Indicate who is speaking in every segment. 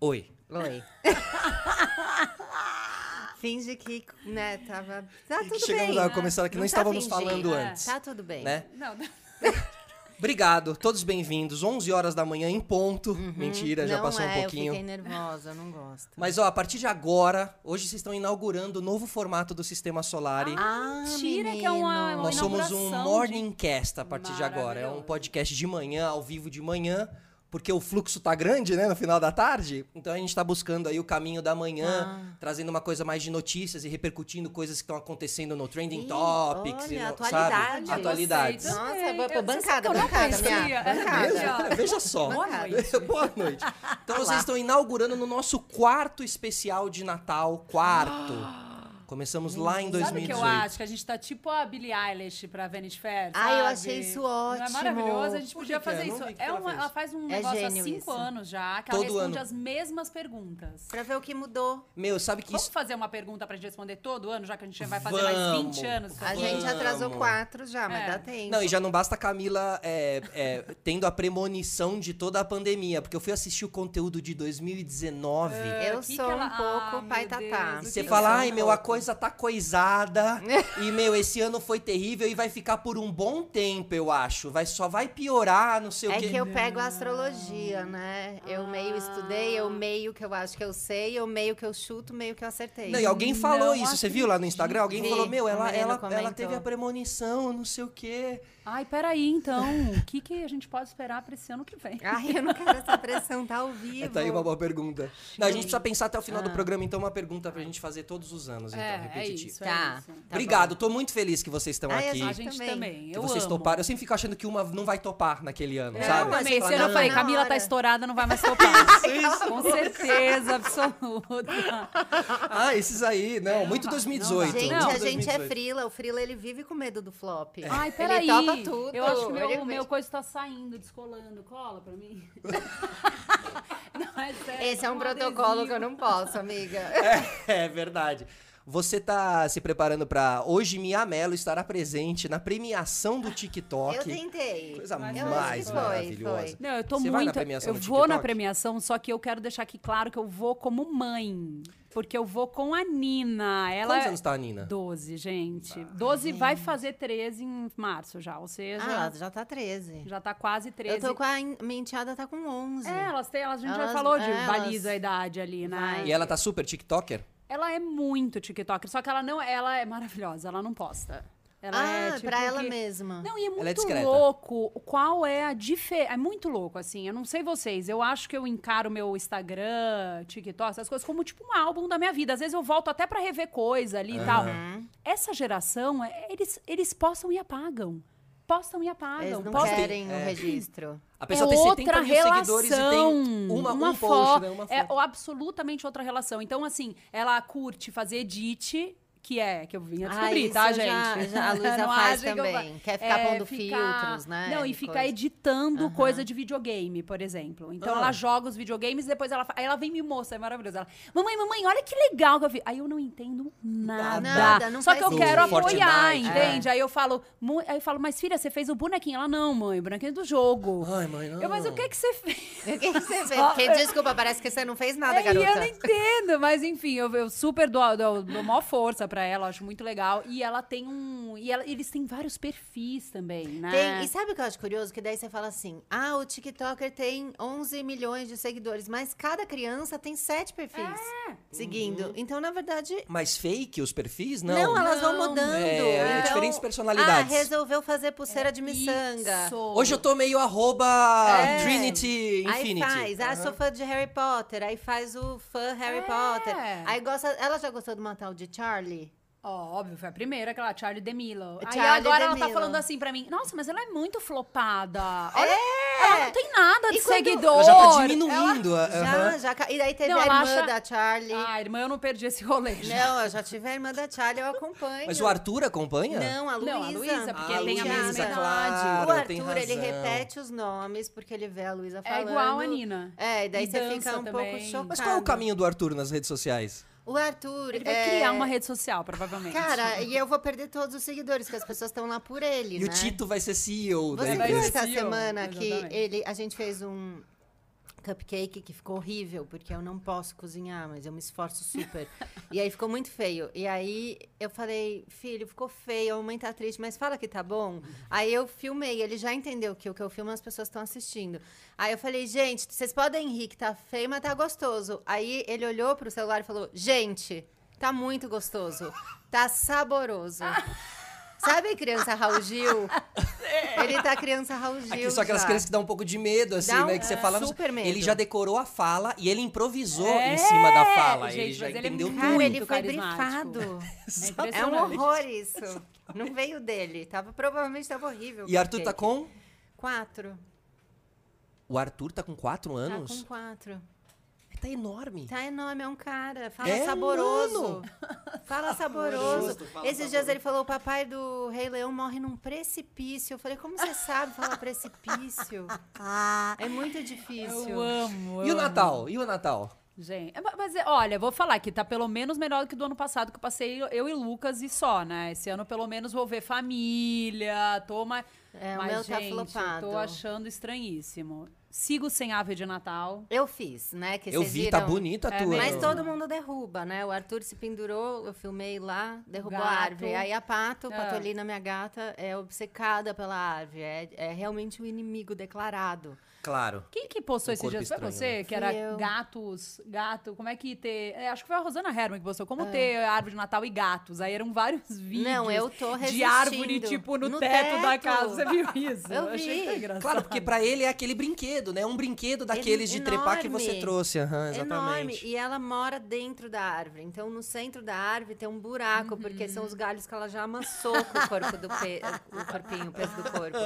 Speaker 1: Oi.
Speaker 2: Oi. Finge que, né, tava. Tá
Speaker 1: E
Speaker 2: tudo
Speaker 1: chegamos
Speaker 2: bem.
Speaker 1: a começar aqui, não,
Speaker 2: tá
Speaker 1: estávamos
Speaker 2: fingindo,
Speaker 1: falando
Speaker 2: é.
Speaker 1: antes.
Speaker 2: Tá tudo bem.
Speaker 1: Né?
Speaker 3: Não, não.
Speaker 1: Obrigado, todos bem-vindos. 11 horas da manhã em ponto. Mentira, já
Speaker 2: Uhum. Não
Speaker 1: passou
Speaker 2: é,
Speaker 1: um pouquinho.
Speaker 2: Eu fiquei nervosa, eu não gosto.
Speaker 1: Mas ó, a partir de agora, hoje vocês estão inaugurando o novo formato do Sistema Solari.
Speaker 2: Ah,
Speaker 3: Tira que é uma-
Speaker 2: menino.
Speaker 1: Nós somos um
Speaker 3: inauguração,
Speaker 1: morning cast a partir de agora. É um
Speaker 3: Maravilhoso.
Speaker 1: podcast de manhã, ao vivo de manhã, porque o fluxo tá grande, né, no final da tarde. Então a gente tá buscando aí o caminho da manhã,
Speaker 2: Ah.
Speaker 1: trazendo uma coisa mais de notícias e repercutindo coisas que estão acontecendo no trending
Speaker 2: Ih,
Speaker 1: topics, e
Speaker 2: olha,
Speaker 1: no-
Speaker 2: atualidades.
Speaker 1: sabe? Atualidades.
Speaker 2: Nossa,
Speaker 3: Também.
Speaker 2: boa-
Speaker 3: Eu-
Speaker 2: bancada,
Speaker 3: você sabe que eu não
Speaker 2: bancada, minha-
Speaker 3: conhecia. É
Speaker 2: bancada.
Speaker 3: Aqui, ó.
Speaker 1: Veja, veja só.
Speaker 3: Boa noite.
Speaker 1: Boa noite. Então vocês estão inaugurando no nosso quarto especial de Natal, quarto. Começamos lá em
Speaker 3: Hum, Sabe o que eu
Speaker 1: 2018.
Speaker 3: acho? Que a gente tá tipo a Billie Eilish pra Vanity Fair.
Speaker 2: Ai, eu
Speaker 3: sabe?
Speaker 2: achei isso
Speaker 3: Não é
Speaker 2: ótimo.
Speaker 3: maravilhoso? A gente
Speaker 1: Por
Speaker 3: podia
Speaker 1: que que é?
Speaker 3: fazer
Speaker 1: Eu não
Speaker 3: isso.
Speaker 1: vi o que
Speaker 3: É
Speaker 1: ela
Speaker 3: uma-
Speaker 1: fez.
Speaker 3: ela faz um
Speaker 2: É
Speaker 3: negócio há
Speaker 2: gênio
Speaker 3: cinco
Speaker 2: isso.
Speaker 3: anos já, que
Speaker 1: Todo
Speaker 3: ela responde
Speaker 1: ano.
Speaker 3: as mesmas perguntas.
Speaker 2: Pra ver o que mudou.
Speaker 1: Meu, sabe que
Speaker 3: Vamos
Speaker 1: isso
Speaker 3: fazer uma pergunta pra gente responder todo ano, já que a gente vai fazer mais
Speaker 1: Vamos.
Speaker 3: 20 anos.
Speaker 2: A gente
Speaker 1: Vamos.
Speaker 2: atrasou quatro já, mas
Speaker 3: É.
Speaker 2: dá tempo.
Speaker 1: Não, e já não basta a Camila é, é, tendo a premonição de toda a pandemia, porque eu fui assistir o conteúdo de 2019
Speaker 2: Eu
Speaker 3: que que
Speaker 2: sou
Speaker 3: ela-
Speaker 2: um pouco
Speaker 3: Ah,
Speaker 2: pai
Speaker 3: meu
Speaker 2: tatá.
Speaker 3: Deus,
Speaker 1: e
Speaker 3: o
Speaker 1: você
Speaker 3: É, que
Speaker 1: fala,
Speaker 3: que
Speaker 1: ai meu, a coisa tá coisada, e meu, esse ano foi terrível e vai ficar por um bom tempo, eu acho, vai só vai piorar, não sei o
Speaker 2: É
Speaker 1: quê.
Speaker 2: que eu pego a astrologia, né? Eu meio estudei, eu meio que eu acho que eu sei, eu meio que eu chuto, meio que eu acertei.
Speaker 1: Não, e alguém falou
Speaker 3: Não
Speaker 1: isso, você viu lá no Instagram? Alguém
Speaker 2: Vi,
Speaker 1: falou, meu,
Speaker 2: o
Speaker 1: ela,
Speaker 2: menino
Speaker 1: ela, ela
Speaker 2: comentou.
Speaker 1: teve a premonição, não sei o quê.
Speaker 3: Ai, peraí, então. O que, que a gente pode esperar pra esse ano que vem?
Speaker 2: Ai, eu não quero essa pressão, tá ao vivo.
Speaker 1: Tá aí uma boa pergunta. Não, a gente precisa pensar até o final do programa, então uma pergunta pra gente fazer todos os anos, então,
Speaker 3: é, é
Speaker 1: repetitivo.
Speaker 3: isso, é
Speaker 2: Tá.
Speaker 3: isso.
Speaker 2: tá
Speaker 1: Obrigado, tô muito feliz que vocês estão
Speaker 2: Ah,
Speaker 1: aqui.
Speaker 2: é,
Speaker 3: A
Speaker 2: Eu
Speaker 3: gente
Speaker 2: também.
Speaker 3: também.
Speaker 1: que
Speaker 3: Eu
Speaker 1: Então vocês
Speaker 3: amo.
Speaker 1: toparam. Eu sempre fico achando que uma não vai topar naquele ano,
Speaker 2: Não,
Speaker 1: sabe?
Speaker 2: mas
Speaker 3: Também,
Speaker 2: você
Speaker 3: esse
Speaker 2: fala,
Speaker 3: ano eu
Speaker 2: não,
Speaker 3: falei,
Speaker 2: na
Speaker 3: Camila
Speaker 2: hora.
Speaker 3: tá estourada, não vai mais topar. Com certeza absoluta.
Speaker 1: Ah, esses aí, não, muito 2018.
Speaker 2: Gente,
Speaker 3: Não,
Speaker 2: a
Speaker 1: muito
Speaker 2: gente é
Speaker 1: 2018.
Speaker 2: frila. O frila, ele vive com medo do
Speaker 1: É.
Speaker 2: flop.
Speaker 3: Ai, peraí.
Speaker 2: Ele topa tudo.
Speaker 3: Eu acho que
Speaker 2: Ele
Speaker 3: meu, o
Speaker 2: fez-
Speaker 3: meu coisa tá saindo, descolando. Cola pra mim. não, é sério.
Speaker 2: Esse é um
Speaker 3: um
Speaker 2: protocolo que eu
Speaker 3: adesivo.
Speaker 2: não posso, amiga.
Speaker 1: É verdade. Você tá se preparando pra hoje Mia Mello estará presente na premiação do TikTok.
Speaker 2: Eu tentei.
Speaker 1: Coisa
Speaker 3: Mas eu acho
Speaker 1: mais
Speaker 3: que foi,
Speaker 1: maravilhosa.
Speaker 2: foi.
Speaker 3: Não, eu tô
Speaker 1: Você vai na
Speaker 3: muito.
Speaker 1: premiação
Speaker 3: eu
Speaker 1: do
Speaker 3: vou na
Speaker 1: TikTok?
Speaker 3: premiação, só que eu quero deixar aqui claro que eu vou como mãe. Porque eu vou com a Nina. Ela
Speaker 1: Quantos anos tá a Nina?
Speaker 3: 12, gente. 12 vai fazer 13 em março já. Ou seja,
Speaker 2: Ah, ela já tá 13.
Speaker 3: já tá quase 13.
Speaker 2: Eu tô com a en- minha enteada, tá com 11.
Speaker 3: É, elas têm, elas, a gente
Speaker 2: Elas- é,
Speaker 3: já falou de
Speaker 2: elas-
Speaker 3: baliza a idade ali, né?
Speaker 2: Vai.
Speaker 1: E ela tá super TikToker?
Speaker 3: Ela é muito TikTok, só que ela não, ela é maravilhosa, ela não posta. Ela
Speaker 2: ah,
Speaker 3: é tipo
Speaker 2: pra ela
Speaker 3: que-
Speaker 2: mesma.
Speaker 3: Não, e é muito
Speaker 1: discreta.
Speaker 3: louco qual é a diferença. É muito louco, assim. Eu não sei vocês. Eu acho que eu encaro meu Instagram, TikTok, essas coisas, como tipo um álbum da minha vida. Às vezes eu volto até pra rever coisa ali e tal. Essa geração, é- eles, eles postam e apagam. Postam e apagam.
Speaker 2: Eles não
Speaker 3: postam-
Speaker 2: querem
Speaker 1: É.
Speaker 2: o registro.
Speaker 1: A pessoa
Speaker 3: é
Speaker 1: tem 70
Speaker 3: outra
Speaker 1: mil
Speaker 3: relação.
Speaker 1: seguidores e tem uma, um post,
Speaker 3: foto.
Speaker 1: né? Uma foto.
Speaker 3: É ou- absolutamente outra relação. Então, assim, ela curte fazer edit, que é, que eu vim a
Speaker 2: Ah,
Speaker 3: descobrir,
Speaker 2: isso
Speaker 3: tá,
Speaker 2: eu já-
Speaker 3: gente?
Speaker 2: já- a Luísa
Speaker 3: Não
Speaker 2: faz
Speaker 3: achem que eu fa- É,
Speaker 2: também. Quer ficar pondo filtros, né?
Speaker 3: Não,
Speaker 2: E
Speaker 3: e ficar
Speaker 2: coisa.
Speaker 3: editando coisa de videogame, por exemplo. Então,
Speaker 1: Ah.
Speaker 3: ela joga os videogames e depois ela, fa- aí ela vem me mostra, é maravilhoso. Ela, mamãe, mamãe, olha que legal que eu vi. Aí eu não entendo nada.
Speaker 2: Nada, não
Speaker 3: Só que
Speaker 2: faz
Speaker 3: eu quero
Speaker 1: sentido.
Speaker 3: apoiar,
Speaker 1: Fortnite,
Speaker 2: né?
Speaker 3: entende? Aí eu falo, mu- aí eu falo, mas filha, você fez o bonequinho? Ela, não, mãe, o bonequinho é do jogo.
Speaker 1: Ai, mãe, não.
Speaker 3: Eu,
Speaker 2: Ah."
Speaker 3: mas o que que você fez?
Speaker 2: O que que você vê?
Speaker 3: Só-
Speaker 2: Porque, desculpa, parece que você não fez nada,
Speaker 3: É, e
Speaker 2: garota.
Speaker 3: eu não entendo, mas enfim, eu, eu super dou, dou, dou maior força pra ela, eu acho muito legal. E ela tem um. E ela- eles têm vários perfis também, né?
Speaker 2: Tem- e sabe o que eu acho curioso? Que daí você fala assim: ah, o TikToker tem 11 milhões de seguidores, mas cada criança tem sete perfis
Speaker 3: É.
Speaker 2: seguindo. Então, na verdade.
Speaker 1: Mas fake os perfis? Não.
Speaker 2: Não, elas vão
Speaker 3: Não.
Speaker 2: mudando.
Speaker 1: É,
Speaker 2: Então,
Speaker 1: diferentes personalidades.
Speaker 2: Ah, resolveu fazer pulseira de miçanga.
Speaker 3: Isso.
Speaker 1: Hoje eu tô meio arroba
Speaker 2: É.
Speaker 1: Trinity Infinity.
Speaker 2: Aí faz, ah,
Speaker 1: Aham.
Speaker 2: sou fã de Harry Potter. Aí faz o fã Harry
Speaker 3: É.
Speaker 2: Potter. Aí gosta. Ela já gostou de uma tal de Charlie?
Speaker 3: Ó, óbvio, foi a primeira, aquela Charlie DeMillo. Aí
Speaker 2: Charli
Speaker 3: agora ela tá
Speaker 2: DeMillo. É.
Speaker 3: falando assim pra mim, nossa, mas ela é muito flopada. Olha, ela não tem nada
Speaker 2: E
Speaker 3: de
Speaker 2: quando-
Speaker 3: seguidor.
Speaker 1: Ela já tá diminuindo. a- aham.
Speaker 2: Já, já. ca- E daí teve
Speaker 3: Não,
Speaker 2: a
Speaker 3: ela
Speaker 2: irmã
Speaker 3: acha-
Speaker 2: da Charlie.
Speaker 3: Ah, irmã, eu não perdi esse rolê. já.
Speaker 2: Não, eu já tive a irmã da Charlie, eu acompanho.
Speaker 1: Mas o Arthur acompanha?
Speaker 2: Não, a Luísa.
Speaker 3: Não, a Luísa, porque
Speaker 1: Ah,
Speaker 3: tem a mesma
Speaker 1: Luísa,
Speaker 3: idade.
Speaker 1: claro,
Speaker 2: O
Speaker 1: tem
Speaker 2: Arthur, ele
Speaker 1: razão.
Speaker 2: repete os nomes porque ele vê a Luísa
Speaker 3: É
Speaker 2: falando.
Speaker 3: igual a Nina.
Speaker 2: É, e daí
Speaker 3: E
Speaker 2: você
Speaker 3: dança
Speaker 2: fica um pouco
Speaker 3: também.
Speaker 2: chocado.
Speaker 1: Mas qual é o caminho do Arthur nas redes sociais?
Speaker 2: O Arthur.
Speaker 3: Ele vai
Speaker 2: é,
Speaker 3: criar uma rede social, provavelmente. É
Speaker 2: Cara, e eu vou perder todos os seguidores, porque as pessoas estão lá por ele.
Speaker 1: E
Speaker 2: né?
Speaker 1: o Tito vai ser CEO da
Speaker 2: Você
Speaker 3: vai
Speaker 2: viu
Speaker 1: empresa.
Speaker 3: ser
Speaker 2: essa
Speaker 3: CEO,
Speaker 2: semana que
Speaker 3: exatamente.
Speaker 2: ele, a gente fez um cupcake que ficou horrível, porque eu não posso cozinhar, mas eu me esforço super. e aí ficou muito feio. E aí eu falei, filho, ficou feio, a mãe tá triste, mas fala que tá bom. Aí eu filmei, ele já entendeu que o que eu filmo as pessoas estão assistindo. Aí eu falei, gente, vocês podem rir que tá feio, mas tá gostoso. Aí ele olhou pro celular e falou, gente, tá muito gostoso, tá saboroso. Sabe a criança Raul Gil? Ele tá criança Raul Gil.
Speaker 1: Aqui são aquelas
Speaker 2: já.
Speaker 1: crianças que dão um pouco de medo, assim,
Speaker 2: Dá um-
Speaker 1: né? Que você
Speaker 2: é,
Speaker 1: fala.
Speaker 2: super medo.
Speaker 1: Ele já decorou a fala e ele improvisou
Speaker 3: É,
Speaker 1: em cima da fala.
Speaker 3: gente,
Speaker 1: ele já
Speaker 3: mas ele é
Speaker 1: entendeu
Speaker 3: muito-
Speaker 2: Cara, ele
Speaker 3: Muito
Speaker 2: foi
Speaker 3: carismático.
Speaker 2: brifado.
Speaker 3: É
Speaker 1: tudo.
Speaker 2: É um
Speaker 3: impressionante.
Speaker 2: horror isso. Não veio dele. Tava, provavelmente tava horrível.
Speaker 1: E Arthur tá
Speaker 2: cupcake.
Speaker 1: com.
Speaker 2: Quatro.
Speaker 1: O Arthur tá com 4 anos?
Speaker 2: Tá com quatro.
Speaker 1: Ele Tá enorme.
Speaker 2: Tá enorme, é um cara. Fala
Speaker 1: É,
Speaker 2: saboroso.
Speaker 1: mano.
Speaker 2: Fala saboroso.
Speaker 1: Justo, fala
Speaker 2: Esses dias ele falou: o papai do Rei Leão morre num precipício. Eu falei: como você sabe falar precipício? É muito difícil.
Speaker 3: Ah. Eu amo.
Speaker 1: E
Speaker 3: eu
Speaker 1: o Natal? E o Natal?
Speaker 3: Gente, é, ma- mas é, olha, vou falar que tá pelo menos melhor do que do ano passado que eu passei eu e Lucas e só, né? Esse ano pelo menos vou ver família, tô mais.
Speaker 2: É, o
Speaker 3: mas,
Speaker 2: meu tá
Speaker 3: gente,
Speaker 2: flopado.
Speaker 3: Eu tô achando estranhíssimo. Sigo sem ave de Natal.
Speaker 2: Eu fiz, né? Que
Speaker 1: Eu
Speaker 2: vocês
Speaker 1: vi,
Speaker 2: viram.
Speaker 1: tá bonita a
Speaker 3: É
Speaker 1: tua.
Speaker 2: Mas
Speaker 3: mesmo.
Speaker 2: todo mundo derruba, né? O Arthur se pendurou, eu filmei lá, derrubou a
Speaker 3: Gato.
Speaker 2: árvore. Aí a Pato,
Speaker 3: Ah.
Speaker 2: Patolina, minha gata, é obcecada pela árvore. É, é realmente o inimigo declarado.
Speaker 1: Claro.
Speaker 3: Quem que postou
Speaker 1: Um
Speaker 3: esse
Speaker 1: corpo
Speaker 3: dia? Foi
Speaker 1: estranho,
Speaker 3: você?
Speaker 1: né?
Speaker 3: Que
Speaker 2: Fui
Speaker 3: era
Speaker 2: eu.
Speaker 3: gatos, gato, como é que ter... é, acho que foi a Rosana Herman que postou. Como ter árvore de Natal e gatos. Aí eram vários vídeos
Speaker 2: É. Não, eu tô
Speaker 3: de
Speaker 2: resistindo.
Speaker 3: árvore, tipo, no, teto, da casa. Você viu isso?
Speaker 2: Eu vi.
Speaker 3: Achei tão engraçado.
Speaker 1: Claro, porque pra ele é aquele brinquedo, né? Um brinquedo daqueles de trepar que você
Speaker 2: enorme.
Speaker 1: trouxe. Aham,
Speaker 2: É Enorme.
Speaker 1: exatamente.
Speaker 2: E ela mora dentro da árvore. Então, no centro da árvore tem um buraco,
Speaker 3: Uhum.
Speaker 2: porque são os galhos que ela já amassou com o corpo do pe... o corpinho, o peso do corpo.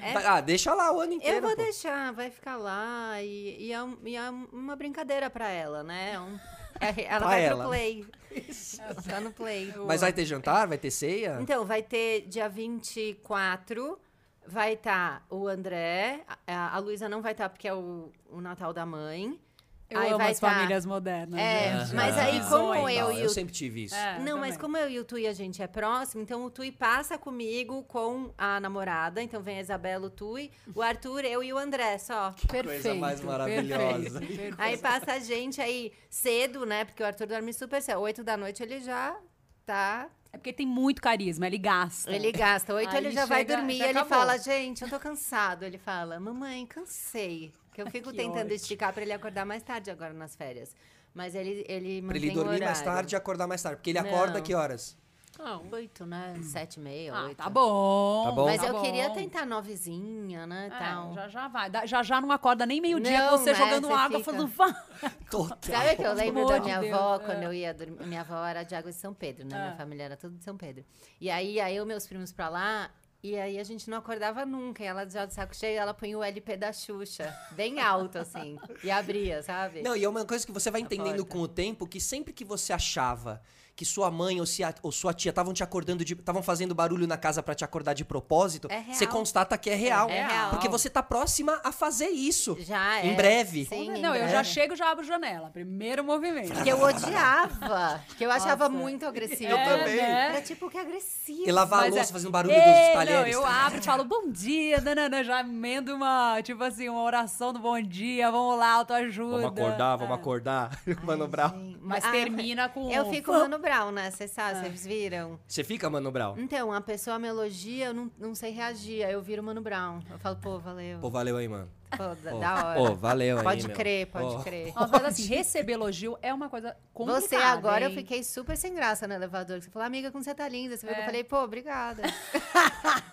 Speaker 2: É
Speaker 1: Tá- Ah, deixa lá o ano inteiro.
Speaker 2: Eu
Speaker 1: pô.
Speaker 2: vou deixar, vai ficar lá e, e é, um- e é uma brincadeira pra ela, né? É um- é- ela
Speaker 1: Pra
Speaker 2: vai
Speaker 1: ela.
Speaker 2: pro play. Tá no play.
Speaker 1: Mas vai ter jantar? Vai ter ceia?
Speaker 2: Então, vai ter dia 24, vai estar o André, a, a Luísa não vai estar porque é o, o Natal da mãe.
Speaker 3: Eu
Speaker 2: aí
Speaker 3: amo
Speaker 2: vai
Speaker 3: as
Speaker 2: tá-
Speaker 3: famílias modernas.
Speaker 2: É,
Speaker 3: gente.
Speaker 2: mas
Speaker 1: Ah,
Speaker 2: aí
Speaker 1: não,
Speaker 2: como
Speaker 1: não,
Speaker 2: eu e
Speaker 1: Eu
Speaker 2: o-
Speaker 1: sempre tive isso.
Speaker 3: É,
Speaker 2: não, mas
Speaker 3: também.
Speaker 2: como eu e o Tui, a gente é próximo, então o Tui passa comigo com a namorada. Então vem a Isabela, o Tui, o Arthur, eu e o André só.
Speaker 3: Perfeito,
Speaker 1: Coisa mais maravilhosa.
Speaker 3: perfeito, perfeito.
Speaker 2: Aí passa a gente aí cedo, né? Porque o Arthur dorme super cedo. Oito da noite ele já tá.
Speaker 3: É porque tem muito carisma, ele gasta.
Speaker 2: Ele gasta. Oito
Speaker 3: Aí
Speaker 2: ele já vai
Speaker 3: chega-
Speaker 2: dormir.
Speaker 3: já
Speaker 2: Ele
Speaker 3: acabou.
Speaker 2: fala, gente, eu tô cansado. Ele fala, mamãe, cansei. Que eu fico
Speaker 3: Que
Speaker 2: tentando
Speaker 3: ótimo.
Speaker 2: esticar pra ele acordar mais tarde agora nas férias. Mas ele, ele
Speaker 1: Pra
Speaker 2: mantém
Speaker 1: ele dormir
Speaker 2: o horário.
Speaker 1: mais tarde e acordar mais tarde. Porque ele
Speaker 2: Não.
Speaker 1: acorda que horas?
Speaker 2: Ah, oito, né? Sete e meia,
Speaker 3: Ah,
Speaker 2: oito.
Speaker 3: tá bom.
Speaker 1: Tá bom.
Speaker 2: Mas
Speaker 3: tá
Speaker 2: eu queria
Speaker 3: bom.
Speaker 2: tentar novezinha, né?
Speaker 3: É,
Speaker 2: tal.
Speaker 3: já já vai. Dá- Já já não acorda nem meio-dia com
Speaker 2: Não,
Speaker 3: você
Speaker 2: né,
Speaker 3: jogando
Speaker 2: você
Speaker 3: água,
Speaker 2: fica-
Speaker 3: falando, vá.
Speaker 1: Total.
Speaker 2: Sabe que eu lembro da
Speaker 3: amor de
Speaker 2: minha
Speaker 3: Deus,
Speaker 2: avó
Speaker 3: é.
Speaker 2: quando eu ia dormir? Minha avó era de Água de São Pedro, né? Minha
Speaker 3: Ah.
Speaker 2: família era tudo de São Pedro. E aí, aí eu e meus primos pra lá, e aí a gente não acordava nunca. E ela já de saco cheio, ela põe o LP da Xuxa, bem alto, assim. e abria, sabe?
Speaker 1: Não, e é uma coisa que você vai entendendo
Speaker 2: porta.
Speaker 1: com o tempo que sempre que você achava que sua mãe ou, se a- ou sua tia estavam te acordando de. estavam fazendo barulho na casa pra te acordar de propósito,
Speaker 2: É real.
Speaker 1: você constata que é real.
Speaker 2: É real.
Speaker 1: Porque você tá próxima a fazer isso.
Speaker 2: Já
Speaker 1: Em
Speaker 2: é.
Speaker 1: breve.
Speaker 2: Sim, em
Speaker 3: Não, eu já
Speaker 2: breve.
Speaker 3: chego já abro janela. Primeiro movimento.
Speaker 2: Que eu odiava, que eu achava
Speaker 3: Nossa.
Speaker 2: muito agressivo.
Speaker 3: Eu também. né?
Speaker 2: Era tipo que agressivo.
Speaker 1: E lavar a
Speaker 3: Mas é-
Speaker 1: louça fazendo barulho
Speaker 3: Ei,
Speaker 1: dos talheres.
Speaker 3: Não, eu abro e falo, bom dia, nanana, já emendo uma, tipo assim, uma oração do bom dia, vamos lá, autoajuda. É.
Speaker 1: acordar. Mano
Speaker 2: Ai,
Speaker 1: Brown.
Speaker 2: gente.
Speaker 3: Mas
Speaker 2: Ah,
Speaker 3: termina um Ah. com...
Speaker 2: Eu fico
Speaker 3: "Vamos".
Speaker 2: Mano Brown, né? Vocês sabem, vocês viram?
Speaker 1: Você fica, Mano Brown?
Speaker 2: Então, a pessoa me elogia, eu não, não sei reagir. Aí eu viro Mano Brown. Eu falo, pô, valeu.
Speaker 1: Pô,
Speaker 2: Pô,
Speaker 1: valeu aí, mano.
Speaker 2: da,
Speaker 1: Pô,
Speaker 2: Tá da hora.
Speaker 1: Pô, valeu aí,
Speaker 2: pode
Speaker 1: meu.
Speaker 2: crer, pode
Speaker 1: Pô.
Speaker 2: crer.
Speaker 3: Nossa, mas assim, receber elogio é uma coisa complicada,
Speaker 2: Você agora eu
Speaker 3: hein?
Speaker 2: fiquei super sem graça no elevador. que Você falou, amiga, como você tá linda. Você viu que eu
Speaker 3: É.
Speaker 2: falei, pô, obrigada.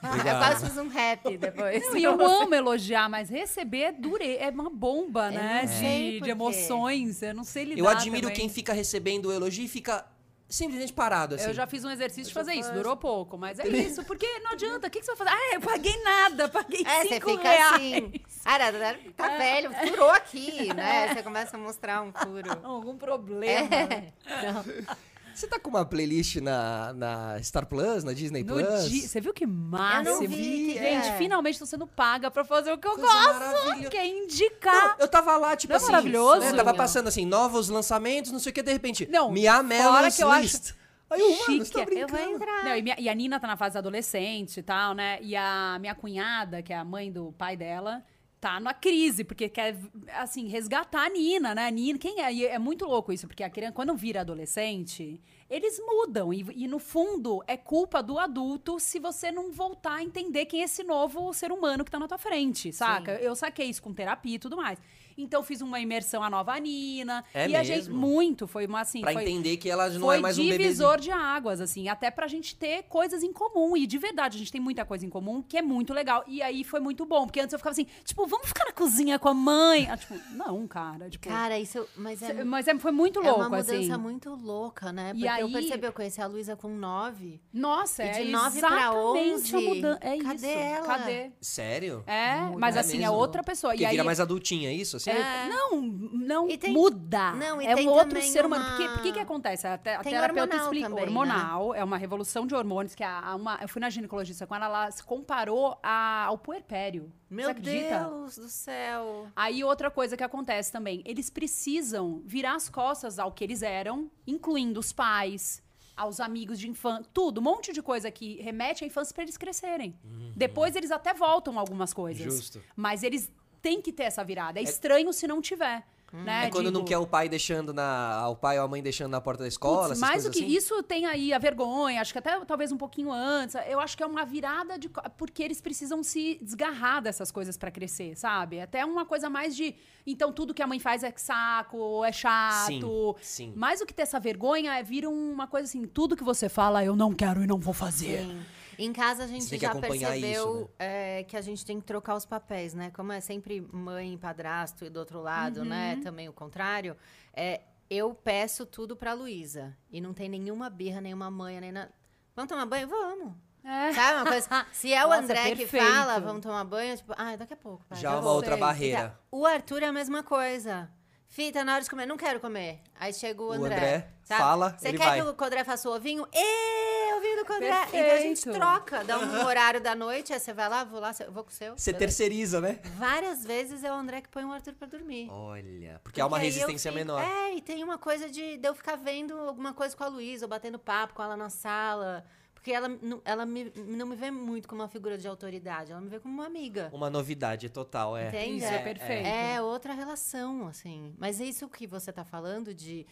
Speaker 1: Obrigado.
Speaker 2: Eu quase fiz um rap depois.
Speaker 3: Não, e um eu amo elogiar, mas receber é dure, é uma bomba, né?
Speaker 2: não sei
Speaker 3: De,
Speaker 2: por
Speaker 3: de
Speaker 2: quê.
Speaker 3: emoções. Eu não sei lidar.
Speaker 1: Eu admiro
Speaker 3: também.
Speaker 1: quem fica recebendo o elogio e fica simplesmente parado, assim.
Speaker 3: Eu já fiz um exercício de fazer isso, durou pouco, mas é isso, porque não adianta. O que, que você vai fazer? Ah, eu paguei nada, paguei
Speaker 2: É, você
Speaker 3: cinco
Speaker 2: fica
Speaker 3: reais. É.
Speaker 2: assim. Arara, tá velho, furou aqui, né? Você começa a mostrar um furo.
Speaker 3: Algum problema.
Speaker 2: É.
Speaker 3: né?
Speaker 1: Você tá com uma playlist na, na Star Plus, na Disney
Speaker 3: No
Speaker 1: Plus?
Speaker 3: di- Você viu que máximo?
Speaker 2: Eu não vi, que
Speaker 3: Gente,
Speaker 2: é.
Speaker 3: finalmente estou sendo paga pra fazer o que eu
Speaker 1: Coisa maravilhosa.
Speaker 3: gosto, que é indicar.
Speaker 1: Não, eu tava lá, tipo
Speaker 3: Não é
Speaker 1: assim.
Speaker 3: maravilhoso?
Speaker 1: né, Tava passando assim, novos lançamentos, não sei o que, de repente.
Speaker 3: Não,
Speaker 1: Mia
Speaker 3: fora
Speaker 1: Melons
Speaker 3: que eu acho
Speaker 1: List. Aí eu, mano, você
Speaker 3: chique. é,
Speaker 1: tá
Speaker 3: Eu
Speaker 2: Eu
Speaker 1: brincando.
Speaker 2: vou entrar.
Speaker 3: Não, e, assim, minha- e a Nina tá na fase adolescente e tal, né? E a minha cunhada, que é a mãe do pai dela, tá na crise, porque quer, assim, resgatar a Nina, né? A Nina, quem é? E é muito louco isso, porque a criança, quando vira adolescente, eles mudam. E, e, no fundo, é culpa do adulto se você não voltar a entender quem é esse novo ser humano que tá na tua frente, saca? Eu saquei isso com terapia e tudo mais. Então fiz uma imersão à nova Nina.
Speaker 1: É
Speaker 3: e a gente.
Speaker 1: mesmo?
Speaker 3: Muito, foi uma assim.
Speaker 1: Pra
Speaker 3: foi,
Speaker 1: entender que ela não
Speaker 3: foi
Speaker 1: é mais um bebezinho.
Speaker 3: divisor de águas, assim, até pra gente ter coisas em comum. E de verdade, a gente tem muita coisa em comum, que é muito legal. E aí foi muito bom, porque antes eu ficava assim, tipo, vamos ficar na cozinha com a mãe? Ah, tipo, não, cara. Tipo,
Speaker 2: Cara, isso. Mas é,
Speaker 3: cê- mas é- foi muito
Speaker 2: é
Speaker 3: louco,
Speaker 2: uma mudança
Speaker 3: assim.
Speaker 2: muito louca, né?
Speaker 3: E
Speaker 2: Porque eu
Speaker 3: aí-
Speaker 2: percebi, eu conheci a Luísa com nove.
Speaker 3: Nossa,
Speaker 2: E
Speaker 3: é
Speaker 2: de nove pra
Speaker 3: exatamente a
Speaker 2: 11.
Speaker 3: mudança. É
Speaker 2: Cadê
Speaker 3: isso.
Speaker 2: ela?
Speaker 3: Cadê?
Speaker 1: Sério?
Speaker 3: É,
Speaker 2: Muda.
Speaker 3: mas
Speaker 1: É
Speaker 3: assim, é
Speaker 1: mesmo?
Speaker 3: outra pessoa.
Speaker 1: Porque
Speaker 3: e aí,
Speaker 1: vira mais adultinha, isso? Assim?
Speaker 3: É. Não, não
Speaker 2: E tem-
Speaker 3: muda.
Speaker 2: Não, e
Speaker 3: é
Speaker 2: tem
Speaker 3: um outro
Speaker 2: também
Speaker 3: ser humano.
Speaker 2: uma-
Speaker 3: Porque, por que que acontece? A, te, a
Speaker 2: Tem
Speaker 3: terapeuta
Speaker 2: hormonal
Speaker 3: explicou.
Speaker 2: também, né?
Speaker 3: hormonal é uma revolução de hormônios que a, a uma, eu fui na ginecologista com ela, ela se comparou a- ao puerpério. Você
Speaker 2: Meu
Speaker 3: acredita?
Speaker 2: Deus do céu.
Speaker 3: Aí outra coisa que acontece também, eles precisam virar as costas ao que eles eram, incluindo os pais, aos amigos de infância, tudo, um monte de coisa que remete à infância pra eles crescerem. Depois eles até voltam algumas coisas.
Speaker 1: Uhum. Justo.
Speaker 3: Mas eles têm que ter essa virada. É estranho se não tiver. Né?
Speaker 1: É quando não
Speaker 3: Digo,
Speaker 1: quer o pai deixando na. O pai ou a mãe deixando na porta da
Speaker 3: Putz,
Speaker 1: escola. essas
Speaker 3: mais do
Speaker 1: coisas
Speaker 3: que
Speaker 1: assim.
Speaker 3: isso tem aí a vergonha, acho que até talvez um pouquinho antes. Eu acho que é uma virada de co- porque eles precisam se desgarrar dessas coisas pra crescer, sabe? Até uma coisa mais de então tudo que a mãe faz é que saco, ou é chato.
Speaker 1: Sim, sim.
Speaker 3: Mais do que ter essa vergonha, é vira uma coisa assim, tudo que você fala eu não quero e não vou fazer.
Speaker 2: Sim. Em casa a
Speaker 1: Você tem
Speaker 2: gente
Speaker 1: que
Speaker 2: já
Speaker 1: acompanhar
Speaker 2: percebeu
Speaker 1: isso,
Speaker 2: é, que a gente tem que trocar os papéis, né? Como é sempre mãe, padrasto e do outro lado, né? Também o contrário. É, eu peço tudo pra Luísa. E não tem nenhuma birra, nenhuma manha, nem nada. Vamos tomar banho? Vamos.
Speaker 3: É.
Speaker 2: Sabe uma coisa? Se é o
Speaker 3: Nossa,
Speaker 2: André que
Speaker 3: perfeito.
Speaker 2: fala, vamos tomar banho, tipo, ah, daqui a pouco. pai,
Speaker 1: Já é
Speaker 2: já
Speaker 1: uma
Speaker 2: vou."
Speaker 1: outra
Speaker 3: sei.
Speaker 1: barreira.
Speaker 2: Então, o Arthur é a mesma coisa. Fita, na hora de comer, não quero comer. Aí chega o
Speaker 1: O
Speaker 2: André.
Speaker 1: André
Speaker 2: sabe?
Speaker 1: fala,
Speaker 2: Você
Speaker 1: ele
Speaker 2: quer
Speaker 1: vai."
Speaker 2: que o Codré faça o ovinho? Ê, ovinho do Codré. Então a gente
Speaker 3: Perfeito.
Speaker 2: troca, dá um horário da noite, aí você vai lá, vou lá, eu vou com o seu.
Speaker 1: Você
Speaker 2: beleza.
Speaker 1: terceiriza, né?
Speaker 2: Várias vezes é o André que põe o Arthur pra dormir.
Speaker 1: Olha, porque há Oh, é uma
Speaker 2: aí eu
Speaker 1: resistência
Speaker 2: fico-
Speaker 1: menor.
Speaker 2: É, e tem uma coisa de, de eu ficar vendo alguma coisa com a Luísa, ou batendo papo com ela na sala. Porque ela, não- ela me- não me vê muito como uma figura de autoridade, ela me vê como uma amiga.
Speaker 1: Uma novidade total, é.
Speaker 2: Entende?
Speaker 3: Isso é perfeito.
Speaker 2: É outra relação, assim. Mas isso que você tá falando de,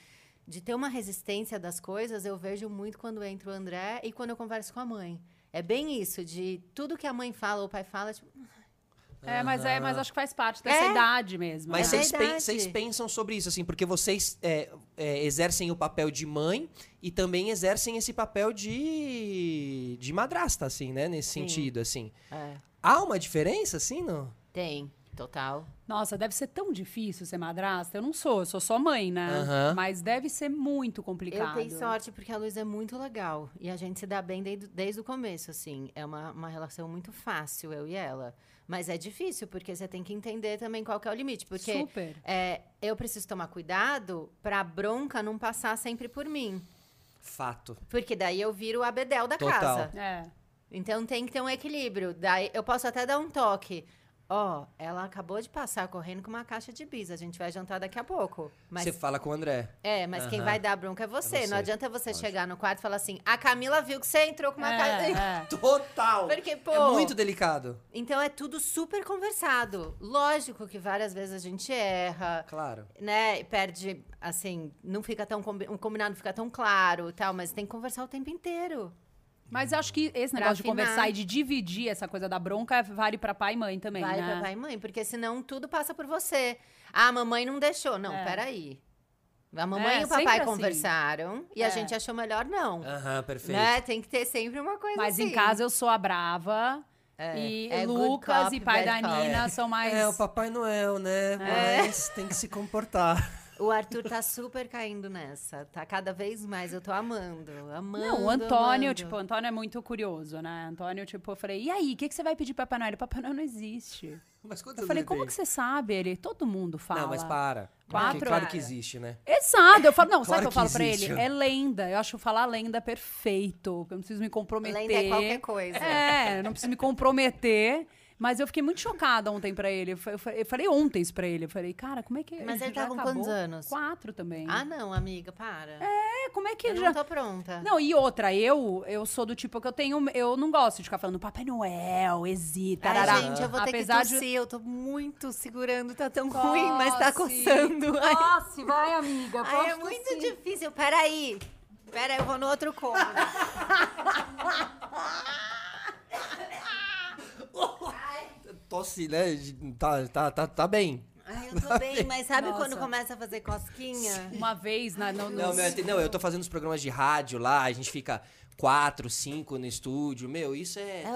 Speaker 2: de ter uma resistência das coisas, eu vejo muito quando entra o André e quando eu converso com a mãe. É bem isso, de tudo que a mãe fala ou o pai fala, tipo,
Speaker 3: É, mas é, mas acho que faz parte
Speaker 2: É.
Speaker 3: dessa idade mesmo.
Speaker 1: Mas
Speaker 2: É
Speaker 3: né?
Speaker 1: vocês, pen-
Speaker 2: verdade.
Speaker 1: vocês pensam sobre isso, assim, porque vocês é, é, exercem o papel de mãe e também exercem esse papel de, de madrasta, assim, né? Nesse
Speaker 2: Sim.
Speaker 1: sentido, assim.
Speaker 2: é,
Speaker 1: Há uma diferença, assim, não?
Speaker 2: tem, total.
Speaker 3: Nossa, deve ser tão difícil ser madrasta. Eu não sou, eu sou só mãe, né?
Speaker 1: Aham.
Speaker 3: Mas deve ser muito complicado.
Speaker 2: Eu tenho sorte porque a Luísa é muito legal. E a gente se dá bem desde, desde o começo, assim. É uma, uma relação muito fácil, eu e ela. Mas é difícil, porque você tem que entender também qual que é o limite. Porque
Speaker 3: Super.
Speaker 2: é, eu preciso tomar cuidado pra bronca não passar sempre por mim.
Speaker 1: Fato.
Speaker 2: Porque daí eu viro o abedel da
Speaker 1: Total.
Speaker 2: casa.
Speaker 3: É.
Speaker 2: Então tem que ter um equilíbrio. Daí eu posso até dar um toque. Ó, ela acabou de passar correndo com uma caixa de bis. A gente vai jantar daqui a pouco. Mas
Speaker 1: Você fala com o André.
Speaker 2: é, mas quem
Speaker 1: Aham.
Speaker 2: vai dar bronca é você.
Speaker 1: É você.
Speaker 2: Não adianta você
Speaker 1: Lógico.
Speaker 2: chegar no quarto e falar assim: a Camila viu que você entrou com uma
Speaker 3: É,
Speaker 2: caixa.
Speaker 3: é.
Speaker 1: Total!
Speaker 2: Porque, pô.
Speaker 1: É muito delicado.
Speaker 2: Então é tudo super conversado. Lógico que várias vezes a gente erra,
Speaker 1: Claro.
Speaker 2: né? E Perde, assim, não fica tão. combi- O combinado não fica tão claro e tal, mas tem que conversar o tempo inteiro.
Speaker 3: Mas eu acho que esse
Speaker 2: Pra
Speaker 3: negócio de
Speaker 2: afinar.
Speaker 3: conversar e de dividir essa coisa da bronca vale pra pai e mãe também,
Speaker 2: Vale
Speaker 3: né?
Speaker 2: pra pai e mãe, porque senão tudo passa por você. Ah, a mamãe não deixou. Não,
Speaker 3: É.
Speaker 2: peraí. A mamãe
Speaker 3: É,
Speaker 2: e o papai
Speaker 3: sempre assim.
Speaker 2: conversaram e a
Speaker 3: É.
Speaker 2: gente achou melhor não.
Speaker 1: Aham, É, perfeito.
Speaker 2: Né? Tem que ter sempre uma coisa
Speaker 3: Mas em
Speaker 2: assim.
Speaker 3: casa eu sou a brava. e
Speaker 2: é good
Speaker 3: Lucas
Speaker 2: cop,
Speaker 3: e pai da
Speaker 2: bad cop.
Speaker 3: Nina são mais.
Speaker 1: É, o Papai Noel, né? Mas tem que se comportar.
Speaker 2: O Arthur tá super caindo nessa. Tá cada vez mais. Eu tô amando. Amando.
Speaker 3: Não, o Antônio,
Speaker 2: amando.
Speaker 3: tipo, o Antônio é muito curioso, né? Antônio, tipo, eu falei, e aí, o que, que você vai pedir pra Papai Noel? Ele, Papai Noel não existe.
Speaker 1: Mas quantos
Speaker 3: Eu
Speaker 1: anos
Speaker 3: falei,
Speaker 1: ele
Speaker 3: como
Speaker 1: tem?
Speaker 3: que você sabe? Ele, todo mundo fala.
Speaker 1: Não, mas para.
Speaker 3: Quatro,
Speaker 1: Porque claro
Speaker 2: cara.
Speaker 1: que existe, né?
Speaker 3: Exato, eu falo, não,
Speaker 1: Claro
Speaker 3: sabe o que eu
Speaker 1: que
Speaker 3: falo pra
Speaker 1: existe.
Speaker 3: ele? É lenda. Eu acho falar lenda perfeito. porque Eu não preciso me comprometer.
Speaker 2: Lenda é qualquer coisa.
Speaker 3: É, eu não preciso me comprometer. Mas eu fiquei muito chocada ontem pra ele. Eu fa- eu fa- eu falei ontem isso pra ele. Eu falei, cara, como é que.
Speaker 2: Mas
Speaker 3: já
Speaker 2: ele tava com
Speaker 3: acabou?
Speaker 2: quantos anos?
Speaker 3: Quatro também.
Speaker 2: Ah, não, amiga, para.
Speaker 3: assim. É, como é que
Speaker 2: eu
Speaker 3: já.
Speaker 2: não tô pronta.
Speaker 3: Não, e outra, eu, eu sou do tipo que eu tenho. Eu não gosto de ficar falando Papai Noel, exita,
Speaker 2: Ai,
Speaker 3: tarará.
Speaker 2: gente, eu vou ter
Speaker 3: Apesar
Speaker 2: que
Speaker 3: de-
Speaker 2: tossir, eu tô muito segurando, tá tão
Speaker 3: Tosse.
Speaker 2: ruim, mas tá coçando. Ai,
Speaker 3: Tosse, vai, amiga.
Speaker 2: ai,
Speaker 3: pode
Speaker 2: é muito
Speaker 3: tossir.
Speaker 2: difícil, peraí. Peraí, eu vou no outro cômodo.
Speaker 1: Tosse, né? Tá, tá, tá, tá bem.
Speaker 2: Ai, eu tô bem, mas sabe
Speaker 3: Nossa.
Speaker 2: quando começa a fazer cosquinha?
Speaker 3: Uma vez na, no,
Speaker 1: Não,
Speaker 3: nos-
Speaker 1: meu, eu- não, eu tô fazendo os programas de rádio lá, a gente fica quatro, cinco no estúdio. Meu, isso é,
Speaker 2: É
Speaker 1: terrível.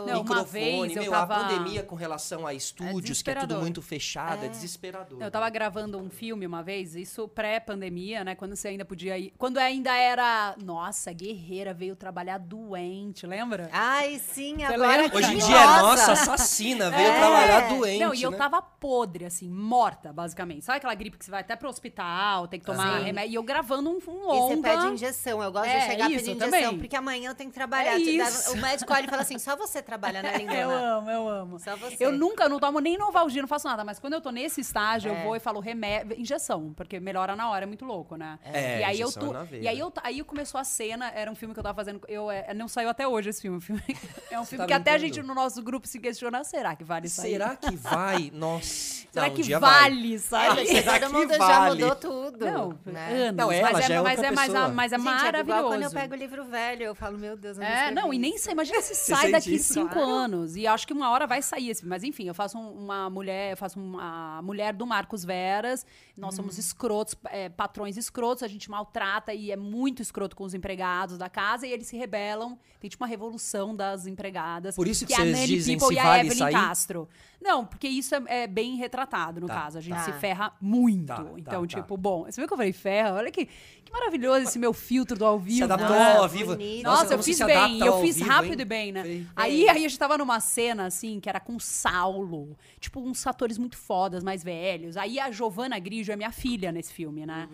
Speaker 2: horrível.
Speaker 3: Não, uma vez eu
Speaker 1: meu, a
Speaker 3: tava-
Speaker 1: pandemia com relação a estúdios, que é tudo
Speaker 3: desesperador.
Speaker 1: muito fechado, é, desesperador.
Speaker 3: Eu tava gravando um filme uma vez, isso pré-pandemia, né? Quando você ainda podia ir. Quando ainda era. Nossa, guerreira veio trabalhar doente, lembra?
Speaker 2: Ai, sim,
Speaker 3: lembra?
Speaker 2: agora que
Speaker 1: Hoje em
Speaker 2: me
Speaker 1: dia é
Speaker 2: roça.
Speaker 1: nossa assassina, veio
Speaker 2: É.
Speaker 1: trabalhar doente,
Speaker 3: Não, e eu
Speaker 1: né?
Speaker 3: tava podre, assim, morta, basicamente. Sabe aquela gripe que você vai até pro hospital, tem que tomar
Speaker 2: Sim.
Speaker 3: remédio? E eu gravando um, um
Speaker 2: E você
Speaker 3: longa.
Speaker 2: pede injeção. Eu gosto de
Speaker 3: É,
Speaker 2: chegar
Speaker 3: isso,
Speaker 2: pedindo injeção,
Speaker 3: também.
Speaker 2: porque amanhã eu tenho que trabalhar.
Speaker 3: É
Speaker 2: Te dá-
Speaker 3: isso. É,
Speaker 2: O médico olha e fala assim: só você trabalha, né,
Speaker 3: Eu
Speaker 2: lindona?
Speaker 3: amo, eu amo.
Speaker 2: Só você.
Speaker 3: Eu nunca, não tomo nem Novalgina, não faço nada. Mas quando eu tô nesse estágio,
Speaker 2: É.
Speaker 3: eu vou e falo remédio, injeção. Porque melhora na hora, é muito louco, né?
Speaker 1: É,
Speaker 3: e aí eu
Speaker 1: injeção
Speaker 3: tu,
Speaker 1: é na veia.
Speaker 3: E aí, eu, aí começou a cena, era um filme que eu tava fazendo... Eu, é, não saiu até hoje esse filme. o filme- é um filme
Speaker 1: tá
Speaker 3: que até a
Speaker 1: brincando?
Speaker 3: gente, no nosso grupo, se questiona. Será que vale sair?
Speaker 1: Será que vai? Nossa.
Speaker 3: Será
Speaker 1: não, um
Speaker 3: que
Speaker 1: dia
Speaker 3: vale
Speaker 2: Olha,
Speaker 3: sair?
Speaker 2: gente,
Speaker 1: Será
Speaker 2: todo
Speaker 1: que
Speaker 2: mundo já
Speaker 1: vale?
Speaker 2: mudou tudo.
Speaker 3: Não,
Speaker 2: né?
Speaker 3: anos.
Speaker 1: É. Não, ela
Speaker 3: mas
Speaker 1: já é
Speaker 3: mas
Speaker 1: outra
Speaker 3: mas,
Speaker 1: pessoa.
Speaker 3: a- mas é
Speaker 2: Gente,
Speaker 3: maravilhoso.
Speaker 2: É igual quando eu pego o livro velho, eu falo, meu Deus, eu não
Speaker 3: É, não,
Speaker 2: escrevi
Speaker 3: e nem
Speaker 2: isso.
Speaker 3: sei. Imagina se
Speaker 1: Você
Speaker 3: sai
Speaker 1: sente
Speaker 3: daqui
Speaker 1: isso?
Speaker 3: cinco
Speaker 1: Claro.
Speaker 3: anos. E acho que uma hora vai sair esse filme. Mas enfim, eu faço um- uma mulher, eu faço uma mulher do Marcos Veras. Nós somos
Speaker 1: Hum.
Speaker 3: escrotos, é, patrões escrotos, a gente maltrata e é muito escroto com os empregados da casa e eles se rebelam. Tem tipo uma revolução das empregadas.
Speaker 1: Por isso que
Speaker 3: é a
Speaker 1: vocês
Speaker 3: Nanny
Speaker 1: dizem
Speaker 3: People
Speaker 1: se
Speaker 3: e a
Speaker 1: vale
Speaker 3: Evelyn
Speaker 1: sair?
Speaker 3: Castro. Não, porque isso é, é bem retratado, no
Speaker 1: Tá,
Speaker 3: caso. A gente
Speaker 2: tá.
Speaker 3: se ferra muito.
Speaker 1: Tá, tá,
Speaker 3: então,
Speaker 1: tá.
Speaker 3: tipo, bom, você viu que eu falei ferra? Olha que, que maravilhoso esse meu filtro do ao vivo.
Speaker 1: Se adaptou
Speaker 3: né?
Speaker 1: ao vivo.
Speaker 2: bonito.
Speaker 3: Nossa,
Speaker 1: como
Speaker 3: eu
Speaker 1: você
Speaker 3: fiz
Speaker 1: se
Speaker 3: bem,
Speaker 1: adapta
Speaker 3: eu
Speaker 1: ao
Speaker 3: fiz
Speaker 1: vivo, hein?
Speaker 3: rápido e bem, né?
Speaker 1: Fez.
Speaker 3: Aí, aí a gente tava numa cena, assim, que era com Saulo. Tipo, uns atores muito fodas, mais velhos. Aí a Giovanna Grigio é minha filha nesse filme, né?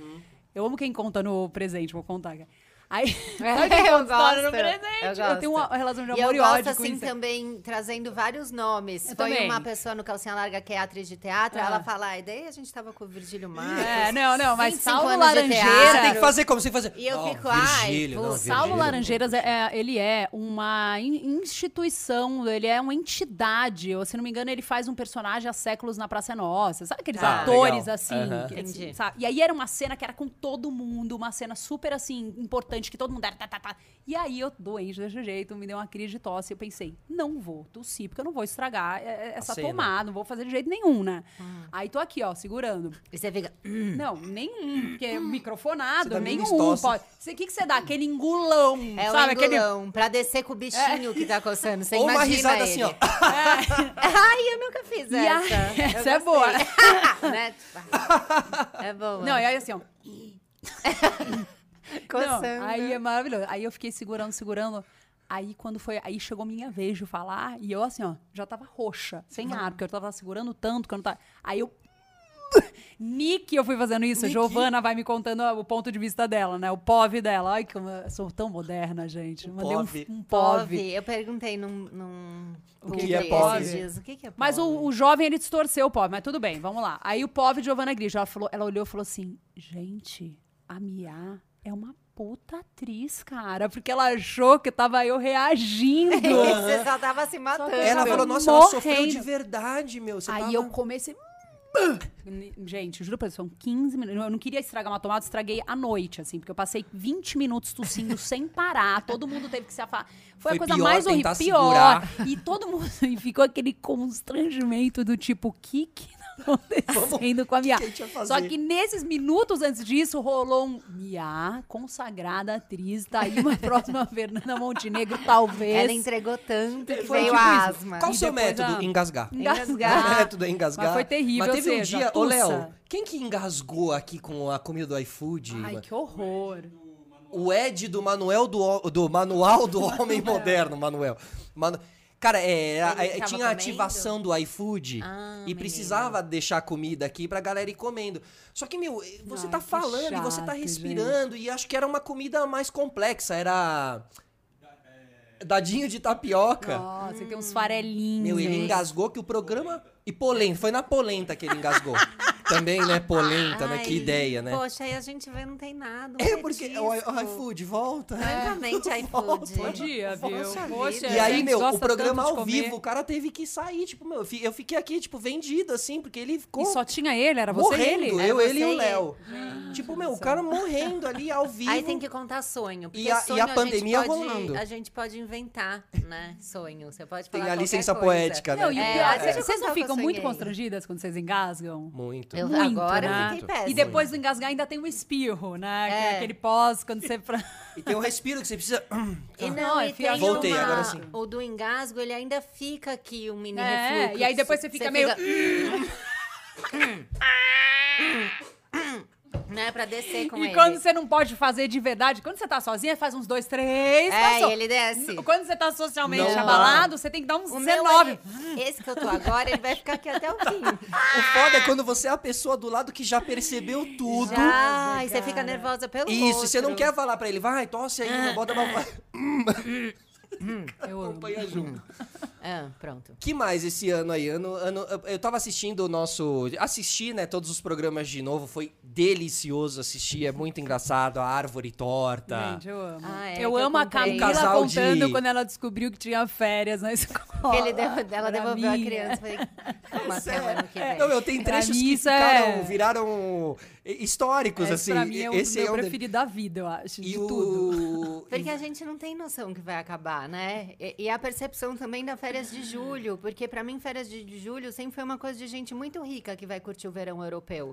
Speaker 3: Eu amo quem conta no presente, vou contar. cara. Aí, sabe quem
Speaker 2: Eu
Speaker 3: conta história no
Speaker 2: gosto,
Speaker 3: presente?
Speaker 2: eu
Speaker 3: Eu,
Speaker 2: gosto.
Speaker 3: tenho uma relação de
Speaker 2: E eu
Speaker 3: amor e,
Speaker 2: gosto,
Speaker 3: ódio com
Speaker 2: assim,
Speaker 3: isso.
Speaker 2: também, trazendo vários nomes.
Speaker 3: Eu
Speaker 2: Foi
Speaker 3: também.
Speaker 2: uma pessoa no Calcinha Larga que é atriz de teatro,
Speaker 3: Ah.
Speaker 2: ela fala, ah, e daí a gente tava com o Virgílio Marcos.
Speaker 3: É, não, não, mas
Speaker 2: 25
Speaker 3: Saulo
Speaker 2: anos de
Speaker 1: Você
Speaker 2: teatro.
Speaker 3: Laranjeira.
Speaker 1: tem que fazer como? Você tem que fazer.
Speaker 2: E eu
Speaker 1: Ó,
Speaker 2: fico, ai,
Speaker 1: Virgílio,
Speaker 2: pô,
Speaker 1: não,
Speaker 3: Saulo
Speaker 1: Virgílio.
Speaker 3: Laranjeiras, é- é- ele é uma in- instituição, ele é uma entidade. Ou, se não me engano, ele faz um personagem há séculos na Praça é Nossa. Sabe aqueles
Speaker 1: Ah,
Speaker 3: atores,
Speaker 1: legal.
Speaker 3: assim?
Speaker 1: Aham.
Speaker 3: que- assim,
Speaker 2: Entendi.
Speaker 3: sabe? E aí era uma cena que era com todo mundo, uma cena super, assim, importante, que todo mundo era... Tá, tá, tá. E aí eu, doente desse jeito, me deu uma crise de tosse. Eu pensei, não vou tossir, porque eu não vou estragar é, é, essa
Speaker 1: cena.
Speaker 3: tomada, não vou fazer de jeito nenhum, né? Aí tô aqui, ó, segurando.
Speaker 2: E você fica...
Speaker 3: Não, nenhum, porque é microfonado,
Speaker 1: Você tá dá mini
Speaker 3: nenhum.
Speaker 1: tosse.
Speaker 3: pode. O que, que você dá? Aquele engulão,
Speaker 2: É
Speaker 3: sabe? É.
Speaker 2: o engolão, pra descer com o bichinho que tá coçando. Você
Speaker 1: Ou uma
Speaker 2: imagina
Speaker 1: risada
Speaker 2: ele.
Speaker 1: assim, ó.
Speaker 2: Ai, eu nunca fiz
Speaker 3: E a-
Speaker 2: essa. Eu
Speaker 3: essa é
Speaker 2: gostei. Né? É boa.
Speaker 3: Aquele... Não, e aí assim, ó. Não,
Speaker 2: coçando.
Speaker 3: aí é maravilhoso. Aí eu fiquei segurando, segurando. Aí quando foi, aí chegou minha vez de falar e eu assim, ó, já tava roxa, sem ar, porque eu tava segurando tanto que eu não tava. Aí eu Nick, eu fui fazendo isso. Giovana vai me contando ó, o ponto de vista dela, né? O POV dela. Ai, como eu sou tão moderna, gente. Mandei um,
Speaker 1: POV.
Speaker 3: um POV.
Speaker 2: POV. Eu perguntei num... num...
Speaker 1: O que
Speaker 2: Google
Speaker 1: é
Speaker 2: esses
Speaker 1: POV?
Speaker 2: dias, O que que é POV?
Speaker 3: Mas o, o jovem, ele distorceu o pobre, mas tudo bem, vamos lá. Aí o pobre Giovanna Grigio, ela, falou, ela olhou e falou assim, gente, a Mia é uma puta atriz, cara, porque ela achou que tava eu reagindo.
Speaker 2: Você só tava se matando.
Speaker 1: Ela
Speaker 3: Meu,
Speaker 1: falou, nossa, ela sofreu
Speaker 3: morrendo.
Speaker 1: de verdade, meu. Você
Speaker 3: Aí
Speaker 1: tava-
Speaker 3: eu comecei... hum, Gente, juro pra vocês, são 15 minutos. Eu não queria estragar uma tomada, estraguei à noite, assim, porque eu passei 20 minutos tossindo sem parar. Todo mundo teve que se afastar. Foi, a
Speaker 1: Foi
Speaker 3: coisa
Speaker 1: pior
Speaker 3: mais horrível.
Speaker 1: tentar
Speaker 3: Pior. E todo mundo e ficou aquele constrangimento do tipo, o que que tá acontecendo com a minha.
Speaker 1: que a gente ia fazer?
Speaker 3: Só que nesses minutos antes disso, rolou um Mia, consagrada atriz, tá aí uma próxima Fernanda Montenegro, talvez.
Speaker 2: Ela é entregou tanto que
Speaker 1: Foi
Speaker 2: veio
Speaker 1: tipo
Speaker 2: a
Speaker 1: isso.
Speaker 2: asma.
Speaker 1: Qual o
Speaker 3: E
Speaker 1: seu
Speaker 3: depois
Speaker 1: método?
Speaker 3: a-
Speaker 1: Engasgar.
Speaker 2: Engasgar.
Speaker 1: O método é engasgar.
Speaker 3: Mas foi terrível,
Speaker 1: Mas teve
Speaker 3: ou seja,
Speaker 1: um dia... Ô,
Speaker 3: tussa.
Speaker 1: Léo, quem que engasgou aqui com a comida do iFood?
Speaker 3: Ai, que horror.
Speaker 1: O Ed do Manuel do, Ho- do Manual do Homem Moderno, Manuel. Manu- Cara, é, a-
Speaker 2: Ele
Speaker 1: a-
Speaker 2: tava
Speaker 1: tinha a
Speaker 2: comendo?
Speaker 1: ativação do iFood
Speaker 2: Ah,
Speaker 1: e
Speaker 2: menino.
Speaker 1: precisava deixar comida aqui pra galera ir comendo. Só que, meu, você
Speaker 3: Ai,
Speaker 1: tá
Speaker 3: que
Speaker 1: falando e você tá
Speaker 3: chato,
Speaker 1: respirando e acho que era uma comida mais complexa. Era. dadinho de tapioca.
Speaker 3: Nossa, e tem uns farelinhos.
Speaker 1: Meu, ele engasgou que o programa. E polenta, foi na polenta que ele engasgou. Também, né? Polenta, né? Que
Speaker 2: Ai,
Speaker 1: ideia, né?
Speaker 2: Poxa, aí a gente vê, não tem nada. um
Speaker 1: É porque o, o
Speaker 2: petisco.
Speaker 1: iFood volta.
Speaker 2: Francamente, iFood. é.
Speaker 3: Bom dia, viu?
Speaker 2: Poxa vida.
Speaker 1: E
Speaker 2: a
Speaker 1: aí,
Speaker 2: gente
Speaker 1: meu, o
Speaker 3: É, gosta
Speaker 1: programa
Speaker 3: tanto de
Speaker 1: ao
Speaker 3: comer.
Speaker 1: vivo, o cara teve que sair, tipo, meu, eu fi- eu fiquei aqui, tipo, vendido, assim, porque ele ficou
Speaker 3: E só tinha ele? Era você e ele? né?
Speaker 1: morrendo,
Speaker 2: Era
Speaker 1: eu,
Speaker 2: você
Speaker 1: ele né? e o
Speaker 2: e ele.
Speaker 1: Léo. Tipo, meu, o cara morrendo ali ao vivo.
Speaker 2: Aí tem que contar sonho. Porque
Speaker 1: E a- e
Speaker 2: sonho
Speaker 1: a
Speaker 2: gente
Speaker 1: pandemia
Speaker 2: pode-
Speaker 1: rolando.
Speaker 2: A gente pode inventar, né? Sonho. Você pode
Speaker 1: Tem
Speaker 2: falar
Speaker 1: a
Speaker 2: qualquer
Speaker 1: licença
Speaker 2: coisa.
Speaker 1: poética, né?
Speaker 3: Não, e o
Speaker 2: É,
Speaker 3: pior,
Speaker 2: é.
Speaker 3: vocês-
Speaker 2: Deixa eu
Speaker 3: vocês não
Speaker 2: contar o que eu
Speaker 3: ficam muito
Speaker 2: sonhei.
Speaker 3: constrangidas quando vocês engasgam?
Speaker 1: Muito.
Speaker 2: Eu-
Speaker 3: Muito,
Speaker 2: agora
Speaker 3: né?
Speaker 2: eu fiquei péssima.
Speaker 3: E depois do engasgar ainda tem um espirro, né? Que é
Speaker 2: É.
Speaker 3: aquele pós, quando você... pra-
Speaker 1: E tem um respiro que você precisa.
Speaker 2: E não,
Speaker 3: Não, é
Speaker 2: e
Speaker 3: eu fui-
Speaker 2: tem
Speaker 1: Voltei,
Speaker 2: uma-
Speaker 1: agora sim.
Speaker 2: O do engasgo, ele ainda fica aqui, um mini
Speaker 3: É,
Speaker 2: refluxo.
Speaker 3: e aí depois você fica meio-
Speaker 2: né, pra descer com
Speaker 3: e
Speaker 2: ele.
Speaker 3: quando você não pode fazer de verdade, quando você tá sozinha, faz uns dois, três,
Speaker 2: É,
Speaker 3: passou.
Speaker 2: e ele desce.
Speaker 3: Quando você tá socialmente
Speaker 1: Não dá.
Speaker 3: abalado, você tem que dar uns
Speaker 2: O meu, é
Speaker 3: 19.
Speaker 2: ele- esse que eu tô agora, ele vai ficar aqui até o fim.
Speaker 1: O foda é quando você é a pessoa do lado que já percebeu tudo.
Speaker 2: Já, e você
Speaker 3: cara.
Speaker 2: fica nervosa pelo
Speaker 1: Isso, e você não
Speaker 2: outro.
Speaker 1: quer falar pra ele, vai, tosse aí,
Speaker 3: Ah,
Speaker 1: não bota mal.
Speaker 3: é. Eu amo.
Speaker 1: Acompanha junto.
Speaker 2: Ah, pronto.
Speaker 1: que mais esse ano aí? Ano, ano, eu tava assistindo o nosso. Assisti, né, todos os programas de novo. Foi delicioso assistir, é muito engraçado. A árvore torta.
Speaker 3: Gente, eu amo.
Speaker 2: Ah, é, que
Speaker 3: Tá. eu
Speaker 2: eu
Speaker 3: amo a
Speaker 2: comprei. Um
Speaker 3: Camila
Speaker 1: casal
Speaker 3: contando
Speaker 1: de-
Speaker 3: quando ela descobriu que tinha férias na escola.
Speaker 2: Porque ele deu, ela
Speaker 3: Pra
Speaker 2: devolveu
Speaker 3: mim, né? É,
Speaker 2: a criança. Falei, é como até o ano que vem.
Speaker 1: Não, eu tenho
Speaker 3: Pra
Speaker 1: trechos
Speaker 3: mim,
Speaker 1: que
Speaker 3: isso é-
Speaker 1: ficaram, viraram históricos,
Speaker 3: Esse
Speaker 1: assim.
Speaker 3: pra mim é o
Speaker 1: Esse
Speaker 3: meu
Speaker 1: é um de-
Speaker 3: preferido da vida, eu acho.
Speaker 1: E
Speaker 3: de
Speaker 1: o...
Speaker 3: tudo.
Speaker 2: Porque é a gente não tem noção que vai acabar, né? E, e a percepção também da férias de julho, porque pra mim férias de de julho sempre foi uma coisa de gente muito rica que vai curtir o verão europeu.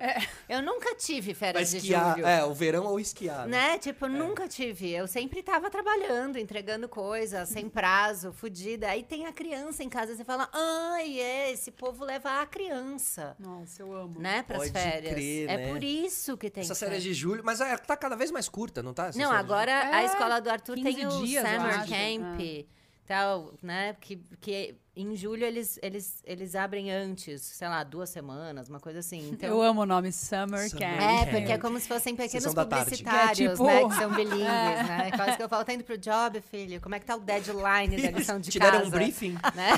Speaker 2: Eu nunca tive
Speaker 1: Vai
Speaker 2: férias de
Speaker 1: esquiar.
Speaker 2: julho.
Speaker 1: É, o verão ou esquiar. né?
Speaker 2: Né? Tipo, nunca tive. Eu sempre tava trabalhando, entregando coisa, sem prazo, fudida. Aí tem a criança em casa, você fala, ai, é, esse povo leva a criança,
Speaker 3: Nossa, eu amo.
Speaker 2: né, pras
Speaker 1: Pode
Speaker 2: férias.
Speaker 1: crer,
Speaker 2: é
Speaker 1: né?
Speaker 2: por isso que tem
Speaker 1: Essa
Speaker 2: férias.
Speaker 1: série de julho. Mas é, tá cada vez mais curta, não tá? Essa
Speaker 2: Não,
Speaker 1: série de
Speaker 2: agora
Speaker 3: É,
Speaker 2: a escola do Arthur
Speaker 3: 15
Speaker 2: tem o
Speaker 3: dias, eu
Speaker 2: Summer
Speaker 3: acho. Ah.
Speaker 2: Camp tal, né? Que, que em julho eles, eles, eles abrem antes, sei lá, duas semanas, uma coisa assim. Então,
Speaker 3: eu amo o nome Summer
Speaker 1: Summer
Speaker 3: Camp.
Speaker 2: É,
Speaker 1: Camp.
Speaker 2: porque é como se fossem pequenos
Speaker 1: Sessão da tarde.
Speaker 2: publicitários,
Speaker 3: Que é tipo- É.
Speaker 2: né? Que são bilíngues, né? Quase que eu falo, tá indo pro job, filho? Como é que tá o deadline da lição de
Speaker 1: Te
Speaker 2: casa?
Speaker 1: deram um briefing?
Speaker 2: Né?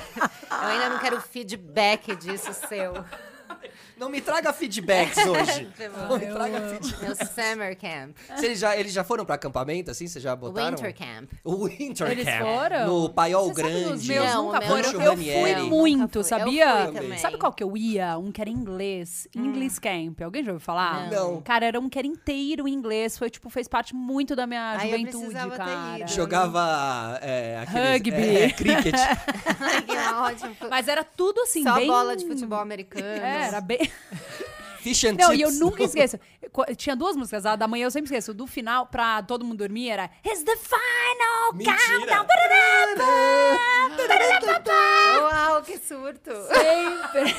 Speaker 2: Eu ainda não quero feedback disso seu.
Speaker 1: Não me traga feedbacks hoje. não me
Speaker 3: Ah, eu
Speaker 1: traga
Speaker 3: amo.
Speaker 1: feedbacks.
Speaker 2: Meu summer camp.
Speaker 1: Vocês já, eles já foram pra acampamento, assim? Vocês já botaram?
Speaker 2: Winter camp.
Speaker 1: O Winter
Speaker 3: Eles
Speaker 1: Camp.
Speaker 3: foram?
Speaker 1: No Paiol
Speaker 3: Você sabe que os
Speaker 1: Grande.
Speaker 3: meus
Speaker 2: Não,
Speaker 3: nunca
Speaker 2: o meu
Speaker 3: foram.
Speaker 1: Rancho
Speaker 3: Eu
Speaker 1: Ranieri.
Speaker 3: fui
Speaker 2: Nunca
Speaker 3: muito,
Speaker 2: fui. Eu
Speaker 3: sabia?
Speaker 2: fui também. Hum.
Speaker 3: sabe qual que eu ia? Um que era inglês. English Camp. Alguém já ouviu falar?
Speaker 1: Não.
Speaker 3: Cara, era um que era inteiro em inglês. Foi, tipo, fez parte muito da minha
Speaker 2: Ai, eu
Speaker 3: juventude,
Speaker 2: precisava ter
Speaker 3: cara.
Speaker 2: ido.
Speaker 1: Jogava é, aqueles-
Speaker 3: Rugby.
Speaker 1: é, cricket.
Speaker 2: Ai, que é ótimo.
Speaker 3: Mas era tudo assim,
Speaker 2: Só
Speaker 3: bem...
Speaker 2: bola de futebol americano.
Speaker 3: É, era bem...
Speaker 1: Fish and
Speaker 3: Não, e eu
Speaker 1: chips.
Speaker 3: nunca esqueço. Co- Tinha duas músicas, a da manhã eu sempre esqueço. Do final, pra todo mundo dormir, era It's the final
Speaker 1: Mentira.
Speaker 3: countdown. Parará,
Speaker 2: Uau, que surto!
Speaker 3: Sempre.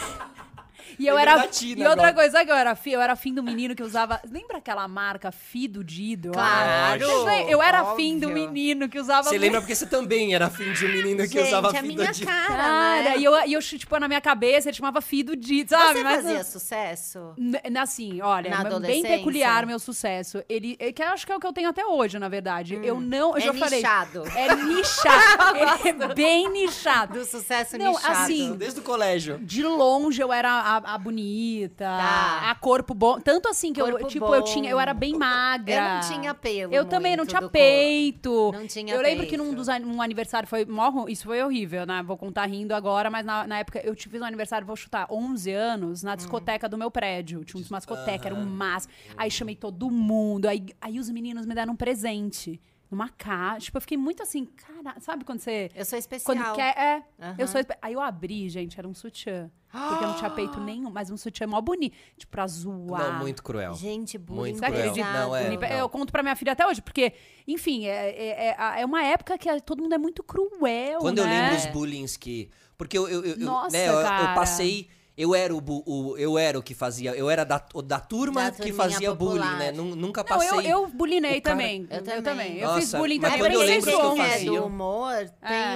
Speaker 3: E eu
Speaker 1: Ele
Speaker 3: era.
Speaker 1: é latino
Speaker 3: e outra
Speaker 1: agora.
Speaker 3: coisa que eu era fi, eu era fim do menino que usava. Lembra aquela marca Fi do Dido?
Speaker 2: Claro,
Speaker 3: Eu era fim do
Speaker 2: óbvio.
Speaker 3: menino que usava.
Speaker 1: Você
Speaker 3: muito-
Speaker 1: lembra porque você também era fim de um menino que
Speaker 2: Gente,
Speaker 1: usava
Speaker 2: a
Speaker 1: fim
Speaker 2: minha
Speaker 1: de...
Speaker 2: cara,
Speaker 3: Cara,
Speaker 2: né?
Speaker 3: e eu, e eu, tipo, na minha cabeça, ele chamava Fi do Dido, sabe?
Speaker 2: Você
Speaker 3: Mas-
Speaker 2: fazia sucesso?
Speaker 3: N- n- Assim, olha,
Speaker 2: Na
Speaker 3: m- bem
Speaker 2: adolescência?
Speaker 3: peculiar meu sucesso. Ele, é que eu acho que é o que eu tenho até hoje, na verdade. Eu não, eu
Speaker 2: É
Speaker 3: já falei.
Speaker 2: nichado.
Speaker 3: É nichado. Ele é bem nichado.
Speaker 2: Do sucesso
Speaker 3: Não,
Speaker 2: nichado.
Speaker 3: assim,
Speaker 1: Desde o colégio.
Speaker 3: De longe eu era a, a bonita,
Speaker 2: Tá.
Speaker 3: a corpo bom. Tanto assim que eu,
Speaker 2: Corpo
Speaker 3: tipo,
Speaker 2: bom.
Speaker 3: eu tinha, eu era bem magra.
Speaker 2: Eu não tinha pelo
Speaker 3: Eu também não
Speaker 2: muito
Speaker 3: tinha
Speaker 2: do
Speaker 3: peito.
Speaker 2: corpo. Não tinha
Speaker 3: Eu lembro que
Speaker 2: peito.
Speaker 3: num dos an- um aniversário foi morro, isso foi horrível, né? Vou contar rindo agora, mas na, na época eu tive um aniversário, vou chutar, 11 anos,
Speaker 2: Hum.
Speaker 3: na discoteca do meu prédio. Tinha uma discoteca, era um mas. Aí chamei todo mundo, aí, aí os meninos me deram um presente. Numa caixa. Tipo, eu fiquei muito assim, cara, sabe quando você.
Speaker 2: Eu sou especial.
Speaker 3: Quando quer, é.
Speaker 2: Aham.
Speaker 3: Eu sou. espe- Aí eu abri, gente, era um sutiã. Porque eu não tinha peito nenhum, mas um sutiã mó bonito. Tipo, pra zoar.
Speaker 1: Não, muito cruel.
Speaker 2: Gente, bullying
Speaker 1: Muito
Speaker 3: Você
Speaker 1: cruel.
Speaker 3: acredita?
Speaker 1: Não, é,
Speaker 3: Nipa-
Speaker 1: não.
Speaker 3: Eu conto pra minha filha até hoje, porque, enfim, é, é, é, a- é uma época que a- todo mundo é muito cruel.
Speaker 1: Quando
Speaker 3: né?
Speaker 1: eu lembro um os bullings que... Porque eu, eu, eu- eu-
Speaker 3: Nossa,
Speaker 1: né, eu, eu
Speaker 3: cara.
Speaker 1: passei... Eu era o, bu- o- eu era o que fazia, eu era da, o da turma
Speaker 2: Da
Speaker 1: que
Speaker 2: turminha
Speaker 1: fazia bullying,
Speaker 2: popular.
Speaker 1: né? Nun- Nunca
Speaker 3: Não,
Speaker 1: passei.
Speaker 3: eu, eu bulinei
Speaker 1: O cara-
Speaker 3: também.
Speaker 2: Eu
Speaker 3: Eu também.
Speaker 2: também.
Speaker 3: Eu fiz
Speaker 1: Nossa,
Speaker 3: bullying
Speaker 1: mas
Speaker 3: também.
Speaker 1: quando eu
Speaker 3: porque
Speaker 1: lembro um
Speaker 3: vocês
Speaker 1: que eu
Speaker 3: são,
Speaker 2: quem é
Speaker 1: fazia.
Speaker 3: gente.
Speaker 2: do humor
Speaker 3: É.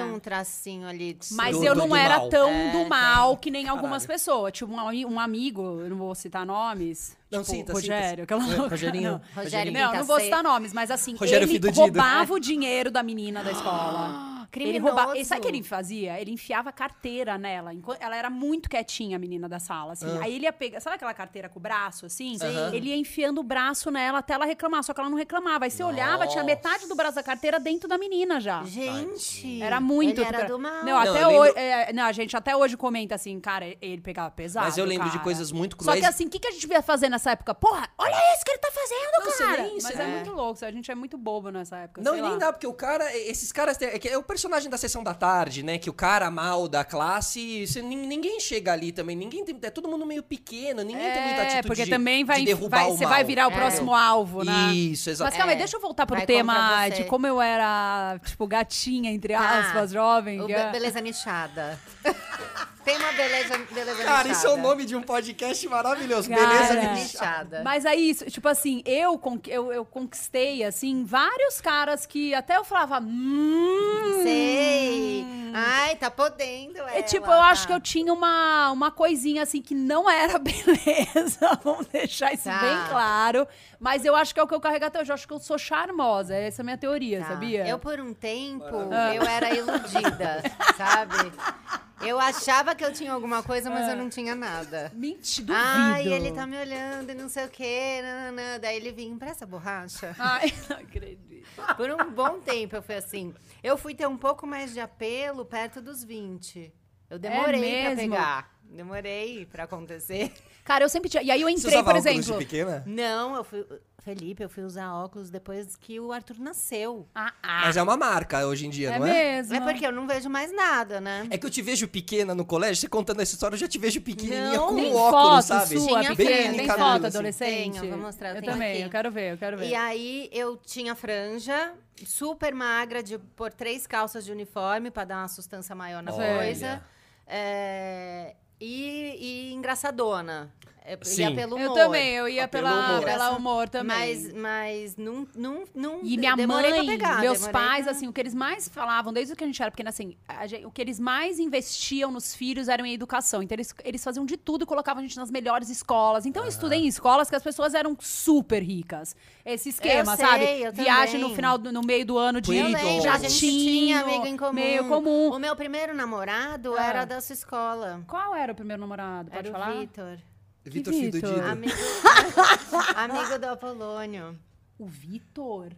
Speaker 2: tem um tracinho ali. De
Speaker 3: Mas
Speaker 1: Do-
Speaker 3: eu
Speaker 1: do-
Speaker 3: não
Speaker 1: do
Speaker 3: era
Speaker 1: mal.
Speaker 3: tão
Speaker 2: É,
Speaker 3: do
Speaker 2: tem.
Speaker 3: mal que nem algumas
Speaker 1: Caralho.
Speaker 3: pessoas. Tipo, um, ami- um amigo, eu não vou citar nomes.
Speaker 1: Não,
Speaker 3: tipo,
Speaker 1: cita, cita,
Speaker 3: Rogério,
Speaker 1: cita.
Speaker 3: aquela
Speaker 1: É,
Speaker 3: louca.
Speaker 1: Rogerinho.
Speaker 3: Não.
Speaker 2: Rogério
Speaker 3: Não, não vou
Speaker 2: Quintacê.
Speaker 3: citar nomes, mas assim,
Speaker 1: Rogério
Speaker 3: ele
Speaker 1: Fido Dido.
Speaker 3: roubava o dinheiro da menina da escola. Ele
Speaker 2: Criminoso.
Speaker 3: roubava. E sabe o que ele fazia? Ele enfiava carteira nela. enqu- Ela era muito quietinha, a menina da sala, assim. Aí ele ia pegar. Sabe aquela carteira com o braço, assim?
Speaker 1: Ah. Aham.
Speaker 3: Ele ia enfiando o braço nela até ela reclamar. Só que ela não reclamava. Aí você olhava, tinha
Speaker 1: Nossa.
Speaker 3: metade do braço da carteira dentro da menina já.
Speaker 2: Gente.
Speaker 3: Era muito.
Speaker 2: Ele era
Speaker 3: cara.
Speaker 2: do mal.
Speaker 3: Não, até
Speaker 1: eu lembro-
Speaker 3: hoje. é, não, a gente até hoje comenta assim, cara, ele pegava pesado.
Speaker 1: Mas eu lembro de
Speaker 3: cara.
Speaker 1: coisas muito
Speaker 3: Só
Speaker 1: cruéis.
Speaker 3: que assim, o que, que a gente ia fazer nessa época? Porra, olha isso que ele tá fazendo,
Speaker 1: Não, você
Speaker 3: cara!
Speaker 1: nem isso,
Speaker 3: Mas é.
Speaker 1: né?
Speaker 3: muito louco, sabe? a gente é muito bobo nessa época.
Speaker 1: Não,
Speaker 3: sei
Speaker 1: e
Speaker 3: lá.
Speaker 1: nem dá, porque o cara. Esses caras. têm- É, que é o personagem da sessão da tarde, né? Que o cara mal da classe. você nin- ninguém chega ali também. Ninguém tem. É todo mundo meio pequeno. Ninguém tem muita
Speaker 3: É,
Speaker 1: atitude.
Speaker 3: porque
Speaker 1: de-
Speaker 3: também vai,
Speaker 1: de derrubar
Speaker 3: vai-
Speaker 1: o
Speaker 3: você
Speaker 1: mal,
Speaker 3: vai virar o
Speaker 1: entendeu?
Speaker 3: próximo alvo, né?
Speaker 1: Isso,
Speaker 3: Mas
Speaker 1: exato.
Speaker 3: calma aí,
Speaker 2: É.
Speaker 3: deixa eu voltar pro
Speaker 2: Vai
Speaker 3: tema
Speaker 2: contra você.
Speaker 3: de como eu era, tipo, gatinha, entre
Speaker 2: Tá.
Speaker 3: aspas, jovem.
Speaker 2: O
Speaker 3: que
Speaker 2: be-
Speaker 3: é-
Speaker 2: beleza Michada. Tem uma beleza, beleza
Speaker 1: Cara, isso é o
Speaker 2: Michada.
Speaker 1: nome de um podcast maravilhoso.
Speaker 3: Cara.
Speaker 1: Beleza,
Speaker 3: Beleza
Speaker 1: bicho?
Speaker 2: Michada.
Speaker 3: Mas aí, isso, tipo assim, eu, con- eu, eu conquistei, assim, vários caras que até eu falava. Hum,
Speaker 2: Sei. Ai, tá podendo. Ela,
Speaker 3: É tipo, eu
Speaker 2: tá.
Speaker 3: acho que eu tinha uma, uma coisinha assim que não era beleza. Vamos deixar isso
Speaker 2: Tá.
Speaker 3: bem claro. Mas eu acho que é o que eu carrego até hoje. Eu acho que eu sou charmosa. Essa é a minha teoria, sabia?
Speaker 2: Tá.
Speaker 3: Ah.
Speaker 2: Eu, por um tempo,
Speaker 1: Ah.
Speaker 2: eu era iludida, sabe? Eu achava que eu tinha alguma coisa, mas eu não tinha nada.
Speaker 3: Mentira, Ah.
Speaker 2: Ai,
Speaker 3: duvido.
Speaker 2: ele tá me olhando e não sei o quê. nananã. Daí ele vinha, empresta borracha.
Speaker 3: Ai, não acredito.
Speaker 2: Por um bom tempo eu fui assim. Eu fui ter um pouco mais de apelo perto dos 20. Eu demorei pra
Speaker 3: É mesmo?
Speaker 2: pegar. Demorei pra acontecer.
Speaker 3: Cara, eu sempre tinha. E aí eu
Speaker 1: Você
Speaker 3: entrei,
Speaker 1: usava
Speaker 3: por
Speaker 1: óculos de
Speaker 3: exemplo.
Speaker 1: pequena?
Speaker 2: Não, eu fui. Felipe, eu fui usar óculos depois que o Arthur nasceu.
Speaker 3: Ah, ah.
Speaker 1: Mas é uma marca hoje em dia,
Speaker 3: é
Speaker 1: não é?
Speaker 3: mesmo.
Speaker 2: É porque eu não vejo mais nada, né?
Speaker 1: É que eu te vejo pequena no colégio, você contando essa história, eu já te vejo pequenininha
Speaker 2: Não,
Speaker 1: com
Speaker 3: Tem
Speaker 1: o
Speaker 3: foto
Speaker 1: um óculos, sabe?
Speaker 3: sua,
Speaker 2: Tinha
Speaker 3: pequena,
Speaker 2: foto,
Speaker 1: em
Speaker 3: tem
Speaker 2: cabelo,
Speaker 3: foto
Speaker 2: assim.
Speaker 3: adolescente.
Speaker 2: Tenho, vou mostrar, eu
Speaker 3: eu
Speaker 2: tenho
Speaker 3: também,
Speaker 2: aqui.
Speaker 3: eu quero ver, eu quero ver.
Speaker 2: E aí eu tinha franja, super magra, de pôr três calças de uniforme pra dar uma sustância maior na
Speaker 1: Olha.
Speaker 2: coisa. É, e, e engraçadona. É, Ia
Speaker 1: Sim.
Speaker 2: pelo humor.
Speaker 3: eu também, eu ia
Speaker 1: Apelo
Speaker 3: pela
Speaker 1: Ah, humor.
Speaker 3: pela humor também.
Speaker 2: Mas, mas não, não, não.
Speaker 3: E minha
Speaker 2: demorei
Speaker 3: mãe,
Speaker 2: pra pegar,
Speaker 3: meus
Speaker 2: demorei
Speaker 3: pais,
Speaker 2: pra-
Speaker 3: assim, o que eles mais falavam desde que a gente era pequena, assim, a gen- o que eles mais investiam nos filhos eram em educação. Então eles, eles faziam de tudo e colocavam a gente nas melhores escolas. Então eu estudei em escolas que as pessoas eram super ricas. Esse esquema,
Speaker 2: Eu sei,
Speaker 3: sabe?
Speaker 2: eu
Speaker 3: Viagem
Speaker 2: também.
Speaker 3: no final do- no meio do ano de
Speaker 1: Eu
Speaker 2: Lembro, a gente tinha amigo em comum.
Speaker 3: meio comum.
Speaker 2: O meu primeiro namorado
Speaker 3: Ah.
Speaker 2: era da sua escola.
Speaker 3: Qual era o primeiro namorado? Pode
Speaker 2: era
Speaker 3: falar?
Speaker 2: o Vitor.
Speaker 1: Vitor
Speaker 3: Que
Speaker 1: Fido
Speaker 3: Vitor?
Speaker 1: Dido.
Speaker 2: Amigo, amigo do Apolônio.
Speaker 3: O Vitor.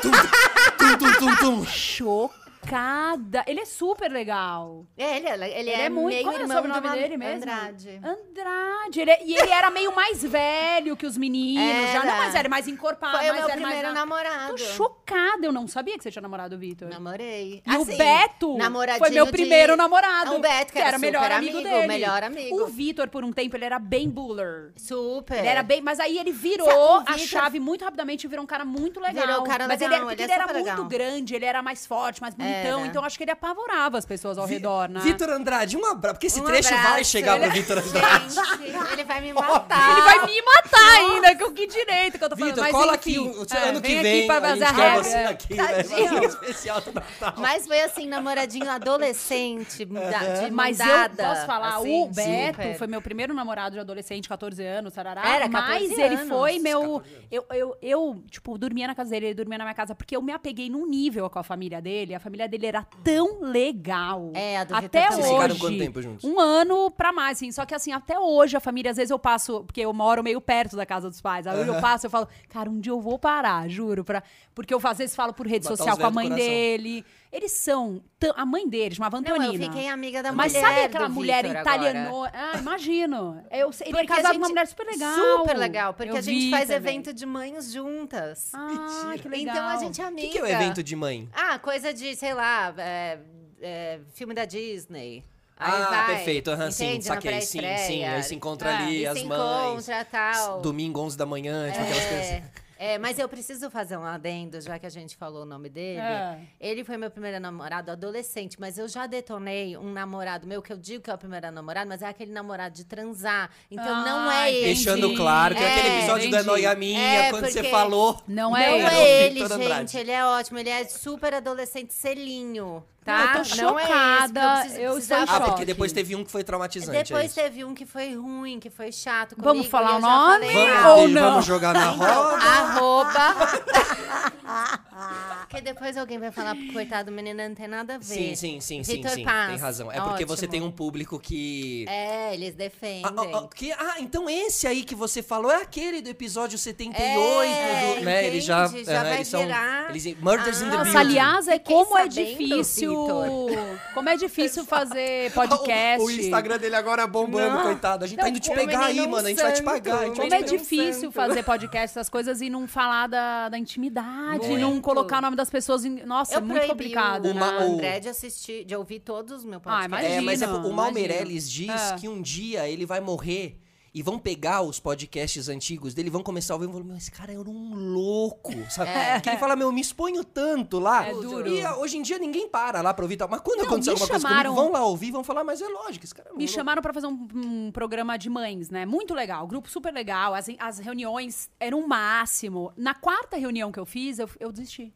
Speaker 1: Tum, tum, tum, tum.
Speaker 3: Chocada. Ele é super legal.
Speaker 2: É, Ele, ele, ele
Speaker 3: Ele
Speaker 2: é,
Speaker 3: é muito-
Speaker 2: meio
Speaker 3: qual era o
Speaker 2: irmão
Speaker 3: sobrenome
Speaker 2: do Am-
Speaker 3: dele mesmo?
Speaker 2: Andrade.
Speaker 3: Andrade. Ele é- e ele era meio mais velho que os meninos. Já não
Speaker 2: Era.
Speaker 3: mais velho, mais encorpado.
Speaker 2: Foi o
Speaker 3: Ah, mais
Speaker 2: meu
Speaker 3: velho, mais
Speaker 2: primeiro
Speaker 3: na-
Speaker 2: namorado.
Speaker 3: Tô chocada. Eu não sabia que você tinha namorado o Vitor.
Speaker 2: Namorei.
Speaker 3: E o Beto
Speaker 2: assim, namoradinho
Speaker 3: foi meu
Speaker 2: de- Ah, É,
Speaker 3: primeiro namorado.
Speaker 2: O Beto, que era,
Speaker 3: o melhor
Speaker 2: super
Speaker 3: amigo, dele.
Speaker 2: melhor amigo.
Speaker 3: O Vitor, por um tempo, ele era bem buller.
Speaker 2: Super.
Speaker 3: Ele era bem, mas aí ele virou
Speaker 2: Sabe, o
Speaker 3: a
Speaker 2: Vitor-
Speaker 3: chave muito rapidamente e virou um cara muito legal.
Speaker 2: Virou um cara
Speaker 3: mas
Speaker 2: legal,
Speaker 3: ele era,
Speaker 2: ele
Speaker 3: porque
Speaker 2: é
Speaker 3: ele era
Speaker 2: super
Speaker 3: muito
Speaker 2: legal.
Speaker 3: grande, ele era mais forte, mais bonitão,
Speaker 2: Era.
Speaker 3: então acho que ele apavorava as pessoas ao
Speaker 1: Vi-
Speaker 3: redor, né?
Speaker 1: Vitor Andrade, um abraço. Porque esse
Speaker 2: Um
Speaker 1: trecho vai
Speaker 2: abraço.
Speaker 1: chegar pro
Speaker 2: Ele-
Speaker 1: Vitor Andrade.
Speaker 2: Gente, ele vai me matar.
Speaker 3: Ele vai me matar ainda, que eu que direito que eu tô falando.
Speaker 1: Ah. Vitor,
Speaker 3: mas
Speaker 1: cola aqui um-
Speaker 3: enfim,
Speaker 1: o, o
Speaker 3: é,
Speaker 1: ano que
Speaker 3: vem
Speaker 1: vem.
Speaker 3: aqui pra
Speaker 1: a gente
Speaker 3: fazer a
Speaker 1: quer
Speaker 3: regra.
Speaker 1: você aqui, né?
Speaker 2: Tadinho.
Speaker 1: Fazer um especial do Natal.
Speaker 2: Mas foi assim, namoradinho adolescente, da, de
Speaker 3: Mas eu
Speaker 2: mandada,
Speaker 3: posso falar,
Speaker 2: assim,
Speaker 3: o Beto
Speaker 2: super.
Speaker 3: foi meu primeiro namorado de adolescente, 14 anos, tarará.
Speaker 2: Era, 14
Speaker 3: mas ele
Speaker 2: anos.
Speaker 3: foi meu. Eu, eu, eu, tipo, dormia na casa dele, ele dormia na minha casa, porque eu me apeguei num nível com a família dele. A família dele era tão legal.
Speaker 2: É, a do Vitor
Speaker 3: Até
Speaker 2: também.
Speaker 3: hoje.
Speaker 2: Vocês
Speaker 1: ficaram quanto tempo juntos?
Speaker 3: Um ano pra mais, assim. Só que assim, até hoje a família, às vezes eu passo, porque eu moro meio perto da casa dos pais. Aí eu passo, eu falo, cara, um dia eu vou parar, juro. Pra... Porque eu às vezes falo por rede
Speaker 1: Botar
Speaker 3: social
Speaker 1: os
Speaker 3: com a
Speaker 1: velhos
Speaker 3: mãe
Speaker 1: no coração.
Speaker 3: dele. Eles são. tão- A mãe dele chamava
Speaker 2: Não,
Speaker 3: Antonina.
Speaker 2: eu fiquei amiga da
Speaker 3: Mas
Speaker 2: mulher
Speaker 3: sabe aquela
Speaker 2: do
Speaker 3: mulher
Speaker 2: Vitor agora?
Speaker 3: italiano? Ah, imagino. Eu, sei- ele é
Speaker 2: Porque a
Speaker 3: casado com uma
Speaker 2: gente-
Speaker 3: mulher super legal.
Speaker 2: Super legal, porque
Speaker 3: Eu
Speaker 2: a gente
Speaker 3: vi
Speaker 2: faz
Speaker 3: também.
Speaker 2: evento de mães juntas.
Speaker 3: Ah, que legal.
Speaker 2: Então a gente é
Speaker 1: O
Speaker 2: amiga.
Speaker 1: que, que é o evento de mãe?
Speaker 2: Ah, coisa de, sei lá, é, é, filme da Disney. Aí
Speaker 1: ah,
Speaker 2: vai,
Speaker 1: perfeito. aham, sim,
Speaker 2: entende? Na
Speaker 1: saquei. Sim, sim.
Speaker 2: pré-estreia.
Speaker 1: Aí se encontra
Speaker 3: Ah,
Speaker 1: ali
Speaker 2: E
Speaker 1: as
Speaker 2: se
Speaker 1: mães.
Speaker 2: encontra, tal.
Speaker 1: Domingo, 11 da manhã, tipo aquelas coisas.
Speaker 2: É, é, mas eu preciso fazer um adendo, já que a gente falou o nome dele.
Speaker 3: É.
Speaker 2: Ele foi meu primeiro namorado adolescente, mas eu já detonei um namorado meu, que eu digo que é o primeiro namorado, mas é aquele namorado de transar. Então não
Speaker 3: Ah,
Speaker 2: é ele.
Speaker 3: entendi.
Speaker 1: Deixando claro que é, aquele
Speaker 2: É,
Speaker 1: episódio do É
Speaker 3: entendi.
Speaker 1: Noia Minha,
Speaker 2: É,
Speaker 1: quando
Speaker 2: porque-
Speaker 1: você falou.
Speaker 3: Não
Speaker 2: Não
Speaker 3: é ele.
Speaker 2: é ele,
Speaker 1: Vitor
Speaker 2: gente.
Speaker 1: Andrade.
Speaker 2: Ele é ótimo. Ele é super adolescente selinho,
Speaker 3: Não,
Speaker 2: tá?
Speaker 3: eu tô
Speaker 2: Não é esse, porque
Speaker 3: chocada,
Speaker 2: preciso-
Speaker 3: eu
Speaker 2: precisava-
Speaker 3: estou
Speaker 1: Ah,
Speaker 3: Choque.
Speaker 1: porque depois teve um que foi traumatizante. é
Speaker 2: Depois
Speaker 1: isso.
Speaker 2: teve um que foi ruim, que foi chato comigo.
Speaker 3: Vamos falar
Speaker 2: e eu
Speaker 3: o
Speaker 2: já
Speaker 3: nome?
Speaker 2: falei
Speaker 1: Vamos,
Speaker 2: nada.
Speaker 3: Ou
Speaker 1: Dave,
Speaker 3: não.
Speaker 1: vamos jogar na roda.
Speaker 2: Arroba Porque depois alguém vai falar, coitado, menina, não tem nada a ver.
Speaker 1: Sim, sim, sim, sim,
Speaker 2: Vitor
Speaker 1: sim.
Speaker 2: Paz,
Speaker 1: Tem razão. É porque você
Speaker 2: ótimo.
Speaker 1: tem um público que.
Speaker 2: É, eles defendem.
Speaker 1: Ah, ah, ah, que- ah, então esse aí que você falou é aquele do episódio 78,
Speaker 2: É,
Speaker 1: do, né? Eles
Speaker 2: entende?
Speaker 1: já,
Speaker 2: Já
Speaker 1: aham,
Speaker 2: vai
Speaker 1: eles são
Speaker 2: virar. Ah.
Speaker 1: eles, Murders in the
Speaker 3: Nossa,
Speaker 1: Building.
Speaker 3: aliás, é
Speaker 2: Fiquei
Speaker 3: como é
Speaker 2: sabendo,
Speaker 3: difícil.
Speaker 2: Vitor.
Speaker 3: Como é difícil fazer podcast.
Speaker 1: O, o Instagram dele agora bombando,
Speaker 2: Não.
Speaker 1: coitado. A gente tá
Speaker 2: Não,
Speaker 1: indo te
Speaker 2: como
Speaker 1: pegar aí,
Speaker 2: menino
Speaker 1: mano. A gente vai te
Speaker 2: santo,
Speaker 1: pagar. A gente vai
Speaker 3: Como
Speaker 1: te
Speaker 3: é
Speaker 2: Menino
Speaker 1: pegar.
Speaker 3: difícil
Speaker 2: santo.
Speaker 3: fazer podcast, essas coisas, e não falar da, da intimidade,
Speaker 1: Muito.
Speaker 3: não colocar o nome das pessoas. Em... Nossa,
Speaker 2: Eu
Speaker 3: é muito
Speaker 2: proibi
Speaker 3: complicado,
Speaker 2: o
Speaker 1: Uma-
Speaker 3: né?
Speaker 1: o-
Speaker 2: André de assistir, de ouvir todos os meus
Speaker 3: Ah,
Speaker 2: podcasts.
Speaker 1: É, mas é,
Speaker 3: Imagino,
Speaker 1: o Mal
Speaker 3: imagino.
Speaker 1: Meirelles diz
Speaker 3: É.
Speaker 1: que um dia ele vai morrer e vão pegar os podcasts antigos dele, vão começar a ouvir e vão falar, meu, esse cara era um louco, sabe? Que ele fala, meu, eu me exponho tanto lá.
Speaker 3: É duro.
Speaker 1: E ah, hoje em dia ninguém para lá pra ouvir e tal. Mas quando
Speaker 3: Não,
Speaker 1: acontecer
Speaker 3: me
Speaker 1: alguma
Speaker 3: chamaram-
Speaker 1: coisa comigo, vão lá ouvir e vão falar, mas é lógico, esse cara é um
Speaker 3: Me
Speaker 1: louco.
Speaker 3: chamaram pra fazer um, um programa de mães, né? Muito legal, grupo super legal. As, as reuniões eram o máximo. Na quarta reunião que eu fiz, eu, eu desisti.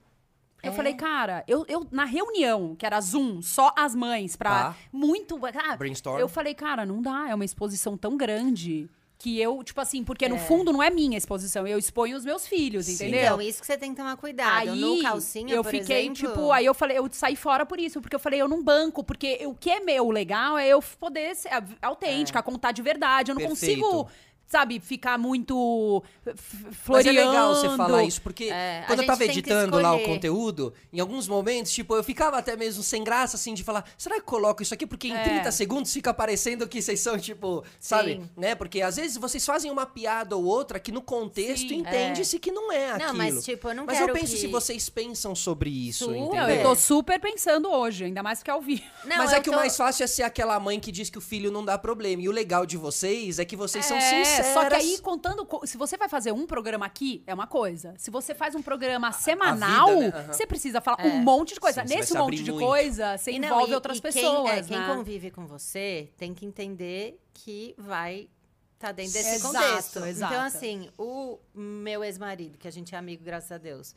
Speaker 1: É?
Speaker 3: Eu falei, cara, eu, eu- na reunião, que era Zoom, só as mães, pra.
Speaker 1: Tá.
Speaker 3: Muito. ah,
Speaker 1: Brainstorm.
Speaker 3: Eu falei, cara, não dá, é uma exposição tão grande que eu, tipo assim, porque no fundo não é minha exposição, eu exponho os meus filhos,
Speaker 1: Sim.
Speaker 3: entendeu?
Speaker 2: Então, isso que você tem que tomar cuidado. Ah, no calcinha,
Speaker 3: eu
Speaker 2: por
Speaker 3: fiquei
Speaker 2: exemplo,
Speaker 3: tipo, aí eu falei, eu saí fora por isso, porque eu falei, eu não banco, porque o que é meu legal é eu poder ser a-
Speaker 2: É.
Speaker 3: autêntica, contar de verdade, eu não
Speaker 1: Perfeito.
Speaker 3: consigo, sabe, ficar muito f-
Speaker 1: Mas é
Speaker 3: floreando.
Speaker 1: legal você falar isso, porque
Speaker 2: É, a
Speaker 1: quando eu
Speaker 2: gente
Speaker 1: tava
Speaker 2: tem que
Speaker 1: editando lá o
Speaker 2: escolher.
Speaker 1: conteúdo, em alguns momentos, tipo, eu ficava até mesmo sem graça, assim, de falar, será que eu coloco isso aqui? Porque em
Speaker 3: É.
Speaker 1: 30 segundos fica parecendo que vocês são, tipo, sabe?
Speaker 2: Sim.
Speaker 1: Né? Porque às vezes vocês fazem uma piada ou outra que no contexto
Speaker 3: Sim.
Speaker 1: entende-se que não é aquilo.
Speaker 2: Não, mas tipo, eu não
Speaker 1: Mas
Speaker 2: quero
Speaker 1: eu penso
Speaker 2: que-
Speaker 1: se vocês pensam sobre isso,
Speaker 2: Super.
Speaker 1: entendeu?
Speaker 3: Não, eu tô super pensando hoje, ainda mais que ao vivo.
Speaker 2: Não,
Speaker 1: mas
Speaker 2: eu
Speaker 1: é que
Speaker 2: tô-
Speaker 1: o mais fácil é ser aquela mãe que diz que o filho não dá problema. E o legal de vocês é que vocês são
Speaker 3: É,
Speaker 1: sinceras.
Speaker 3: Só que aí, contando. co- Se você vai fazer um programa aqui, é uma coisa. Se você faz um programa semanal,
Speaker 1: né? Aham.
Speaker 3: você precisa falar um monte de coisa.
Speaker 1: Sim, você vai
Speaker 3: Nesse
Speaker 1: se
Speaker 3: monte
Speaker 1: abrir
Speaker 3: de
Speaker 1: muito.
Speaker 3: coisa, você
Speaker 2: É. E não,
Speaker 3: envolve
Speaker 2: e-
Speaker 3: outras
Speaker 2: e quem-
Speaker 3: pessoas.
Speaker 2: é, Quem,
Speaker 3: né?
Speaker 2: convive com você tem que entender que vai estar dentro desse
Speaker 3: Exato,
Speaker 2: contexto.
Speaker 3: exato.
Speaker 2: Então, assim, o meu ex-marido, que a gente é amigo, graças a Deus,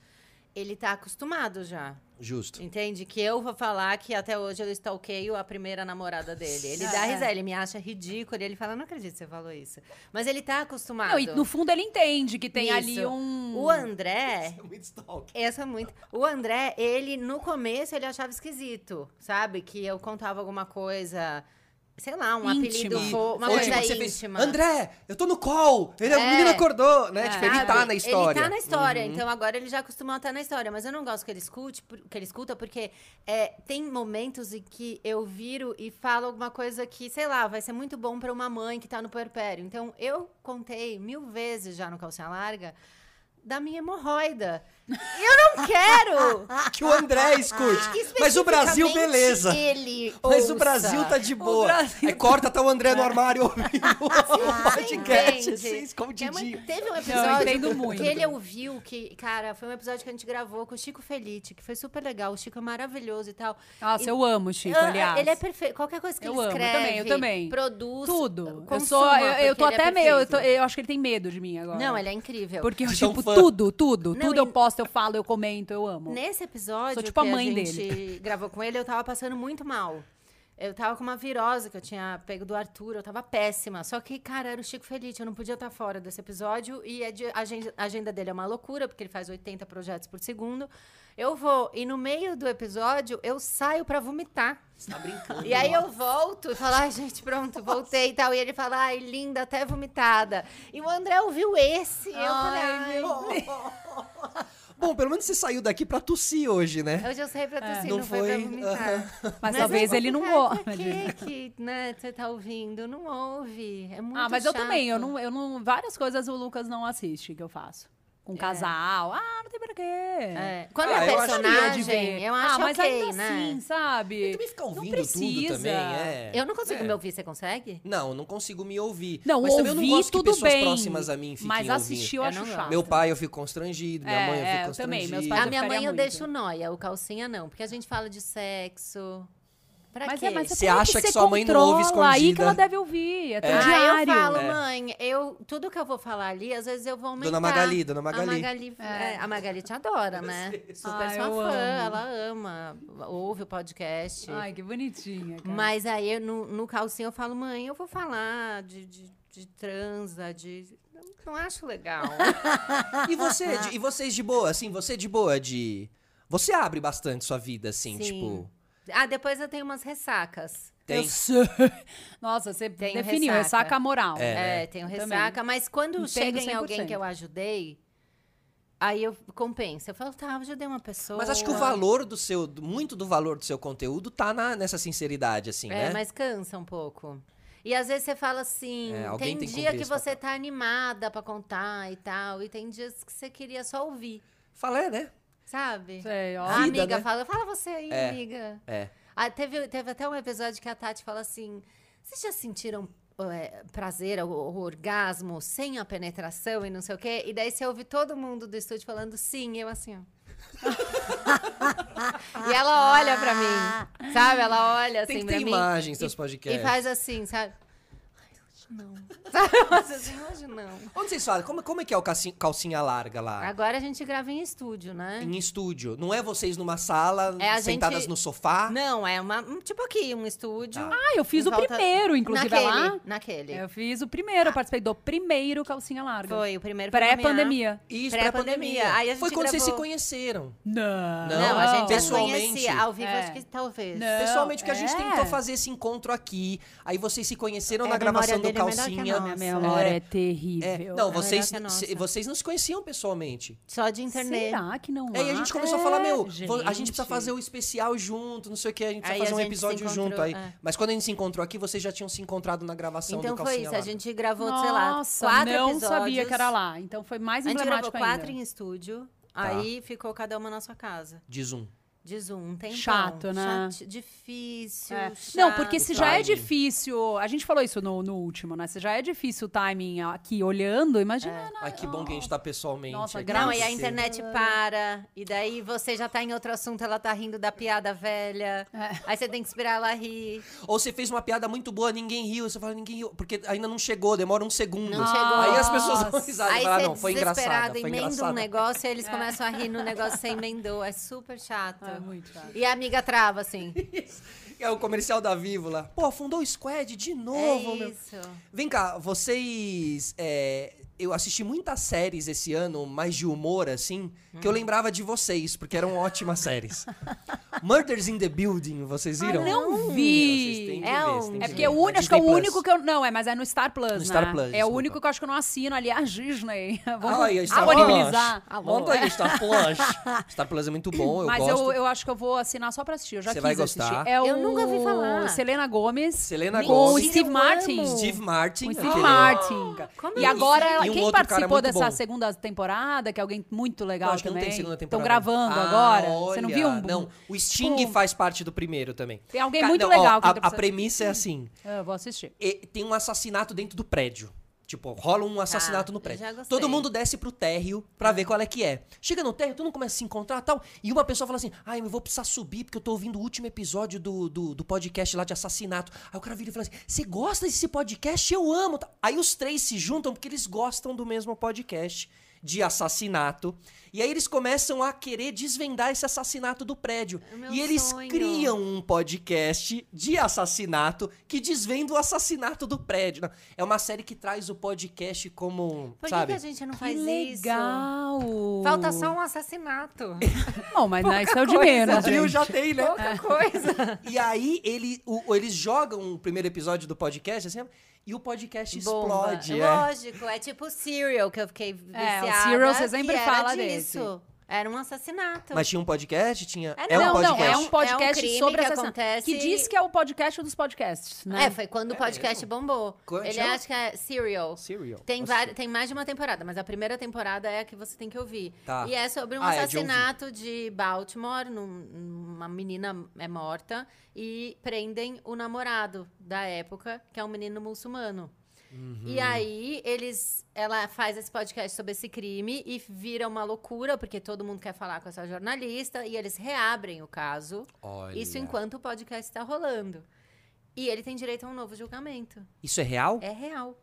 Speaker 2: ele tá acostumado já.
Speaker 1: Justo.
Speaker 2: Entende? Que eu vou falar que até hoje eu stalkeio a primeira namorada dele. Ele dá
Speaker 3: É.
Speaker 2: risada, ele me acha ridículo. e Ele fala, não acredito que você falou isso. Mas ele tá acostumado.
Speaker 3: Não, e no fundo ele entende que tem ali
Speaker 2: Isso.
Speaker 3: um.
Speaker 2: O André,
Speaker 1: É muito stalker.
Speaker 2: eu sou muito. O André, ele, no começo, ele achava esquisito, sabe? Que eu contava alguma coisa, sei lá, um
Speaker 3: Íntimo.
Speaker 2: apelido, fo- uma
Speaker 1: Ou
Speaker 2: coisa
Speaker 1: tipo, você fez,
Speaker 2: íntima.
Speaker 1: André, eu tô no call. Ele, O
Speaker 2: É.
Speaker 1: menino acordou, né?
Speaker 3: É.
Speaker 1: Tipo, ele tá
Speaker 2: sabe?
Speaker 1: na história. Uhum.
Speaker 2: Ele tá na história, então agora ele já acostumou a estar na história. Mas eu não gosto que ele escute, por- que ele escuta, porque é, tem momentos em que eu viro e falo alguma coisa que, sei lá, vai ser muito bom pra uma mãe que tá no puerpério. Então, eu contei mil vezes já no Calcinha Larga da minha hemorroida. Eu não quero!
Speaker 1: Que o André escute. Mas o Brasil, beleza.
Speaker 2: Ele
Speaker 1: Mas
Speaker 2: Ah, ouça.
Speaker 1: o Brasil tá de boa.
Speaker 3: Brasil-
Speaker 1: Aí corta, tá o André no armário ouvindo o podcast,
Speaker 2: Entende?
Speaker 1: assim,
Speaker 2: Minha mãe
Speaker 1: escondidinho.
Speaker 2: É Teve um
Speaker 3: Eu
Speaker 2: episódio
Speaker 3: entendo muito.
Speaker 2: que ele ouviu, que, cara, foi um episódio que a gente gravou com o Chico Felite, que foi super legal. O Chico é maravilhoso e tal.
Speaker 3: Nossa, eu amo, Chico,
Speaker 2: Ah,
Speaker 3: aliás.
Speaker 2: Ele é perfeito. Qualquer coisa que
Speaker 3: Eu
Speaker 2: ele
Speaker 3: amo, eu
Speaker 2: escreve,
Speaker 3: também, eu também.
Speaker 2: produz,
Speaker 3: Tudo. eu sou.
Speaker 2: consuma,
Speaker 3: Eu, eu tô
Speaker 2: porque ele é
Speaker 3: até meio. Eu, tô-
Speaker 2: perfeito.
Speaker 3: eu acho que ele tem medo de mim agora.
Speaker 2: Não, ele é incrível.
Speaker 3: Porque eu,
Speaker 1: De tão
Speaker 3: tipo,
Speaker 1: fã.
Speaker 3: tudo, tudo.
Speaker 2: Não,
Speaker 3: tudo
Speaker 2: e- Né,
Speaker 3: eu posto, eu falo, eu comento, eu amo.
Speaker 2: Nesse episódio
Speaker 3: Sou tipo a
Speaker 2: que
Speaker 3: mãe
Speaker 2: gente gravou com ele, eu tava passando muito mal. Eu tava com uma virose que eu tinha pego do Arthur, eu tava péssima. Só que, cara, era o Chico Feliz, eu não podia estar fora desse episódio. E a, di- a gen- a agenda dele é uma loucura, porque ele faz 80 projetos por segundo. Eu vou, e no meio do episódio, eu saio pra vomitar.
Speaker 1: Você tá brincando.
Speaker 2: E aí eu volto e falo, ai, gente, pronto, voltei e tal. E ele fala, ai, linda, até vomitada. E o André ouviu esse. E eu falei, ai,
Speaker 1: Bom, pelo menos você saiu daqui pra tossir hoje, né?
Speaker 2: Hoje eu saí pra
Speaker 3: É.
Speaker 2: tossir,
Speaker 1: Não
Speaker 2: não, foi, pra
Speaker 1: foi,
Speaker 2: vomitar.
Speaker 3: Mas, talvez
Speaker 2: aí,
Speaker 3: ele não
Speaker 2: cara,
Speaker 3: goste.
Speaker 2: Por que que né, você tá ouvindo? Não ouve. É muito
Speaker 3: Ah, mas eu
Speaker 2: chato.
Speaker 3: também. Eu não, eu não. Várias coisas o Lucas não assiste que eu faço. Com casal. Ah, não tem pra quê.
Speaker 2: É. Quando
Speaker 1: Ah,
Speaker 2: é
Speaker 1: eu acho que eu de
Speaker 2: personagem, eu acho
Speaker 3: ah, mas
Speaker 2: ok,
Speaker 3: ainda
Speaker 2: né?
Speaker 3: assim, sabe?
Speaker 1: E também ficar
Speaker 3: não
Speaker 1: ouvindo tudo
Speaker 3: precisa.
Speaker 1: também, é.
Speaker 2: Eu não consigo
Speaker 1: É.
Speaker 2: me ouvir, você consegue?
Speaker 1: Não, não consigo me ouvir.
Speaker 3: Não,
Speaker 1: mas também eu não
Speaker 3: ouvi
Speaker 1: gosto que
Speaker 3: tudo
Speaker 1: pessoas
Speaker 3: bem.
Speaker 1: próximas a mim fiquem
Speaker 3: mas assistir eu
Speaker 2: Eu
Speaker 3: acho
Speaker 2: não
Speaker 3: chato.
Speaker 2: gosto.
Speaker 1: Meu pai eu fico constrangido, minha
Speaker 3: É,
Speaker 1: mãe eu
Speaker 3: é,
Speaker 1: fico
Speaker 3: eu também,
Speaker 1: constrangido.
Speaker 3: meus pais
Speaker 2: A
Speaker 3: eu
Speaker 2: minha mãe
Speaker 3: ficaria
Speaker 2: eu
Speaker 3: muito.
Speaker 2: deixo noia, o calcinha não, porque a gente fala de sexo. Pra
Speaker 3: Mas
Speaker 2: quê?
Speaker 3: é, mas
Speaker 1: Você
Speaker 3: como é
Speaker 1: acha que
Speaker 3: você
Speaker 1: sua mãe não ouve
Speaker 3: controla? Aí que
Speaker 1: escondida?
Speaker 3: ela deve ouvir. É tão
Speaker 2: Ah, eu
Speaker 3: diário.
Speaker 2: falo,
Speaker 1: É.
Speaker 2: mãe, eu, tudo que eu vou falar ali, às vezes eu vou aumentar.
Speaker 1: Dona Magali, Dona Magali.
Speaker 2: A Magali, é, a Magali te adora, né? Super
Speaker 3: Ah,
Speaker 2: sua
Speaker 3: eu
Speaker 2: fã,
Speaker 3: amo. Ah,
Speaker 2: ela ama, ouve o podcast.
Speaker 3: Ai, que bonitinha. cara.
Speaker 2: Mas aí, eu, no, no calcinho, eu falo, mãe, eu vou falar de, de, de transa, de... Não acho legal.
Speaker 1: E você, de- e vocês de boa, assim, você de boa de. Você abre bastante sua vida, assim,
Speaker 2: Sim.
Speaker 1: tipo.
Speaker 2: Ah, depois eu tenho umas ressacas.
Speaker 1: Tem.
Speaker 3: Eu sei. Nossa, você
Speaker 2: Tenho
Speaker 3: definiu,
Speaker 2: ressaca.
Speaker 3: ressaca moral.
Speaker 2: É, tenho
Speaker 3: eu também.
Speaker 2: ressaca, mas quando
Speaker 3: Entendo
Speaker 2: chega em alguém
Speaker 3: 100%.
Speaker 2: que eu ajudei, aí eu compensa. Eu falo, tá, eu ajudei uma pessoa.
Speaker 1: Mas acho que o valor do seu. do- Muito do valor do seu conteúdo tá na- nessa sinceridade, assim,
Speaker 2: É,
Speaker 1: né?
Speaker 2: mas cansa um pouco. E às vezes você fala assim,
Speaker 1: É, alguém
Speaker 2: tem,
Speaker 1: tem que
Speaker 2: dia
Speaker 1: cumprir
Speaker 2: que
Speaker 1: esse
Speaker 2: você
Speaker 1: papel.
Speaker 2: tá animada pra contar e tal, e tem dias que você queria só ouvir,
Speaker 1: Falei, né?
Speaker 2: sabe?
Speaker 3: Sei, ó.
Speaker 2: A
Speaker 1: Vida,
Speaker 2: amiga
Speaker 1: né?
Speaker 2: fala, fala você aí,
Speaker 1: É.
Speaker 2: amiga.
Speaker 1: É.
Speaker 2: Ah, teve, teve até um episódio que a Tati fala assim: vocês já sentiram é, prazer ou, ou orgasmo sem a penetração e não sei o quê? E daí você ouve todo mundo do estúdio falando sim, e eu assim, ó. e ela olha pra mim, sabe? Ela olha
Speaker 1: Tem que
Speaker 2: assim pra
Speaker 1: ter
Speaker 2: mim.
Speaker 1: imagem em seus
Speaker 2: e
Speaker 1: podcasts.
Speaker 2: faz assim, sabe? Ai, hoje não. Sabe? Mas assim, hoje não.
Speaker 1: Onde vocês falam? Como, como é que é o calcinha, calcinha larga lá?
Speaker 2: Agora a gente grava em estúdio, né?
Speaker 1: Ah. Em estúdio. Não é vocês numa sala,
Speaker 2: É, a
Speaker 1: sentadas
Speaker 2: gente-
Speaker 1: no sofá?
Speaker 2: Não, é uma. um- Tipo aqui, um estúdio.
Speaker 1: Tá.
Speaker 3: Ah, eu fiz
Speaker 2: Em
Speaker 3: o
Speaker 2: volta-
Speaker 3: primeiro, inclusive, é
Speaker 2: naquele,
Speaker 3: lá.
Speaker 2: Naquele.
Speaker 3: Eu fiz o primeiro, eu participei do primeiro calcinha larga.
Speaker 2: Foi o primeiro pra nomear.
Speaker 3: Pré-pandemia.
Speaker 1: Isso,
Speaker 2: Pré-pandemia.
Speaker 1: pré-pandemia.
Speaker 2: Aí a gente
Speaker 1: Foi quando vocês se
Speaker 2: gravou.
Speaker 1: conheceram.
Speaker 3: Não.
Speaker 1: Não,
Speaker 2: Não, a gente já se
Speaker 1: Pessoalmente.
Speaker 2: conhecia. Ao vivo,
Speaker 3: É.
Speaker 2: acho que talvez.
Speaker 3: Não.
Speaker 1: Pessoalmente, que a gente
Speaker 3: é.
Speaker 1: tentou fazer esse encontro aqui. Aí vocês se conheceram
Speaker 2: É,
Speaker 1: na
Speaker 2: a
Speaker 1: gravação do
Speaker 2: memória dele é melhor que
Speaker 1: Calcinha.
Speaker 2: a
Speaker 3: Minha
Speaker 2: Nossa,
Speaker 3: memória é, terrível.
Speaker 1: É, não,
Speaker 2: É
Speaker 1: vocês,
Speaker 2: melhor que a
Speaker 1: se-
Speaker 2: nossa.
Speaker 1: vocês não se conheciam pessoalmente.
Speaker 2: Só de internet.
Speaker 3: Será que não
Speaker 1: É,
Speaker 2: Ah,
Speaker 1: e a
Speaker 3: há?
Speaker 1: gente começou
Speaker 3: É,
Speaker 1: a falar, meu,
Speaker 3: gente.
Speaker 1: vo- a gente precisa fazer o especial junto, não sei o que, a gente precisa
Speaker 2: Aí a
Speaker 1: fazer um
Speaker 2: gente se
Speaker 1: episódio
Speaker 2: encontrou,
Speaker 1: junto aí.
Speaker 2: é.
Speaker 1: Mas quando a gente se encontrou aqui, vocês já tinham se encontrado na gravação
Speaker 2: Então
Speaker 1: do
Speaker 2: foi
Speaker 1: Calcinha
Speaker 2: isso. A
Speaker 1: Larga.
Speaker 2: gente gravou,
Speaker 3: Nossa,
Speaker 2: sei lá, quatro
Speaker 3: não
Speaker 2: episódios.
Speaker 3: sabia que era lá. Então foi mais
Speaker 2: A gente gravou
Speaker 3: emblemático ainda.
Speaker 2: quatro em estúdio. Aí ficou cada uma na sua casa.
Speaker 1: De Zoom.
Speaker 2: De Zoom, tem
Speaker 3: Chato, né?
Speaker 2: difícil.
Speaker 3: É.
Speaker 2: chato.
Speaker 3: Não, porque se
Speaker 1: O
Speaker 3: já
Speaker 1: timing.
Speaker 3: é difícil. A gente falou isso no, no último, né? Se já é difícil o timing aqui olhando, imagina. na-
Speaker 1: Ai, que bom que a gente tá pessoalmente.
Speaker 3: Nossa,
Speaker 1: aqui,
Speaker 3: graças
Speaker 2: Não, e a
Speaker 1: você.
Speaker 2: internet para. E daí você já tá em outro assunto, ela tá rindo da piada velha.
Speaker 3: É.
Speaker 2: Aí você tem que esperar ela rir.
Speaker 1: Ou você fez uma piada muito boa, ninguém riu. Você fala, ninguém riu. Porque ainda não chegou, demora um segundo.
Speaker 2: Não chegou.
Speaker 1: Aí as pessoas
Speaker 3: Nossa.
Speaker 1: dão risada e
Speaker 2: Aí
Speaker 1: falam,
Speaker 2: você
Speaker 1: não, foi
Speaker 2: desesperado,
Speaker 1: engraçada. Foi
Speaker 2: emenda
Speaker 1: engraçada.
Speaker 2: um negócio e eles começam a rir no negócio que você emendou. É super chato.
Speaker 3: É muito chato.
Speaker 2: E a amiga trava, assim.
Speaker 1: É o comercial da Vivo lá. Pô, fundou o Squad de novo,
Speaker 2: é
Speaker 1: meu.
Speaker 2: isso.
Speaker 1: Vem cá, vocês. é, eu assisti muitas séries esse ano, mais de humor, assim, que
Speaker 3: Uhum.
Speaker 1: eu lembrava de vocês, porque eram ótimas séries. Murders in the Building, vocês viram?
Speaker 3: Ah, não
Speaker 1: Vocês
Speaker 3: vi.
Speaker 1: têm que
Speaker 2: É
Speaker 1: ver,
Speaker 2: um-
Speaker 1: vocês têm
Speaker 3: É
Speaker 1: que
Speaker 3: porque o
Speaker 1: ver.
Speaker 3: único, acho que é o
Speaker 1: Disney Plus.
Speaker 3: único que eu. Não, é, mas é no Star Plus. né?
Speaker 1: Star Plus,
Speaker 3: É o
Speaker 1: desculpa.
Speaker 3: único que eu acho que eu não assino. Aliás, Disney. Vamos
Speaker 1: Ai, Star
Speaker 3: disponibilizar.
Speaker 1: Plus.
Speaker 3: Alô?
Speaker 1: Monta aí, Star Plus. Star Plus é muito bom, eu
Speaker 3: mas
Speaker 1: gosto.
Speaker 3: eu, eu acho que eu vou assinar só pra assistir. Eu já
Speaker 1: Você
Speaker 3: quis
Speaker 1: vai
Speaker 3: assistir.
Speaker 1: gostar.
Speaker 3: É
Speaker 2: Eu
Speaker 3: o
Speaker 2: nunca ouvi falar.
Speaker 3: Selena Gomes.
Speaker 1: Selena
Speaker 3: com o
Speaker 1: Gomez,
Speaker 2: Mentira,
Speaker 3: Steve
Speaker 2: eu
Speaker 3: Martin.
Speaker 2: amo.
Speaker 1: Steve Martin.
Speaker 3: Com o Steve
Speaker 1: aquele-
Speaker 3: Martin.
Speaker 2: Como é
Speaker 3: E
Speaker 2: eu não sei?
Speaker 3: agora,
Speaker 1: E um
Speaker 3: quem
Speaker 1: outro cara
Speaker 3: participou
Speaker 1: muito
Speaker 3: dessa
Speaker 1: bom.
Speaker 3: segunda temporada, que é alguém muito legal
Speaker 1: Eu acho que não
Speaker 3: também?
Speaker 1: tem segunda temporada.
Speaker 3: Estão gravando
Speaker 1: Ah,
Speaker 3: agora? Você não
Speaker 1: olha,
Speaker 3: viu um?
Speaker 1: Não, o Sting
Speaker 3: Tipo,
Speaker 1: faz parte do primeiro também.
Speaker 3: Tem alguém
Speaker 1: Ca-
Speaker 3: muito
Speaker 1: não, ó,
Speaker 3: legal. que
Speaker 1: a,
Speaker 3: eu tô
Speaker 1: a
Speaker 3: precisando-
Speaker 1: premissa é assim:
Speaker 3: Ah, Eu vou assistir.
Speaker 1: e- tem um assassinato dentro do prédio. Tipo, rola um assassinato
Speaker 2: Tá,
Speaker 1: no
Speaker 2: eu
Speaker 1: prédio.
Speaker 2: já gostei.
Speaker 1: Todo mundo desce pro térreo pra ver qual é que é. Chega no térreo, todo mundo começa a se encontrar e tal. E uma pessoa fala assim: Ai, eu vou precisar subir porque eu tô ouvindo o último episódio do, do, do podcast lá de assassinato. Aí o cara vira e fala assim: Você gosta desse podcast? Eu amo. tal. Aí os três se juntam porque eles gostam do mesmo podcast de assassinato. E aí eles começam a querer desvendar esse assassinato do prédio.
Speaker 2: É o meu
Speaker 1: E eles
Speaker 2: sonho.
Speaker 1: criam um podcast de assassinato que desvenda o assassinato do prédio. Não, é uma série que traz o podcast como,
Speaker 2: Por que,
Speaker 1: sabe?
Speaker 2: que a gente não
Speaker 3: Que
Speaker 2: faz isso?
Speaker 3: legal.
Speaker 2: Falta só um assassinato.
Speaker 3: Não, mas não, isso é o de
Speaker 2: coisa.
Speaker 3: menos,
Speaker 1: Brasil
Speaker 3: gente.
Speaker 1: já tem, né?
Speaker 2: Pouca coisa.
Speaker 1: E aí ele, o- eles jogam o primeiro episódio do podcast, assim, e o podcast
Speaker 2: Bomba.
Speaker 1: explode. é.
Speaker 2: Lógico, é tipo o Serial que eu fiquei viciada.
Speaker 3: Serial você
Speaker 2: que
Speaker 3: sempre
Speaker 2: era
Speaker 3: fala
Speaker 2: disso. Era um assassinato.
Speaker 1: Mas tinha um podcast? Tinha...
Speaker 2: É,
Speaker 1: É um
Speaker 3: não,
Speaker 1: podcast.
Speaker 3: não, é um
Speaker 2: É um
Speaker 3: podcast
Speaker 2: crime
Speaker 3: sobre
Speaker 2: que
Speaker 3: essa
Speaker 2: acontece-
Speaker 3: que diz que é o podcast dos podcasts, né?
Speaker 2: É, foi quando o podcast bombou.
Speaker 1: Como
Speaker 2: Ele
Speaker 1: chama?
Speaker 2: acha que é Serial.
Speaker 1: Serial. Tá
Speaker 2: Tem,
Speaker 1: Nossa.
Speaker 2: vari- tem mais de uma temporada, mas a primeira temporada é a que você tem que ouvir.
Speaker 1: Tá.
Speaker 2: E é sobre um
Speaker 1: Ah, é de
Speaker 2: assassinato de, Baltimore, num- uma menina é morta e prendem o namorado da época, que é um menino muçulmano.
Speaker 1: Uhum.
Speaker 2: E aí eles, ela faz esse podcast sobre esse crime e vira uma loucura porque todo mundo quer falar com essa jornalista e eles reabrem o caso.
Speaker 1: Olha.
Speaker 2: Isso enquanto o tá podcast está rolando. E ele tem direito a um novo julgamento.
Speaker 1: Isso é real?
Speaker 2: É real.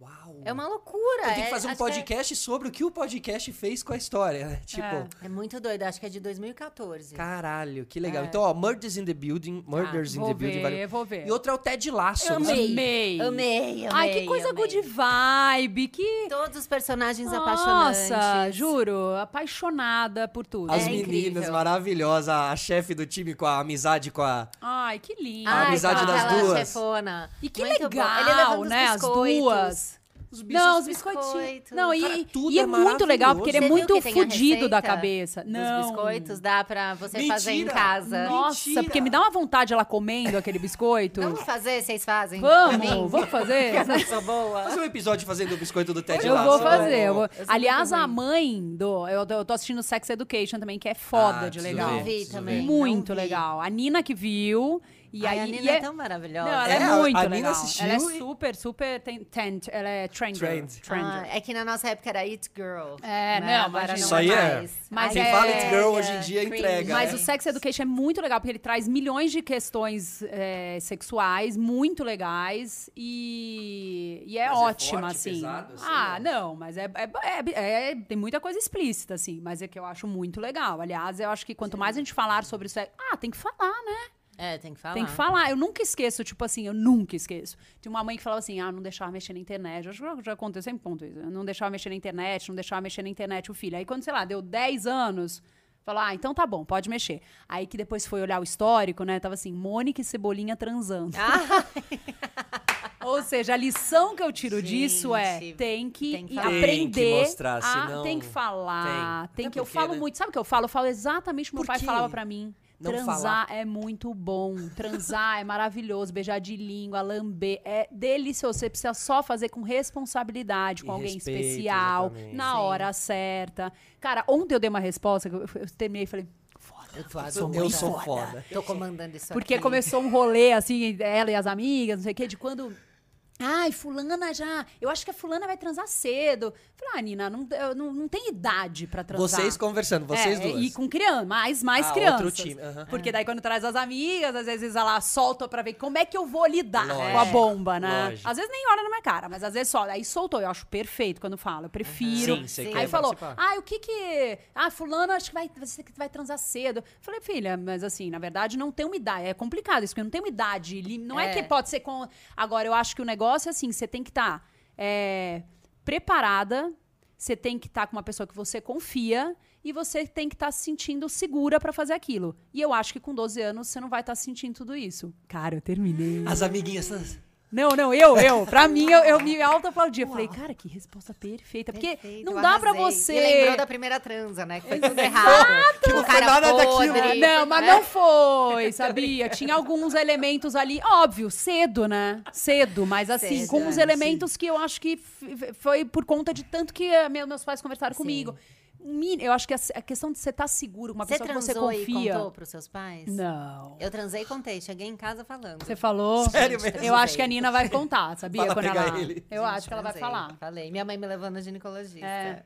Speaker 1: Uau!
Speaker 2: É uma loucura.
Speaker 1: Hum. Eu tenho
Speaker 2: é-
Speaker 1: que fazer um
Speaker 2: acho que é-
Speaker 1: podcast sobre o que o podcast fez com a história, né? Tipo,
Speaker 3: É.
Speaker 2: É muito doido, acho que é de 2014.
Speaker 1: caralho, que legal. Então, ó, Murders in the Building, Murders in the
Speaker 3: É. Ah, vou
Speaker 1: Building.
Speaker 3: ver, vou ver.
Speaker 1: E outro é o Ted Lasso. né?
Speaker 3: Amei.
Speaker 2: Amei, amei.
Speaker 3: Ai, que coisa
Speaker 2: amei.
Speaker 3: good vibe, que...
Speaker 2: Todos os personagens apaixonantes.
Speaker 3: Nossa, juro, apaixonada por tudo.
Speaker 1: As
Speaker 2: É
Speaker 1: meninas
Speaker 2: incrível.
Speaker 1: maravilhosas, a chefe do time com a amizade com a.
Speaker 3: Ai, que lindo.
Speaker 1: A amizade
Speaker 2: com
Speaker 1: das
Speaker 2: aquela
Speaker 1: duas.
Speaker 2: Chefona.
Speaker 3: E que
Speaker 2: Muito bom. Ele levanta
Speaker 3: legal,
Speaker 2: os
Speaker 3: né? As
Speaker 2: biscoitos.
Speaker 3: duas.
Speaker 1: Os
Speaker 3: Não, os
Speaker 2: os
Speaker 3: biscoitinhos.
Speaker 2: biscoitos.
Speaker 3: Não, e,
Speaker 1: Cara,
Speaker 3: e-
Speaker 1: tudo
Speaker 3: e é,
Speaker 1: é
Speaker 3: muito legal,
Speaker 1: maravilhoso.
Speaker 3: porque ele é
Speaker 2: Você viu
Speaker 3: muito
Speaker 2: que tem a
Speaker 3: fudido da
Speaker 2: receita
Speaker 3: cabeça. Não.
Speaker 2: Dos biscoitos dá pra você fazer em
Speaker 1: Mentira!
Speaker 2: casa.
Speaker 3: Nossa,
Speaker 1: Mentira!
Speaker 3: porque me dá uma vontade ela comendo aquele biscoito.
Speaker 2: Vamos fazer, vocês fazem? Pra mim?
Speaker 3: Vamos, vamos fazer.
Speaker 2: Eu sou boa.
Speaker 1: Fazer um episódio fazendo o biscoito do Ted
Speaker 3: Eu
Speaker 1: Lasso.
Speaker 3: vou
Speaker 1: né?
Speaker 3: fazer. eu vou-
Speaker 2: sou
Speaker 3: Aliás,
Speaker 2: muito
Speaker 3: a
Speaker 2: ruim.
Speaker 3: mãe do. Eu, tô- eu tô assistindo Sex Education também, que é foda
Speaker 1: Ah,
Speaker 3: de
Speaker 1: preciso
Speaker 3: legal.
Speaker 1: ver,
Speaker 2: Não vi
Speaker 1: preciso
Speaker 2: também.
Speaker 3: Muito
Speaker 2: não vi.
Speaker 3: legal. A Nina que viu. E
Speaker 2: Ai,
Speaker 3: aí.
Speaker 2: a
Speaker 3: e
Speaker 2: Nina é...
Speaker 3: é-
Speaker 2: tão maravilhosa.
Speaker 3: Não, ela é,
Speaker 1: É, a- a
Speaker 3: muito
Speaker 1: Nina
Speaker 3: legal.
Speaker 1: assistiu
Speaker 3: ela é
Speaker 1: e-
Speaker 3: super, super. Ten, tent- ela é trend.
Speaker 1: Trend.
Speaker 2: Ah, é que na nossa época era It Girl.
Speaker 3: É,
Speaker 2: né?
Speaker 3: não,
Speaker 2: agora
Speaker 3: imagina.
Speaker 2: não
Speaker 1: Isso aí é-
Speaker 2: mais.
Speaker 3: Mas
Speaker 1: Quem
Speaker 3: é-
Speaker 1: fala It Girl hoje em dia
Speaker 2: cringe.
Speaker 1: entrega.
Speaker 3: Mas
Speaker 1: né?
Speaker 3: o Sex Education é muito legal, porque ele traz milhões de questões é, sexuais muito legais e, e é
Speaker 1: Mas é
Speaker 3: ótima,
Speaker 1: forte,
Speaker 3: assim.
Speaker 1: pesado, assim,
Speaker 3: Ah,
Speaker 1: não?
Speaker 3: não, mas é, é- é- é- Tem muita coisa explícita, assim, mas é que eu acho muito legal. Aliás, eu acho que quanto mais a gente falar sobre isso, é, ah, tem que falar, né?
Speaker 2: É, tem que falar.
Speaker 3: Tem que falar. Eu nunca esqueço, tipo assim, eu nunca esqueço. Tinha uma mãe que falava assim, ah, não deixava mexer na internet. Eu já, já contei, eu sempre conto isso. Eu Não deixava mexer na internet, não deixava mexer na internet o filho. Aí quando, sei lá, deu 10 anos, falou, ah, então tá bom, pode mexer. Aí que depois foi olhar o histórico, né, tava assim, Mônica e Cebolinha transando. Ou seja, a lição que eu tiro
Speaker 2: Gente,
Speaker 3: disso é tem que,
Speaker 2: tem que
Speaker 3: ir
Speaker 2: falar.
Speaker 3: aprender
Speaker 1: Tem que mostrar,
Speaker 3: a-
Speaker 1: senão-
Speaker 3: tem que falar,
Speaker 1: Tem.
Speaker 3: tem,
Speaker 1: Até
Speaker 3: que eu
Speaker 1: porque,
Speaker 3: falo
Speaker 1: né?
Speaker 3: muito, sabe o que eu falo? Eu falo exatamente o que meu
Speaker 1: Por
Speaker 3: pai
Speaker 1: que
Speaker 3: falava pra mim.
Speaker 1: não
Speaker 3: Transar
Speaker 1: falar?
Speaker 3: é muito bom, transar é maravilhoso, beijar de língua, lamber é delicioso. Você precisa só fazer com responsabilidade, com
Speaker 1: E
Speaker 3: alguém
Speaker 1: respeito,
Speaker 3: especial,
Speaker 1: exatamente.
Speaker 3: na
Speaker 2: Sim.
Speaker 3: hora certa. Cara, ontem eu dei uma resposta que eu, eu terminei e falei, foda.
Speaker 2: Eu, tô-
Speaker 1: sou
Speaker 2: muito
Speaker 1: muito foda.
Speaker 2: Tô comandando isso
Speaker 3: Porque
Speaker 2: aqui.
Speaker 3: começou um rolê, assim, ela e as amigas, não sei o quê, de quando. Ai, fulana já. Eu acho que a fulana vai transar cedo. Falei, ah, Nina, não, eu não, não tem idade pra transar.
Speaker 1: Vocês conversando, vocês
Speaker 3: é,
Speaker 1: duas.
Speaker 3: E com criança, mais, mais
Speaker 1: Ah,
Speaker 3: crianças.
Speaker 1: outro time, aham.
Speaker 3: Porque daí quando traz as amigas, às vezes ela solta pra ver como é que eu vou lidar
Speaker 1: Lógico,
Speaker 3: com a bomba, né?
Speaker 1: lógico.
Speaker 3: Às vezes nem olha na minha cara, mas às vezes só. Aí soltou, eu acho perfeito quando fala. Eu prefiro.
Speaker 1: Sim, você
Speaker 2: Sim.
Speaker 1: quer
Speaker 3: Aí falou,
Speaker 1: participar.
Speaker 3: ah, o que que... Ah, fulano, acho que vai, você que vai transar cedo. Falei, filha, mas assim, na verdade, não tem uma idade. É complicado isso, porque não tem uma idade. lim- Não é,
Speaker 2: É.
Speaker 3: que pode ser com... Agora, eu acho que o negócio é assim, você tem que estar preparada, você tem que estar com uma pessoa que você confia e você tem que estar se sentindo segura pra fazer aquilo. E eu acho que com 12 anos você não vai estar sentindo tudo isso. Cara, eu terminei.
Speaker 1: As amiguinhas. trans-
Speaker 3: Não, não, eu, eu. Pra mim, eu, eu me auto-aplaudia. Falei, cara, que resposta perfeita. Porque
Speaker 2: Perfeito,
Speaker 3: não
Speaker 2: eu
Speaker 3: dá pra
Speaker 2: arrasei.
Speaker 3: você.
Speaker 2: E lembrou da primeira transa, né? Que foi tudo errado.
Speaker 1: Que não foi nada daquilo.
Speaker 3: É, Não, mas não foi, sabia? Tinha alguns elementos ali, óbvio, cedo, né? Cedo, mas assim,
Speaker 2: Cedo,
Speaker 3: com uns
Speaker 2: é,
Speaker 3: elementos que eu acho que f- f- foi por conta de tanto que eh, meu- meus pais conversaram comigo. Mi- Eu acho que a, a questão de você estar seguro, com uma
Speaker 2: Você
Speaker 3: pessoa que você
Speaker 2: transou e
Speaker 3: confia.
Speaker 2: contou pros seus pais?
Speaker 3: Não.
Speaker 2: Eu transei e contei. Cheguei em casa falando.
Speaker 3: Você falou.
Speaker 1: Sério mesmo?
Speaker 3: Eu acho que a Nina vai contar, sabia?
Speaker 1: Fala,
Speaker 3: quando
Speaker 1: pega
Speaker 3: ela...
Speaker 1: ele.
Speaker 3: Eu
Speaker 2: Gente,
Speaker 3: acho que ela vai
Speaker 2: transei.
Speaker 3: falar.
Speaker 2: Falei. Minha mãe me levando ao ginecologista.
Speaker 3: É.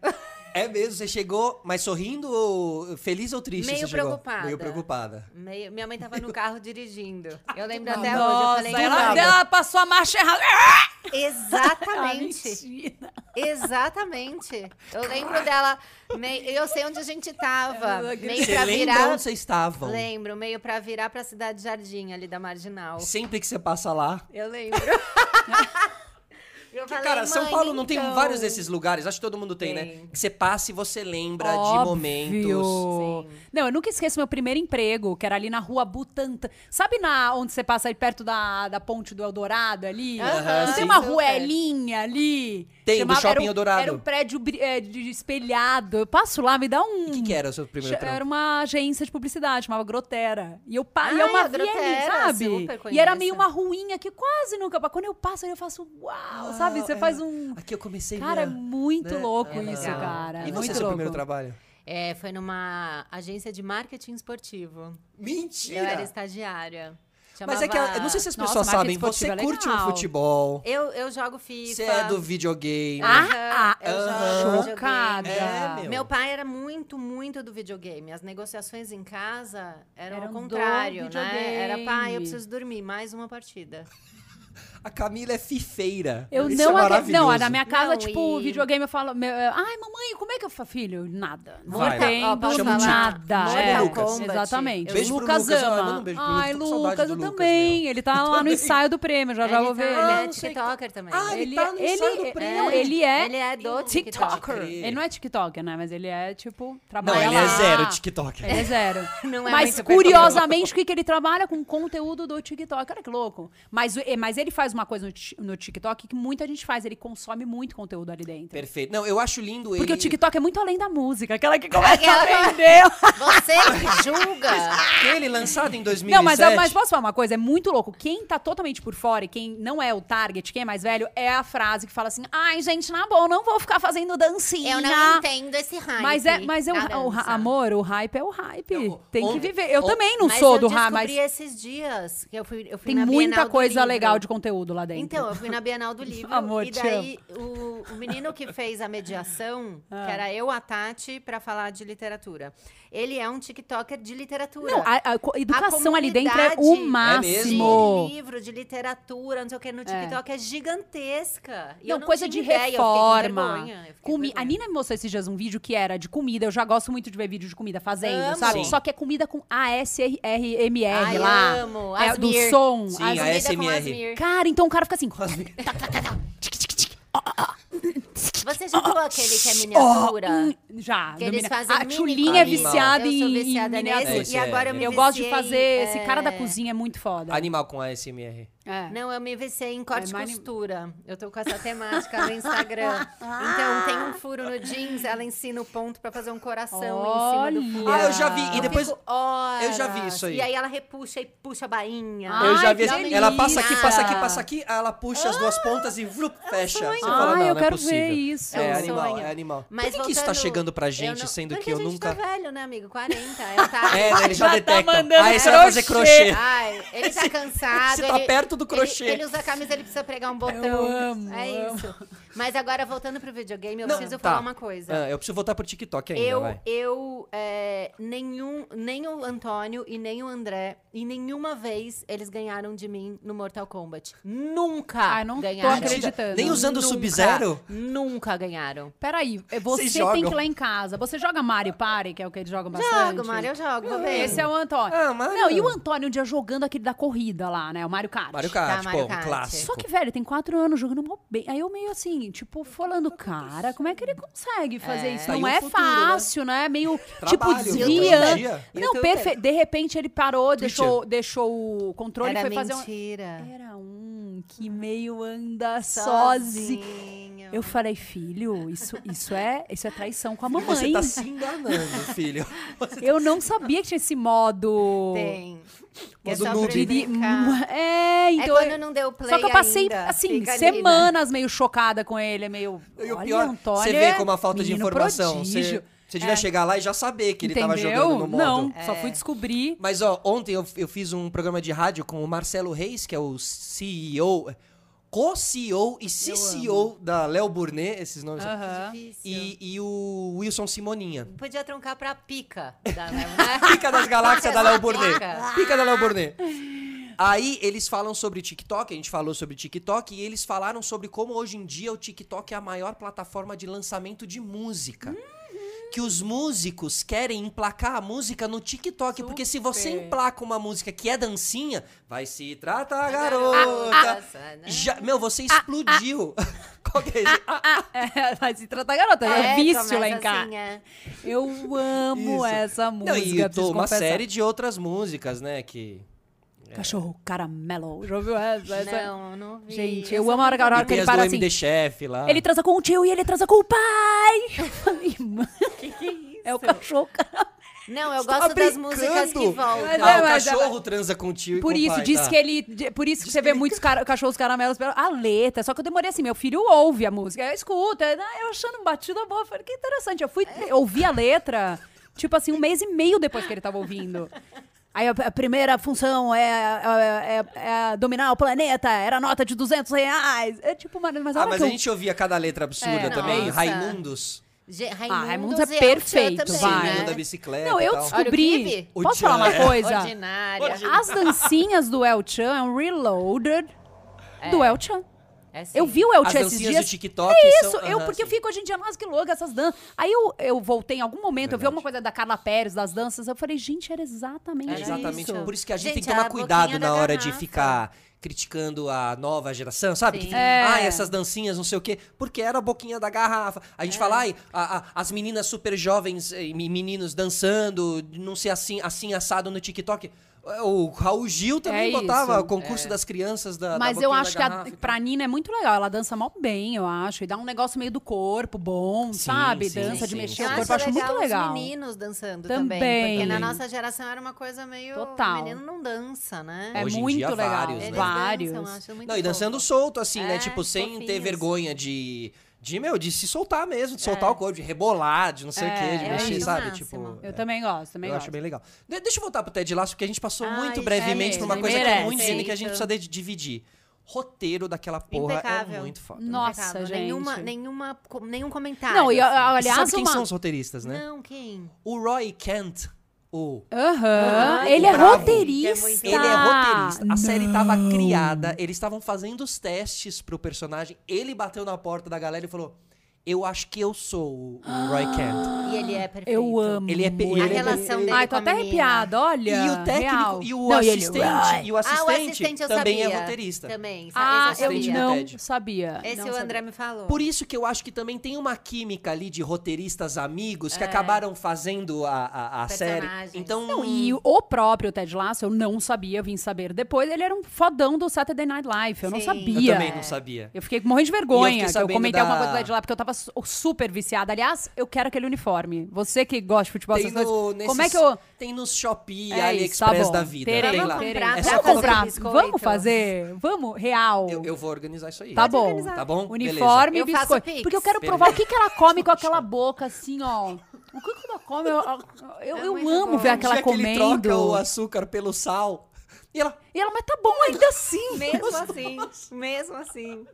Speaker 1: É mesmo, você chegou, mas sorrindo ou feliz ou triste?
Speaker 2: Meio
Speaker 1: você chegou?
Speaker 2: preocupada.
Speaker 1: Meio preocupada.
Speaker 2: Meio- minha mãe tava no carro dirigindo. Eu lembro até
Speaker 3: Nossa,
Speaker 2: hoje. Eu falei,
Speaker 3: ela,
Speaker 2: "Nada".
Speaker 3: ela passou a marcha errada. Ah,
Speaker 2: Exatamente.
Speaker 3: mentira.
Speaker 2: exatamente. Eu lembro dela. meio- eu sei onde a gente tava.
Speaker 3: Eu acredito.
Speaker 2: Meio
Speaker 1: Você
Speaker 2: pra
Speaker 1: lembra
Speaker 2: virar.
Speaker 1: onde vocês estavam?
Speaker 2: Lembro, meio pra virar pra Cidade Jardim, ali da Marginal.
Speaker 1: Sempre que você passa lá.
Speaker 2: Eu lembro. Eu falei,
Speaker 1: Cara, São
Speaker 2: "Mãe,
Speaker 1: Paulo não tem
Speaker 2: então".
Speaker 1: vários desses lugares, acho que todo mundo tem,
Speaker 2: Tem.
Speaker 1: né? Que você passa e você lembra
Speaker 3: Óbvio.
Speaker 1: de momentos.
Speaker 3: Não, eu nunca esqueço meu primeiro emprego, que era ali na rua Butantã. Sabe na, onde você passa aí perto da, da ponte do Eldorado ali?
Speaker 2: Aham,
Speaker 3: Não
Speaker 1: sim,
Speaker 3: tem uma
Speaker 2: super.
Speaker 3: ruelinha ali?
Speaker 1: Tem, do
Speaker 3: era
Speaker 1: Shopping
Speaker 3: um-
Speaker 1: Eldorado.
Speaker 3: Era um prédio bri- é, de- de espelhado. Eu passo lá, me dá um...
Speaker 1: O que, que era o seu primeiro trampo?
Speaker 3: Era uma agência de publicidade, chamava Grotera. E eu pa... e é
Speaker 1: Ah,
Speaker 2: Ai,
Speaker 3: uma
Speaker 2: a Grotera,
Speaker 3: vieirinha, sabe?
Speaker 2: super
Speaker 3: e era
Speaker 2: conheço.
Speaker 3: meio uma ruinha que quase nunca. Quando eu passo, aí eu faço uau, sabe? Você
Speaker 1: é.
Speaker 3: faz um.
Speaker 1: Aqui eu comecei
Speaker 3: Cara, é
Speaker 1: minha-
Speaker 3: muito
Speaker 1: né?
Speaker 3: louco
Speaker 1: É
Speaker 3: isso,
Speaker 2: legal.
Speaker 3: cara.
Speaker 1: E você,
Speaker 3: muito
Speaker 1: seu
Speaker 3: louco.
Speaker 1: primeiro trabalho?
Speaker 2: É, foi numa agência de marketing esportivo. Eu era
Speaker 1: Mentira!
Speaker 2: estagiária.
Speaker 1: Mas é que,
Speaker 2: Chamava-
Speaker 1: eu não sei se as
Speaker 3: Nossa,
Speaker 1: pessoas sabem,
Speaker 3: marketing
Speaker 1: você
Speaker 3: esportivo é
Speaker 1: curte um
Speaker 3: legal.
Speaker 1: futebol,
Speaker 2: Eu, eu jogo FIFA.
Speaker 1: você é do videogame.
Speaker 3: Ah, ah,
Speaker 2: Eu
Speaker 1: Aham.
Speaker 2: jogo videogame.
Speaker 3: Chocada.
Speaker 1: É,
Speaker 2: Meu. pai era muito, muito do videogame. As negociações em casa eram,
Speaker 3: Eram
Speaker 2: ao
Speaker 3: do
Speaker 2: contrário, né? Era, pai,
Speaker 3: videogame.
Speaker 2: eu preciso dormir, mais uma partida.
Speaker 1: A Camila é fifeira.
Speaker 3: Eu
Speaker 1: Isso
Speaker 3: não,
Speaker 1: é
Speaker 3: aca-
Speaker 1: maravilhoso.
Speaker 3: não, na minha casa,
Speaker 2: Não,
Speaker 3: tipo,
Speaker 2: e-
Speaker 3: videogame eu falo, meu, é, ai, mamãe, como é que eu faço? Filho, nada. Não
Speaker 1: Vai.
Speaker 3: entendo
Speaker 2: Ó, posso
Speaker 1: falar?
Speaker 3: nada.
Speaker 2: Mortal
Speaker 3: é.
Speaker 2: Kombat.
Speaker 3: Exatamente.
Speaker 1: Beijo pro
Speaker 3: Lucas
Speaker 1: Lucas, ah, manda
Speaker 3: ama.
Speaker 1: um beijo pro Lucas,
Speaker 3: ai,
Speaker 1: tô com saudade
Speaker 3: Lucas,
Speaker 1: do
Speaker 3: eu
Speaker 1: Lucas,
Speaker 3: também. Ele tá lá no
Speaker 1: também.
Speaker 3: ensaio do prêmio, já já
Speaker 2: Ele
Speaker 3: vou
Speaker 2: tá-
Speaker 3: ver.
Speaker 2: Ele
Speaker 1: Ah,
Speaker 2: é
Speaker 1: não sei
Speaker 2: TikToker também.
Speaker 1: Ah, ele
Speaker 2: Ele-
Speaker 1: tá no ensaio do
Speaker 3: ele-
Speaker 1: prêmio.
Speaker 3: não, ele é,
Speaker 2: Ele é do
Speaker 1: TikToker.
Speaker 2: TikTok.
Speaker 1: Pode crer.
Speaker 3: Ele não é TikToker, né? Mas ele é, tipo,
Speaker 1: Não,
Speaker 3: trabalha
Speaker 1: ele
Speaker 3: lá.
Speaker 1: é zero TikTok.
Speaker 3: Ele é zero.
Speaker 2: Não é
Speaker 3: mas
Speaker 2: muito
Speaker 3: curiosamente, o que, que ele trabalha com conteúdo do TikTok? Olha que louco. Mas, o- é, mas ele faz uma coisa no, ti- no TikTok que muita gente faz. Ele consome muito conteúdo ali dentro.
Speaker 1: Perfeito. Não, eu acho lindo ele.
Speaker 3: Porque o TikTok é muito além da música. Aquela que começa
Speaker 2: Aquela-
Speaker 3: a vender.
Speaker 2: Você que julga.
Speaker 1: Ele lançado em 2007.
Speaker 3: Não,
Speaker 2: é
Speaker 3: mas, mas posso falar uma coisa? É muito louco. Quem tá totalmente por fora e quem não é o target, quem é mais velho, é a frase que fala assim: ai, gente, na boa, eu não vou ficar fazendo dancinha.
Speaker 2: Eu não entendo esse hype.
Speaker 3: ah, Mas é, mas é
Speaker 2: da
Speaker 3: o, o-
Speaker 2: dança.
Speaker 3: amor, o hype é o hype.
Speaker 1: Eu-
Speaker 3: Tem
Speaker 1: ontem-
Speaker 3: que viver. Eu
Speaker 1: on-
Speaker 3: também não
Speaker 2: Mas
Speaker 3: sou
Speaker 2: eu
Speaker 3: do hype, mas
Speaker 2: descobri esses dias que eu fui, eu fui
Speaker 3: tem
Speaker 2: na Bienal
Speaker 3: muita
Speaker 2: né, do
Speaker 3: coisa
Speaker 2: Livro.
Speaker 3: legal de conteúdo lá dentro.
Speaker 2: Então, eu fui na Bienal do Livro
Speaker 3: Amor,
Speaker 2: e
Speaker 3: te
Speaker 2: daí o, o menino que fez a mediação,
Speaker 3: Ah.
Speaker 2: que era eu, a Tati, pra falar de literatura. Ele é um tiktoker de literatura.
Speaker 3: Não, a, a co- educação ali dentro é
Speaker 2: comunidade
Speaker 3: o
Speaker 1: mesmo?
Speaker 3: máximo.
Speaker 2: De livro, de literatura, não sei o que, no TikTok é, gigantesca. E eu
Speaker 3: não, coisa
Speaker 2: tinha
Speaker 3: de
Speaker 2: ideia, eu fiquei com
Speaker 3: reforma.
Speaker 2: vergonha, eu fiquei com
Speaker 3: Comi- A
Speaker 2: vergonha.
Speaker 3: Nina me mostrou esses dias um vídeo que era de comida. Eu já gosto muito de ver vídeo de comida fazendo,
Speaker 2: Amo.
Speaker 3: sabe?
Speaker 1: Sim.
Speaker 3: Só que é comida com ASMR
Speaker 2: Ai,
Speaker 3: lá.
Speaker 2: amo.
Speaker 3: É,
Speaker 2: Asmir.
Speaker 3: do som.
Speaker 1: Sim,
Speaker 3: as-
Speaker 1: a
Speaker 2: Comida com
Speaker 1: ASMR.
Speaker 2: Asmir.
Speaker 3: Cara, então o cara fica assim.
Speaker 2: Você já viu aquele que é miniatura?
Speaker 3: Já.
Speaker 2: Que
Speaker 3: no
Speaker 2: eles
Speaker 3: mina-
Speaker 2: fazem
Speaker 3: hum, a
Speaker 2: mini
Speaker 3: Tchulinha é
Speaker 1: comida.
Speaker 3: viciada
Speaker 2: Eu
Speaker 3: em,
Speaker 2: sou
Speaker 3: em
Speaker 2: viciada
Speaker 3: miniatura.
Speaker 1: É, isso
Speaker 2: nesse. E
Speaker 1: é-
Speaker 2: agora eu me
Speaker 3: Eu gosto de
Speaker 2: viciei,
Speaker 3: fazer. Esse cara da
Speaker 2: é,
Speaker 3: cozinha é muito foda.
Speaker 1: Animal com ASMR.
Speaker 3: É.
Speaker 2: Não, eu me viciei em corte
Speaker 3: É,
Speaker 2: e
Speaker 3: mani-
Speaker 2: costura. Eu tô com essa temática no Instagram. Então, tem um furo no jeans, ela ensina o ponto pra fazer um coração em cima do furo.
Speaker 3: Olha!
Speaker 1: Ah, eu já vi. E
Speaker 2: Eu
Speaker 1: depois.
Speaker 2: fico horas.
Speaker 1: eu já vi isso aí.
Speaker 2: E aí ela repuxa e puxa a bainha.
Speaker 3: Ah,
Speaker 1: Eu já
Speaker 3: Ai,
Speaker 1: vi.
Speaker 3: que
Speaker 1: assim,
Speaker 3: delícia.
Speaker 1: Ela passa aqui, passa aqui, passa aqui, aí ela puxa as duas pontas e vlup, fecha. Você fala,
Speaker 3: Ai,
Speaker 1: não,
Speaker 3: eu
Speaker 1: não é
Speaker 3: quero
Speaker 1: possível.
Speaker 3: ver isso.
Speaker 1: É
Speaker 2: É um
Speaker 1: animal,
Speaker 2: sonho.
Speaker 1: é animal. Por
Speaker 2: Mas
Speaker 1: que, que isso tá
Speaker 2: voltando,
Speaker 1: chegando pra
Speaker 2: eu
Speaker 1: gente,
Speaker 2: não-
Speaker 1: sendo
Speaker 2: Porque
Speaker 1: que eu
Speaker 2: a gente
Speaker 1: nunca.
Speaker 2: Tá velho, né, amigo? 40. Eu tá...
Speaker 1: É, né, ele já,
Speaker 3: Já tá
Speaker 1: detecta. Ah,
Speaker 3: mandando
Speaker 1: Aí você vai fazer crochê. Ah,
Speaker 2: Ai, ele tá cansado.
Speaker 1: Você tá
Speaker 2: ele-
Speaker 1: perto do
Speaker 2: ele-
Speaker 1: crochê.
Speaker 2: Ele, usa a camisa, ele precisa pregar um botão.
Speaker 3: amo,
Speaker 2: é
Speaker 3: eu
Speaker 2: isso. Mas agora, voltando pro videogame, eu
Speaker 1: Não,
Speaker 2: preciso
Speaker 1: tá.
Speaker 2: falar uma coisa.
Speaker 1: Ah, eu preciso voltar pro TikTok ainda,
Speaker 2: Eu,
Speaker 1: vai.
Speaker 2: eu é, nenhum, nem o Antônio e nem o André, e nenhuma vez eles ganharam de mim no Mortal Kombat. Nunca
Speaker 3: Ah, não tô
Speaker 2: ganharam.
Speaker 3: acreditando.
Speaker 1: Nem usando o
Speaker 2: Nunca,
Speaker 1: Sub-Zero?
Speaker 2: Nunca ganharam.
Speaker 3: Peraí, é,
Speaker 1: Vocês
Speaker 3: você tem
Speaker 1: jogam?
Speaker 3: que ir lá em casa. Você joga Mario Party, que é o que eles jogam bastante?
Speaker 2: Jogo, Mário, eu jogo. Vou ver.
Speaker 3: Esse é o Antônio.
Speaker 1: Ah, Mario.
Speaker 3: Não, e o Antônio um dia jogando aquele da corrida lá, né? O Mario Kart.
Speaker 1: Mario Kart,
Speaker 2: Tá,
Speaker 1: pô,
Speaker 2: Mario
Speaker 1: um
Speaker 2: Kart.
Speaker 1: clássico.
Speaker 3: Só que, velho, tem quatro anos jogando mal bem. Aí eu meio assim, tipo, falando, cara, como é que ele consegue fazer
Speaker 2: É.
Speaker 3: isso?
Speaker 1: Tá aí
Speaker 3: Não
Speaker 1: um
Speaker 3: é
Speaker 1: futuro, né?
Speaker 3: fácil, né? Meio, tipo,
Speaker 1: Trabalho,
Speaker 3: desvia.
Speaker 1: dia.
Speaker 3: Não,
Speaker 2: Youtuber.
Speaker 3: perfeito. De repente ele parou, deixou, deixou o controle e
Speaker 2: Era
Speaker 3: foi fazer um...
Speaker 2: mentira.
Speaker 3: Era um que meio anda sozinho.
Speaker 2: Sozinho.
Speaker 3: Eu falei, filho, isso, isso, é, isso é traição com a mamãe.
Speaker 1: Você tá se enganando, filho.
Speaker 3: Eu não sabia que tinha esse modo.
Speaker 2: Tem. Que é
Speaker 1: Mas o
Speaker 2: só
Speaker 1: noob.
Speaker 2: pra
Speaker 3: Diri-
Speaker 2: brincar.
Speaker 3: É,
Speaker 2: É
Speaker 3: então.
Speaker 2: quando não deu play
Speaker 3: Só que eu passei,
Speaker 2: ainda.
Speaker 3: assim,
Speaker 2: Fica ali, né?
Speaker 3: semanas meio chocada com ele. É meio.
Speaker 1: E o
Speaker 3: olha,
Speaker 1: pior,
Speaker 3: Antônio,
Speaker 1: você
Speaker 3: é
Speaker 1: vê como a falta de
Speaker 3: menino
Speaker 1: informação. Você,
Speaker 3: prodígio.
Speaker 1: você devia chegar lá e já saber que ele tava
Speaker 3: Entendeu?
Speaker 1: jogando no modo. É.
Speaker 3: Não, só
Speaker 2: É.
Speaker 3: fui descobrir.
Speaker 1: Mas, ó, ontem eu, eu fiz um programa de rádio com o Marcelo Reis, que é o CEO, co-CEO e CCO da Léo Burnet, esses nomes. são-
Speaker 3: Aham.
Speaker 2: Difícil.
Speaker 1: E, e o Wilson Simoninha.
Speaker 2: Podia truncar pra pica. Da...
Speaker 1: Pica das galáxias da Léo Burnet.
Speaker 2: Pica.
Speaker 1: Pica da Léo Burnet. Aí eles falam sobre TikTok, a gente falou sobre TikTok, e eles falaram sobre como hoje em dia o TikTok é a maior plataforma de lançamento de música.
Speaker 3: Uhum.
Speaker 1: Que os músicos querem emplacar a música no TikTok, porque se você
Speaker 3: Super.
Speaker 1: emplaca uma música que é dancinha, vai se tratar,
Speaker 3: né?
Speaker 1: garota.
Speaker 2: né?
Speaker 1: Já- meu,
Speaker 3: Ah,
Speaker 1: você explodiu. Qual que é esse?
Speaker 3: É, vai se tratar garota, é, vício
Speaker 2: assim.
Speaker 3: lá em casa.
Speaker 2: é.
Speaker 3: Eu amo
Speaker 1: Isso.
Speaker 3: essa música.
Speaker 1: Não, e
Speaker 3: preciso
Speaker 1: tô uma
Speaker 3: confessar.
Speaker 1: série de outras músicas, né, que...
Speaker 3: Cachorro caramelo. Já ouviu essa? Essa-
Speaker 2: Não, é não vi.
Speaker 3: é Gente, eu amo a hora, a
Speaker 1: E
Speaker 3: hora que
Speaker 1: tem
Speaker 3: ele
Speaker 1: as do
Speaker 3: para assim.
Speaker 1: MD Chef lá.
Speaker 3: Ele transa com o tio e ele transa com o pai. Eu falei, mano, que que é isso? É o cachorro. cara.
Speaker 2: Não, eu
Speaker 1: Tá
Speaker 2: gosto das
Speaker 1: brincando?
Speaker 2: músicas que
Speaker 1: Ah,
Speaker 3: Mas
Speaker 2: voltam.
Speaker 3: é,
Speaker 1: o
Speaker 3: mas é,
Speaker 1: cachorro transa com o tio e
Speaker 3: Por
Speaker 1: com o
Speaker 3: isso,
Speaker 1: pai,
Speaker 3: diz
Speaker 1: tá.
Speaker 3: que é ele. de- Por isso que você vê muitos cara- cachorros caramelos pela a letra. Só que eu demorei assim, meu filho ouve a música, eu escuto. Eu ah, eu achando batida boa, eu falei, que interessante. Eu fui eu ouvi a letra, tipo assim, um mês e meio depois que ele tava ouvindo. Aí a a primeira função é, é- é- é dominar o planeta, era nota de 200 reais. É tipo, mano, mas a
Speaker 1: Ah,
Speaker 3: hora
Speaker 1: mas
Speaker 3: que
Speaker 1: a
Speaker 3: eu
Speaker 1: gente ouvia cada letra absurda
Speaker 3: É,
Speaker 1: também.
Speaker 2: nossa.
Speaker 1: Raimundos.
Speaker 2: Ge-
Speaker 3: Raimundos
Speaker 2: Raimundos
Speaker 3: é
Speaker 2: e Elton
Speaker 3: perfeito,
Speaker 2: também,
Speaker 3: vai.
Speaker 2: né?
Speaker 1: Raimundo da bicicleta
Speaker 3: Não,
Speaker 1: e
Speaker 3: eu
Speaker 1: tal.
Speaker 2: Olha o
Speaker 3: descobri.
Speaker 2: Kibe.
Speaker 3: Posso
Speaker 1: O
Speaker 3: falar uma
Speaker 1: Tchan.
Speaker 3: coisa?
Speaker 2: Ordinária.
Speaker 3: As dancinhas do El Chan é um reloaded. do El Chan.
Speaker 2: É assim.
Speaker 3: Eu vi o El
Speaker 1: As
Speaker 3: Chan esses
Speaker 1: dancinhas
Speaker 3: dias.
Speaker 1: do TikTok
Speaker 3: É isso,
Speaker 1: são-
Speaker 3: eu,
Speaker 1: Aham,
Speaker 3: porque eu
Speaker 1: sim.
Speaker 3: fico hoje em dia, nossa, que louca essas danças. Aí eu, eu voltei em algum momento, eu vi
Speaker 1: Verdade.
Speaker 3: alguma coisa da Carla Pérez, das danças, eu falei, gente, era exatamente
Speaker 1: É
Speaker 2: Era
Speaker 1: exatamente.
Speaker 3: isso.
Speaker 1: Por isso que a gente, tem que
Speaker 2: Gente,
Speaker 1: tomar
Speaker 2: a
Speaker 1: cuidado
Speaker 2: boquinha da
Speaker 1: na hora de
Speaker 2: garrafa.
Speaker 1: ficar criticando a nova geração, sabe? Que
Speaker 2: Sim.
Speaker 1: fica,
Speaker 3: É.
Speaker 1: Ai, essas dancinhas, não sei o quê. Porque era a boquinha da garrafa. A
Speaker 3: É.
Speaker 1: gente fala, ai, a- a- as meninas super jovens eh, e meninos dançando, não sei, assim, assim assado no TikTok. O Raul Gil também
Speaker 3: É
Speaker 1: botava
Speaker 3: isso.
Speaker 1: o concurso das crianças da da
Speaker 3: Mas
Speaker 1: boquinha
Speaker 3: eu
Speaker 1: um da
Speaker 3: acho que a,
Speaker 1: garrafa e tal.
Speaker 3: pra Nina é muito legal. Ela dança mal bem, eu acho. E dá um negócio meio do corpo bom,
Speaker 1: Sim,
Speaker 3: sabe?
Speaker 1: sim,
Speaker 3: dança de
Speaker 1: sim,
Speaker 3: mexer
Speaker 1: sim.
Speaker 3: o corpo.
Speaker 2: acho
Speaker 3: Eu acho muito
Speaker 2: legal
Speaker 3: legal.
Speaker 2: os meninos dançando
Speaker 3: Também.
Speaker 2: também. Porque na
Speaker 1: Também.
Speaker 2: nossa geração era uma coisa meio.
Speaker 3: Total.
Speaker 2: O menino não dança, né?
Speaker 3: É
Speaker 1: Hoje em
Speaker 3: muito
Speaker 1: dia,
Speaker 3: legal.
Speaker 1: vários, né?
Speaker 2: Eles
Speaker 3: vários.
Speaker 2: dançam, acho muito
Speaker 1: Não, e dançando
Speaker 2: fofo.
Speaker 1: solto, assim, né?
Speaker 2: É,
Speaker 1: Tipo, sem ter
Speaker 2: fofinhos.
Speaker 1: vergonha de. De, meu, de se soltar mesmo, de soltar o corpo, de rebolar, de não sei o quê, de
Speaker 3: É,
Speaker 1: mexer,
Speaker 3: isso.
Speaker 1: sabe?
Speaker 2: Máximo.
Speaker 1: Tipo,
Speaker 3: Eu
Speaker 1: é.
Speaker 3: também gosto, também
Speaker 1: eu
Speaker 3: gosto.
Speaker 1: acho bem legal. De- deixa eu voltar pro Ted Lasso, porque a gente passou
Speaker 2: Ai,
Speaker 1: muito
Speaker 2: gente,
Speaker 1: brevemente pra uma
Speaker 3: ele
Speaker 1: coisa que é
Speaker 3: merece.
Speaker 1: muito gênio que a gente
Speaker 2: Perfeito.
Speaker 1: precisa de dividir. Roteiro daquela porra é
Speaker 2: Impecável.
Speaker 1: muito foda. né?
Speaker 3: Nossa,
Speaker 2: Impecável.
Speaker 3: gente.
Speaker 2: Nenhuma, nenhuma, co- nenhum comentário.
Speaker 3: Não, e
Speaker 2: assim.
Speaker 3: a-
Speaker 1: E
Speaker 3: aliás,
Speaker 1: sabe quem
Speaker 3: uma...
Speaker 1: são os roteiristas, né?
Speaker 2: Não, quem?
Speaker 1: O Roy Kent, o...
Speaker 3: Aham,
Speaker 2: Ah,
Speaker 3: ele é
Speaker 1: bravo.
Speaker 3: roteirista.
Speaker 2: Ele
Speaker 1: Ele é roteirista. A série tava
Speaker 3: Tá. Não.
Speaker 1: criada, eles estavam fazendo os testes pro personagem, ele bateu na porta da galera e falou, eu acho que eu sou o Roy Kent.
Speaker 2: E ele é perfeito.
Speaker 3: Eu amo.
Speaker 1: Ele é pe- ele
Speaker 2: A
Speaker 1: é pe-
Speaker 2: relação dele
Speaker 3: Ai, tô
Speaker 2: com a
Speaker 3: até
Speaker 2: menina.
Speaker 3: arrepiada, olha.
Speaker 1: E o técnico,
Speaker 3: real.
Speaker 1: e o,
Speaker 3: Não, e ele,
Speaker 1: assistente, e o assistente,
Speaker 2: ah, o assistente eu
Speaker 1: também
Speaker 2: sabia.
Speaker 1: é roteirista.
Speaker 2: Também. sa-
Speaker 3: Ah,
Speaker 2: esse é
Speaker 3: eu
Speaker 1: assistente do
Speaker 2: sabia.
Speaker 3: não
Speaker 1: Ted.
Speaker 3: sabia.
Speaker 2: Esse é
Speaker 3: não
Speaker 2: o
Speaker 3: sabia.
Speaker 2: André me falou.
Speaker 1: Por isso que eu acho que também tem uma química ali de roteiristas amigos que acabaram fazendo a, a, a série.
Speaker 2: Personagens.
Speaker 1: Então,
Speaker 3: Não, e o próprio Ted Lasso, eu não sabia, vim saber depois. Ele era um fodão do Saturday Night Live, eu não
Speaker 2: Sim.
Speaker 3: sabia.
Speaker 1: eu
Speaker 2: ia.
Speaker 1: também não sabia.
Speaker 3: Eu fiquei morrendo de vergonha
Speaker 1: fiquei
Speaker 3: que eu
Speaker 1: sabendo
Speaker 3: comentei
Speaker 1: da-
Speaker 3: alguma coisa do Ted Lasso, porque eu tava su- super viciada. Aliás, eu quero aquele uniforme. Você que gosta de futebol,
Speaker 1: Tem
Speaker 3: essas coisas,
Speaker 1: no,
Speaker 3: como é
Speaker 1: nesses-
Speaker 3: que eu...
Speaker 1: Tem nos Shopee,
Speaker 3: É isso, tá
Speaker 1: AliExpress
Speaker 3: bom.
Speaker 1: da vida.
Speaker 3: Terei,
Speaker 1: tem
Speaker 2: Vamos
Speaker 1: lá.
Speaker 2: comprar
Speaker 1: É
Speaker 2: pra
Speaker 1: só
Speaker 3: Vamos
Speaker 2: fazer
Speaker 1: colocar.
Speaker 3: comprar,
Speaker 2: biscoito.
Speaker 3: vamos fazer, vamos, real.
Speaker 1: Eu, eu vou organizar isso aí.
Speaker 3: Tá bom.
Speaker 1: Tá bom?
Speaker 3: Uniforme e
Speaker 2: Eu faço
Speaker 3: biscoito.
Speaker 2: pix.
Speaker 3: Porque eu quero
Speaker 1: Beleza.
Speaker 3: provar o que, que ela come com aquela boca, assim, ó. O que, que ela come? Eu, eu,
Speaker 2: É
Speaker 3: eu
Speaker 2: muito
Speaker 3: amo
Speaker 2: bom. Um
Speaker 3: ver
Speaker 1: Beleza.
Speaker 3: aquela
Speaker 1: Já que ele troca o
Speaker 3: comendo.
Speaker 1: açúcar pelo sal. E, ela-
Speaker 3: E ela, mas tá bom ainda assim.
Speaker 2: Mesmo assim, mesmo assim.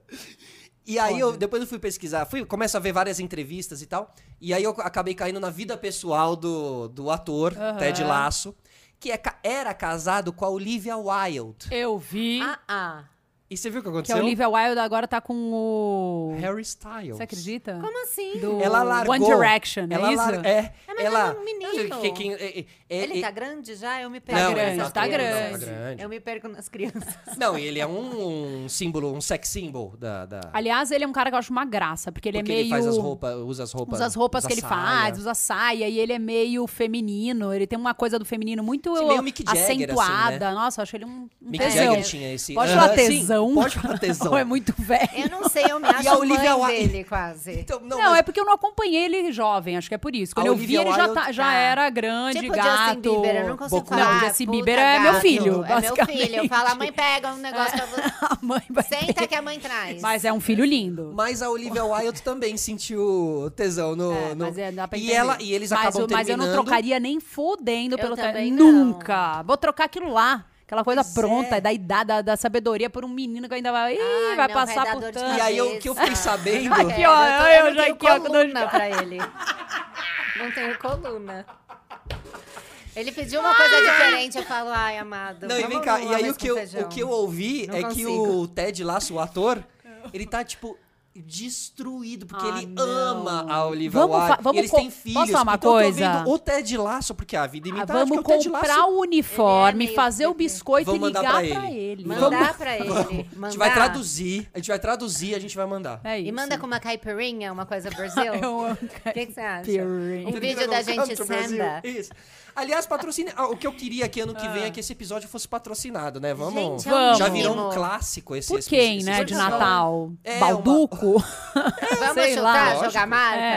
Speaker 1: e aí, eu, depois eu fui pesquisar, fui, começo a ver várias entrevistas e tal. E aí eu acabei caindo na vida pessoal do, do ator,
Speaker 3: Aham.
Speaker 1: Ted Lasso, que é ca- era casado com a Olivia Wilde.
Speaker 3: Eu vi
Speaker 2: Ah, ah.
Speaker 1: E você viu o que
Speaker 3: que é
Speaker 1: aconteceu?
Speaker 3: a é Olivia Wilde agora tá com o...
Speaker 1: Harry Styles.
Speaker 3: Você acredita?
Speaker 2: Como assim?
Speaker 3: Do
Speaker 1: Ela largou.
Speaker 3: One Direction,
Speaker 1: ela
Speaker 3: é isso?
Speaker 1: lar- É,
Speaker 2: mas
Speaker 1: ela...
Speaker 2: ela é um menino.
Speaker 1: Que- que- é- é- é-
Speaker 2: Ele
Speaker 1: é-
Speaker 2: tá grande já? Eu me perco.
Speaker 1: Não,
Speaker 2: nessas
Speaker 3: ele tá
Speaker 2: crianças.
Speaker 3: grande.
Speaker 1: Tá grande.
Speaker 2: Eu me perco nas
Speaker 3: tá
Speaker 2: crianças.
Speaker 1: Não, ele é um, um símbolo, um sex symbol da... da...
Speaker 3: Aliás, ele é um cara que eu acho uma graça, porque ele
Speaker 1: porque
Speaker 3: é meio...
Speaker 1: ele faz as roupas, usa as roupas...
Speaker 3: Usa as roupas
Speaker 1: usa
Speaker 3: que ele
Speaker 1: saia.
Speaker 3: faz, usa saia, e ele é meio feminino, ele tem uma coisa do feminino muito
Speaker 1: Sim, meio Mick Jagger, assim,
Speaker 3: acentuada. Nossa, eu acho ele um, um
Speaker 1: Mick
Speaker 3: tesão.
Speaker 1: Jagger tinha esse...
Speaker 3: Pode
Speaker 1: Aham,
Speaker 3: falar
Speaker 1: sim,
Speaker 3: tesão?
Speaker 1: Pode falar tesão.
Speaker 3: Ou é muito velho.
Speaker 2: Eu não sei, eu me acho
Speaker 1: a Olivia
Speaker 2: mãe
Speaker 1: Wilde.
Speaker 2: dele quase.
Speaker 1: Então, não,
Speaker 3: Não,
Speaker 1: mas-
Speaker 3: é porque eu não acompanhei ele jovem, acho que é por isso. Quando
Speaker 1: A
Speaker 3: eu
Speaker 1: Olivia
Speaker 3: vi, ele já,
Speaker 1: Wilde, é.
Speaker 3: tá- já
Speaker 2: tá.
Speaker 3: era grande,
Speaker 2: tipo
Speaker 3: gato.
Speaker 2: Justin Bieber, eu não consigo
Speaker 1: bocudo.
Speaker 2: falar. "Ah,
Speaker 3: Não, Justin
Speaker 2: puta
Speaker 3: Bieber é meu
Speaker 2: gato.
Speaker 3: filho,
Speaker 2: É meu filho. Eu falo,
Speaker 3: basicamente.
Speaker 2: a mãe pega um negócio pra você.
Speaker 3: A mãe vai
Speaker 2: Senta
Speaker 3: ter.
Speaker 2: que a mãe traz.
Speaker 3: Mas é um filho lindo.
Speaker 1: Mas a Olivia Wilde também sentiu tesão no...
Speaker 3: É,
Speaker 1: no-
Speaker 3: mas é, dá pra
Speaker 1: e,
Speaker 3: entender.
Speaker 1: ela, e eles
Speaker 3: mas,
Speaker 1: acabam
Speaker 3: eu- mas eu não
Speaker 1: terminando.
Speaker 3: trocaria nem fudendo
Speaker 2: Eu
Speaker 3: pelo tra-
Speaker 2: também não.
Speaker 3: Nunca. Vou trocar aquilo lá. Aquela coisa
Speaker 1: Pois
Speaker 3: pronta,
Speaker 1: é.
Speaker 3: da idade, da, da sabedoria, por um menino que ainda vai, Ih,
Speaker 2: Ai,
Speaker 3: vai
Speaker 2: não,
Speaker 3: passar
Speaker 2: vai dar
Speaker 3: por
Speaker 2: dor de É,
Speaker 3: tanto.
Speaker 1: E aí, eu- o que eu fiquei sabendo...
Speaker 3: Aqui, ó,
Speaker 2: eu, tô-
Speaker 3: eu
Speaker 2: eu
Speaker 3: já
Speaker 2: não tenho
Speaker 3: aqui, ó, quando eu
Speaker 2: coluna
Speaker 3: já-
Speaker 2: pra ele. Não tenho coluna. Ele pediu uma coisa diferente, eu falo, ai, amado.
Speaker 1: Não, e
Speaker 2: vamos
Speaker 1: vem cá,
Speaker 2: num
Speaker 1: e aí
Speaker 2: arroz
Speaker 1: o que,
Speaker 2: com
Speaker 1: eu,
Speaker 2: feijão.
Speaker 1: o que eu ouvi
Speaker 2: Não
Speaker 1: é que o
Speaker 2: consigo.
Speaker 1: Ted Lasso, o ator, ele tá, tipo, destruído, porque
Speaker 3: Ah,
Speaker 1: ele
Speaker 3: não.
Speaker 1: ama a Olivia
Speaker 3: Vamos fa-
Speaker 1: Wilde.
Speaker 3: vamos
Speaker 1: e eles
Speaker 3: co-
Speaker 1: têm
Speaker 3: posso
Speaker 1: filhos.
Speaker 3: falar uma
Speaker 1: então eu tô
Speaker 3: coisa?
Speaker 1: vendo o Ted Lasso, porque a vida imita
Speaker 3: Ah,
Speaker 1: arte,
Speaker 3: vamos
Speaker 1: porque o Ted
Speaker 3: comprar
Speaker 1: Lasso...
Speaker 3: o uniforme,
Speaker 2: Ele é meio
Speaker 3: fazer o
Speaker 2: PP.
Speaker 3: biscoito
Speaker 1: Vamos
Speaker 3: e
Speaker 1: mandar
Speaker 3: ligar
Speaker 1: pra
Speaker 3: pra
Speaker 1: ele.
Speaker 3: ele.
Speaker 2: Mandar
Speaker 1: Vamos-
Speaker 2: pra ele.
Speaker 1: A
Speaker 2: Mandar.
Speaker 1: gente vai traduzir, a gente vai traduzir, a gente vai mandar.
Speaker 3: É isso.
Speaker 2: E manda com uma caipirinha, uma coisa Brasil.
Speaker 3: Eu amo
Speaker 2: O que que você acha?
Speaker 3: caipirinha.
Speaker 2: Um vídeo da gente senda.
Speaker 1: Isso. Aliás, patrocina. ah, o que eu queria que ano que vem é que esse episódio fosse patrocinado, né? Vamos.
Speaker 2: Gente, é um
Speaker 1: Já
Speaker 2: mimo.
Speaker 1: virou um clássico esse
Speaker 3: Por
Speaker 1: esse-
Speaker 3: quem,
Speaker 1: esse
Speaker 3: né? De
Speaker 1: episódio.
Speaker 3: Natal.
Speaker 1: É,
Speaker 3: Balduco?
Speaker 2: Vamos
Speaker 3: Sei lá.
Speaker 2: chutar,
Speaker 1: Lógico.
Speaker 2: jogar
Speaker 3: É.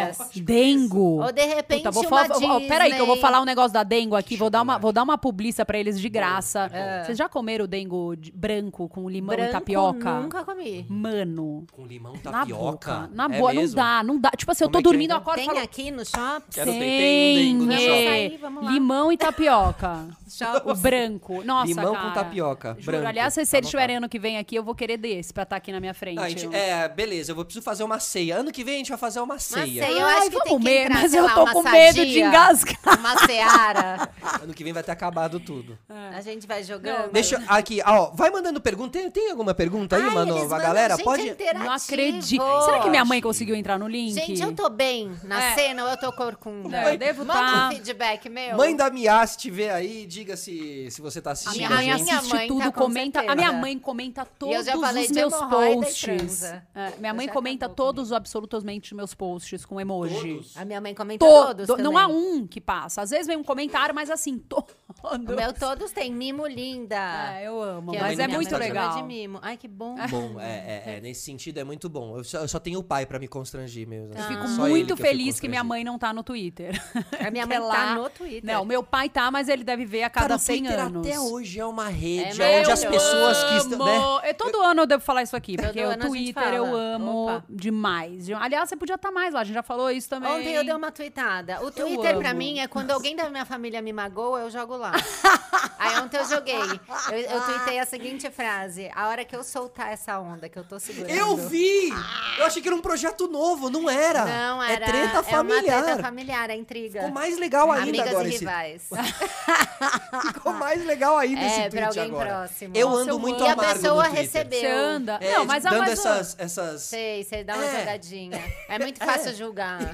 Speaker 2: marcas?
Speaker 3: Dengo.
Speaker 2: Ou de repente
Speaker 3: Puta, vou
Speaker 2: uma
Speaker 3: falar, ó,
Speaker 2: Disney.
Speaker 3: peraí que eu vou falar um negócio da dengo aqui, vou dar uma, vou dar uma publiça pra eles de graça.
Speaker 1: É.
Speaker 3: Vocês já comeram o dengo de- branco com limão
Speaker 2: É. Branco,
Speaker 3: e um tapioca?
Speaker 2: nunca comi.
Speaker 3: Mano,
Speaker 1: Com limão,
Speaker 3: na
Speaker 1: tapioca.
Speaker 3: boca, na
Speaker 1: é
Speaker 3: boa, não
Speaker 1: mesmo?
Speaker 3: dá, não dá. Tipo assim, eu
Speaker 1: Como
Speaker 3: tô
Speaker 1: é que é,
Speaker 3: dormindo,
Speaker 1: então?
Speaker 3: eu acordo e
Speaker 2: Tem
Speaker 3: falo,
Speaker 2: aqui no shopping?
Speaker 1: Quero ter, tem um dengo no
Speaker 3: "Tem,
Speaker 1: shopping."
Speaker 3: é,
Speaker 2: Vamos sair, vamos lá.
Speaker 3: limão e tapioca.
Speaker 2: Shopping.
Speaker 3: o branco. Nossa,
Speaker 1: Limão
Speaker 3: cara.
Speaker 1: com tapioca.
Speaker 3: Juro,
Speaker 1: branco.
Speaker 3: aliás, se
Speaker 1: Tá
Speaker 3: eles
Speaker 1: anotado.
Speaker 3: tiverem ano que vem tá aqui, eu vou querer desse pra estar aqui na minha frente.
Speaker 1: Ah, a gente- é, beleza, eu eu vou preciso fazer uma ceia. Ano que vem a gente vai fazer uma ceia.
Speaker 2: ceia. Eu acho que tem
Speaker 3: vamos
Speaker 2: que
Speaker 3: ver,
Speaker 2: entrar,
Speaker 3: mas
Speaker 2: sei
Speaker 3: eu
Speaker 2: lá,
Speaker 3: tô
Speaker 2: uma
Speaker 3: com medo de
Speaker 2: sadia.
Speaker 3: engasgar.
Speaker 2: Uma seara.
Speaker 1: Ano que vem vai ter acabado tudo.
Speaker 3: É.
Speaker 2: A gente vai jogando.
Speaker 1: Deixa eu- aqui, ó, vai mandando pergunta. Tem, tem alguma pergunta aí,
Speaker 2: Ai,
Speaker 1: mano?
Speaker 2: eles
Speaker 1: A
Speaker 2: mandam-
Speaker 1: galera
Speaker 2: gente, é
Speaker 1: pode
Speaker 2: interativo.
Speaker 3: Não acredito. Será que minha mãe conseguiu entrar no link?
Speaker 2: Gente, eu tô bem na
Speaker 3: É.
Speaker 2: cena ou eu tô corcunda?
Speaker 3: É, eu devo
Speaker 2: Manda
Speaker 3: tá.
Speaker 2: um feedback meu.
Speaker 1: Mãe da Mia, se tiver aí, diga se, se você tá
Speaker 3: A
Speaker 1: assistindo.
Speaker 3: minha
Speaker 1: A
Speaker 3: mãe
Speaker 2: minha
Speaker 3: assiste
Speaker 2: mãe tá
Speaker 3: tudo,
Speaker 2: com
Speaker 3: comenta. A minha
Speaker 2: certeza.
Speaker 3: mãe comenta
Speaker 2: E eu
Speaker 3: todos
Speaker 2: já falei
Speaker 3: os
Speaker 2: de
Speaker 3: meus
Speaker 2: hemorroida e
Speaker 3: posts.
Speaker 2: transa.
Speaker 3: É, minha
Speaker 2: Eu
Speaker 3: mãe
Speaker 2: já um
Speaker 3: comenta
Speaker 2: acabou
Speaker 3: todos, absolutamente, meus posts com emoji.
Speaker 1: Todos?
Speaker 2: A minha mãe comenta
Speaker 3: Todo,
Speaker 2: todos.
Speaker 3: não
Speaker 2: também.
Speaker 3: há um que passa. Às vezes vem um comentário, mas assim, todo.
Speaker 2: O meu todos tem mimo linda.
Speaker 3: Ah, eu amo,
Speaker 2: Que a
Speaker 1: mãe
Speaker 3: mas é
Speaker 1: da minha
Speaker 3: muito
Speaker 1: mãe
Speaker 2: chama
Speaker 3: legal.
Speaker 2: de mimo. Ai, que bom.
Speaker 1: Bom, é, é, é, nesse sentido é muito bom. Eu só, eu só tenho o pai pra me constrangir mesmo.
Speaker 3: Eu
Speaker 1: assim.
Speaker 3: fico
Speaker 1: Só ele
Speaker 3: muito
Speaker 1: eu fico
Speaker 3: feliz que minha
Speaker 1: constrangido.
Speaker 3: mãe não tá no Twitter.
Speaker 2: A minha
Speaker 3: Porque
Speaker 2: mãe tá no Twitter.
Speaker 3: Não, meu pai tá, mas ele deve ver a cada
Speaker 1: Cara, o
Speaker 3: 100
Speaker 1: Twitter
Speaker 3: anos.
Speaker 1: até hoje é uma rede
Speaker 2: É
Speaker 1: onde as
Speaker 2: maravilhoso.
Speaker 1: pessoas que estão. Né?
Speaker 3: Amo. Eu- todo ano eu devo falar isso aqui,
Speaker 2: Todo
Speaker 3: porque o
Speaker 2: ano a gente
Speaker 3: Twitter eu
Speaker 2: fala.
Speaker 3: amo
Speaker 2: Opa.
Speaker 3: demais. Aliás, você podia estar mais lá, a gente já falou isso também.
Speaker 2: Ontem eu dei uma tweetada. O Twitter pra
Speaker 3: amo.
Speaker 2: mim é quando alguém da minha família me magoa, eu jogo lá. Aí ontem eu joguei. Eu, eu tuitei a seguinte frase: A hora que eu soltar essa onda que eu tô segurando.
Speaker 1: Eu vi! Eu achei que era um projeto novo, não era?
Speaker 2: Não, era.
Speaker 1: É treta
Speaker 2: É
Speaker 1: familiar.
Speaker 2: uma treta familiar, é intriga.
Speaker 1: Ficou mais legal ainda
Speaker 2: Amigas
Speaker 1: agora
Speaker 2: e
Speaker 1: esse.
Speaker 2: rivais.
Speaker 1: Ficou mais legal ainda
Speaker 2: É,
Speaker 1: esse
Speaker 2: pra
Speaker 1: tweet
Speaker 2: alguém
Speaker 1: agora.
Speaker 2: próximo.
Speaker 1: Eu
Speaker 3: Nossa,
Speaker 1: ando
Speaker 3: eu
Speaker 1: muito
Speaker 3: amo. E a
Speaker 1: amargo
Speaker 2: pessoa
Speaker 1: no Twitter.
Speaker 2: recebeu.
Speaker 3: Você anda.
Speaker 1: É,
Speaker 3: não, mas a
Speaker 1: dando
Speaker 3: mas o-
Speaker 1: essas, essas...
Speaker 2: Sei, você dá uma
Speaker 1: É.
Speaker 2: jogadinha. É muito fácil julgar.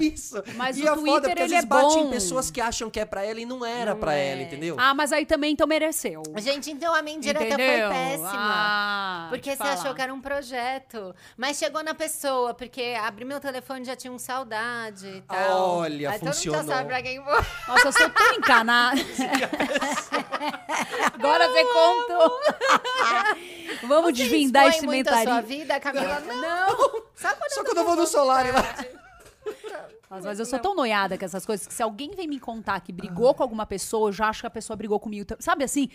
Speaker 1: Isso.
Speaker 3: Mas
Speaker 1: e
Speaker 3: o
Speaker 1: a foda,
Speaker 3: Twitter,
Speaker 1: porque às
Speaker 3: ele
Speaker 1: vezes
Speaker 3: é
Speaker 1: bate
Speaker 3: bom.
Speaker 1: em pessoas que acham que é pra ela e não era
Speaker 2: Não
Speaker 1: pra
Speaker 2: é.
Speaker 1: ela, entendeu?
Speaker 3: Ah, mas aí também então mereceu.
Speaker 2: Gente, então a minha indireta
Speaker 3: Entendeu?
Speaker 2: foi péssima.
Speaker 3: Ah,
Speaker 2: porque
Speaker 3: te
Speaker 2: você
Speaker 3: falar.
Speaker 2: achou que era um projeto. Mas chegou na pessoa, porque abri meu telefone e já tinha um saudade e tal. Ah, então
Speaker 1: Olha,
Speaker 2: Aí Todo mundo
Speaker 1: funcionou.
Speaker 2: já sabe pra quem foi.
Speaker 3: Nossa, eu sou tão encanada. Agora você contou. Vamos
Speaker 2: Você
Speaker 3: desvendar
Speaker 2: expõe
Speaker 3: esse
Speaker 2: muito a sua
Speaker 3: mentarismo.
Speaker 2: vida, Camila? Não. Só quando
Speaker 1: Só
Speaker 2: eu
Speaker 1: quando eu vou no solar e lá.
Speaker 3: Nossa, mas eu sou tão noiada com essas coisas que se alguém vem me contar que
Speaker 2: Ah.
Speaker 3: brigou com alguma pessoa, eu já acho que a pessoa brigou comigo. tam- Sabe assim?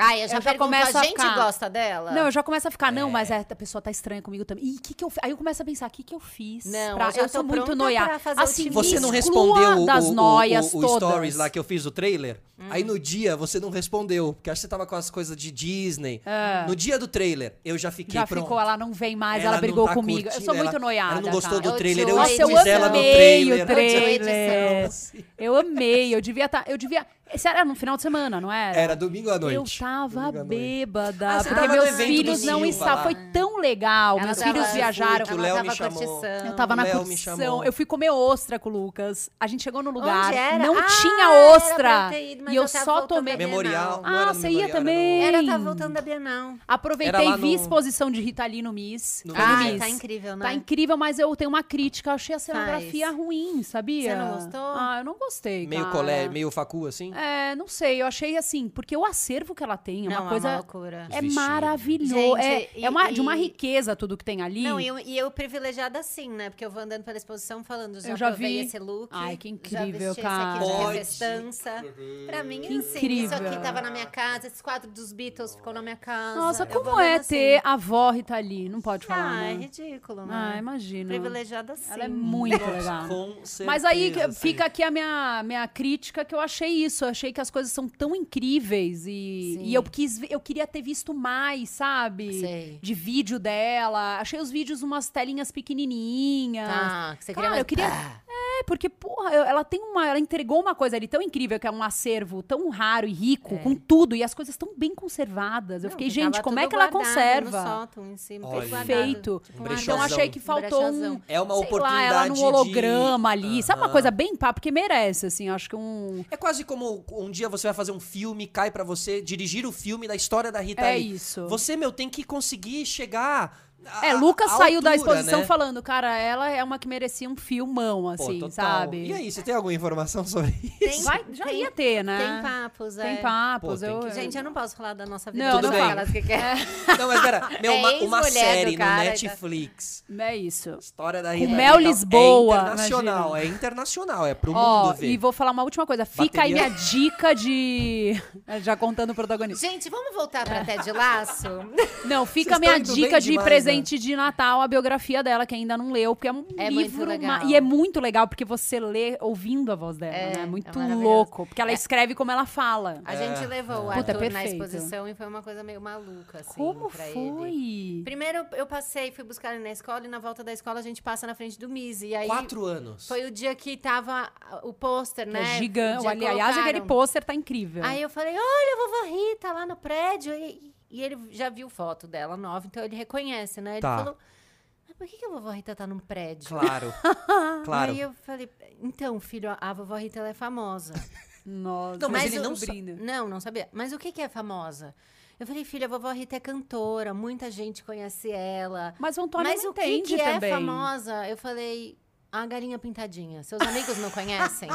Speaker 2: Ai, eu já,
Speaker 3: Eu já
Speaker 2: pergunto,
Speaker 3: começo
Speaker 2: a
Speaker 3: a
Speaker 2: gente
Speaker 3: ficar-
Speaker 2: gosta dela?
Speaker 3: Não, eu já começo a ficar, não, mas é, a pessoa tá estranha comigo também. Ih, que que eu fi-?" Aí eu começo a pensar, o que, que eu fiz?
Speaker 2: Não,
Speaker 3: pra-
Speaker 2: eu já
Speaker 3: sou
Speaker 2: tô
Speaker 3: muito
Speaker 2: pronta
Speaker 3: noiada.
Speaker 2: pra fazer o
Speaker 3: Assim,
Speaker 2: time.
Speaker 1: Você não
Speaker 3: me
Speaker 1: respondeu
Speaker 3: exclua
Speaker 1: o,
Speaker 3: das
Speaker 1: o- o-
Speaker 3: noias
Speaker 1: o- o
Speaker 3: todas.
Speaker 1: stories lá que eu fiz, o trailer. Aí no dia você não respondeu, porque acho que você tava com as coisas de Disney. No dia do trailer, eu já fiquei
Speaker 3: É. Já
Speaker 1: pronto.
Speaker 3: ficou, ela não vem mais, ela,
Speaker 1: não
Speaker 3: brigou
Speaker 1: tá
Speaker 3: comigo. eu
Speaker 1: curtindo,
Speaker 3: sou muito
Speaker 1: ela-
Speaker 3: noiada.
Speaker 1: Ela não gostou
Speaker 3: cara.
Speaker 1: do
Speaker 2: Eu
Speaker 1: trailer,
Speaker 2: te
Speaker 1: eu
Speaker 2: odeio.
Speaker 3: Nossa, eu
Speaker 1: expus ela no
Speaker 3: amei
Speaker 1: trailer.
Speaker 3: o trailer.
Speaker 2: Eu
Speaker 3: Eu, amei, eu devia estar. eu devia. Esse era no final de semana, não era?
Speaker 1: Era domingo à
Speaker 3: Eu
Speaker 1: noite.
Speaker 3: tava
Speaker 1: Domingo à noite.
Speaker 3: bêbada,
Speaker 1: Ah, você
Speaker 3: porque
Speaker 1: tava no
Speaker 3: meus
Speaker 1: evento do
Speaker 3: filhos não
Speaker 1: Silva
Speaker 3: estavam.
Speaker 1: lá.
Speaker 3: Foi tão legal.
Speaker 2: Ela
Speaker 3: meus
Speaker 2: tava-
Speaker 3: filhos viajaram.
Speaker 1: que o
Speaker 2: ela
Speaker 1: Léo
Speaker 2: tava
Speaker 1: me chamou.
Speaker 2: curtição.
Speaker 3: Eu tava na
Speaker 1: Léo me chamou.
Speaker 3: curtição. Eu fui comer ostra com o Lucas. A gente chegou no lugar.
Speaker 2: Onde era?
Speaker 3: Não
Speaker 2: Ah,
Speaker 3: tinha
Speaker 2: era pra
Speaker 3: ostra.
Speaker 2: eu ter ido, mas
Speaker 3: e eu,
Speaker 2: eu tava
Speaker 3: só
Speaker 2: voltando
Speaker 3: tomei.
Speaker 2: da Bienal.
Speaker 1: Memorial. não era
Speaker 3: Ah,
Speaker 1: no
Speaker 3: você
Speaker 1: Memorial,
Speaker 3: ia
Speaker 1: era no-
Speaker 3: também.
Speaker 2: Ela tá voltando da Bienal.
Speaker 1: Era
Speaker 3: Aproveitei
Speaker 1: lá
Speaker 3: e vi
Speaker 1: no-
Speaker 3: exposição de Rita Lee no Miss.
Speaker 1: No
Speaker 3: No
Speaker 1: Ah,
Speaker 2: Ai,
Speaker 3: Miss.
Speaker 2: tá incrível, né?
Speaker 3: Tá incrível, mas eu tenho uma crítica. Eu achei a cenografia
Speaker 2: Faz.
Speaker 3: ruim, sabia?
Speaker 2: Você não gostou?
Speaker 3: Ah, eu não gostei.
Speaker 1: Meio
Speaker 3: cara.
Speaker 1: colégio, meio facu, assim.
Speaker 3: É, não sei. Eu achei assim, porque o acervo que ela tem é
Speaker 2: Não,
Speaker 3: uma coisa.
Speaker 2: é uma loucura.
Speaker 1: Os
Speaker 3: É
Speaker 1: vestidos.
Speaker 3: maravilhoso. é
Speaker 2: Gente,
Speaker 3: é uma,
Speaker 2: e-
Speaker 3: de uma
Speaker 2: e-
Speaker 3: riqueza tudo que tem ali.
Speaker 2: Não, e eu, e eu privilegiada assim, né? Porque eu vou andando pela exposição falando, já,
Speaker 3: Eu já
Speaker 2: provei
Speaker 3: vi.
Speaker 2: esse look.
Speaker 3: Ai, que
Speaker 2: já
Speaker 3: incrível,
Speaker 2: vesti
Speaker 3: cara.
Speaker 2: Esse aqui de
Speaker 1: Pode.
Speaker 2: festança. Pra mim,
Speaker 3: Que
Speaker 2: é assim, isso
Speaker 3: incrível.
Speaker 2: aqui tava na minha casa, esse quadro dos Beatles ficou na minha casa.
Speaker 3: Nossa,
Speaker 2: Eu vou
Speaker 3: como é
Speaker 2: andando assim.
Speaker 3: ter a avó Rita Lee? Não pode falar,
Speaker 2: Ah, é
Speaker 3: né?
Speaker 2: ridículo, né?
Speaker 3: Ah, imagina.
Speaker 2: Privilegiada assim.
Speaker 3: Ela é muito legal.
Speaker 1: Com certeza,
Speaker 3: Mas aí que-
Speaker 1: sim.
Speaker 3: fica aqui a minha, minha crítica que eu achei isso. Eu achei que as coisas são tão incríveis e,
Speaker 2: Sim.
Speaker 3: e eu quis ver- eu queria ter visto mais, sabe?
Speaker 2: Sei.
Speaker 3: De vídeo dela. Achei os vídeos umas telinhas pequenininhas.
Speaker 2: Tá, que você queria...
Speaker 3: Ah. Cara,
Speaker 2: mais-
Speaker 3: eu queria-
Speaker 2: Pá.
Speaker 3: É, porque porra, eu- ela tem uma, ela entregou uma coisa ali tão incrível que é um acervo tão raro e rico com tudo e as coisas tão bem conservadas. Eu
Speaker 2: É. Não,
Speaker 3: fiquei,
Speaker 2: que tava
Speaker 3: gente, como é
Speaker 2: tudo
Speaker 3: que ela
Speaker 2: guardado
Speaker 3: conserva?
Speaker 2: No sótão, em cima,
Speaker 1: Olha.
Speaker 2: tudo guardado.
Speaker 3: Perfeito.
Speaker 1: Um
Speaker 3: Então
Speaker 1: brechózão.
Speaker 3: achei que faltou um
Speaker 2: Brechózão.
Speaker 1: É uma
Speaker 3: sei lá,
Speaker 1: oportunidade
Speaker 3: ela num
Speaker 1: de-
Speaker 3: holograma ali. Sabe uma
Speaker 1: Aham.
Speaker 3: coisa bem pá, porque merece, assim, acho que um.
Speaker 1: É quase como um dia você vai fazer um filme, cai pra você dirigir o filme da história da Rita
Speaker 3: É
Speaker 1: Lee.
Speaker 3: isso.
Speaker 1: tá Você, meu, tem que conseguir chegar. a-
Speaker 3: É, Lucas
Speaker 1: à
Speaker 3: saiu da
Speaker 1: altura,
Speaker 3: exposição
Speaker 1: né?
Speaker 3: falando, cara, ela é uma que merecia um filmão,
Speaker 1: Pô,
Speaker 3: assim,
Speaker 1: total.
Speaker 3: sabe?
Speaker 1: E aí, você tem alguma informação sobre isso?
Speaker 2: Tem-
Speaker 3: Vai, já
Speaker 2: tem-
Speaker 3: ia ter, né?
Speaker 2: Tem papos, é.
Speaker 3: Tem papos.
Speaker 1: Pô, tem
Speaker 3: eu,
Speaker 1: que-
Speaker 2: Gente, eu não posso falar da nossa vida.
Speaker 3: Não,
Speaker 1: Tudo não bem.
Speaker 2: Aquelas que quer.
Speaker 1: Não, mas pera, meu,
Speaker 2: É
Speaker 1: uma, uma
Speaker 2: ex-mulher do
Speaker 1: série no
Speaker 2: cara,
Speaker 1: Netflix.
Speaker 3: É isso.
Speaker 1: História da Rita Lee.
Speaker 3: Mel
Speaker 1: e tal.
Speaker 3: Lisboa,
Speaker 1: É internacional,
Speaker 3: imagina.
Speaker 1: é internacional, é pro
Speaker 3: Ó,
Speaker 1: mundo ver.
Speaker 3: e vou falar uma última coisa. Fica aí minha
Speaker 1: Bateria. É,
Speaker 3: dica de. Já contando o protagonista.
Speaker 2: Gente, vamos voltar pra Ted Laço?
Speaker 3: Não,
Speaker 1: Vocês
Speaker 3: fica
Speaker 1: tão
Speaker 3: minha
Speaker 1: indo
Speaker 3: dica
Speaker 1: bem
Speaker 3: de
Speaker 1: demais, né?
Speaker 3: presente de Natal a biografia dela, que ainda não leu, porque é um
Speaker 2: É muito
Speaker 3: livro.
Speaker 2: legal.
Speaker 3: ma- E é muito legal, porque você lê ouvindo a voz dela,
Speaker 2: É,
Speaker 3: né?
Speaker 2: é
Speaker 3: Muito
Speaker 2: maravilhoso. É. Assim,
Speaker 3: louco. Porque ela escreve como ela fala.
Speaker 2: A gente levou o
Speaker 3: Puta,
Speaker 2: Arthur na
Speaker 3: perfeito.
Speaker 2: exposição e foi uma coisa meio maluca, assim,
Speaker 3: como
Speaker 2: pra
Speaker 3: foi?
Speaker 2: ele. Primeiro eu passei, fui buscar ele na escola e na volta da escola a gente passa na frente do Mise. E aí
Speaker 1: Quatro anos.
Speaker 2: foi o dia que tava ah, o pôster,
Speaker 3: Que
Speaker 2: né?
Speaker 3: É
Speaker 2: O
Speaker 3: gigante.
Speaker 2: dia
Speaker 3: Aliás, aquele
Speaker 2: colocaram.
Speaker 3: pôster tá incrível.
Speaker 2: Aí eu falei, olha, a vovó Rita lá no prédio. E, e ele já viu foto dela nova, então ele reconhece, né? Ele
Speaker 1: Tá.
Speaker 2: falou, mas por que, que a vovó Rita tá num prédio?
Speaker 1: Claro. claro.
Speaker 2: Aí eu falei, então, filho, a vovó Rita ela é famosa.
Speaker 3: Nossa,
Speaker 1: Não, mas ele
Speaker 2: o-
Speaker 1: não
Speaker 3: brinda.
Speaker 2: Não, não sabia. Mas o que, que é famosa? Eu falei, filha, a vovó Rita é cantora, muita gente conhece ela.
Speaker 3: Mas o Antônio
Speaker 2: Mas
Speaker 3: não
Speaker 2: o que,
Speaker 3: entende
Speaker 2: que é
Speaker 3: também.
Speaker 2: famosa? Eu falei, a galinha pintadinha. Seus amigos não conhecem?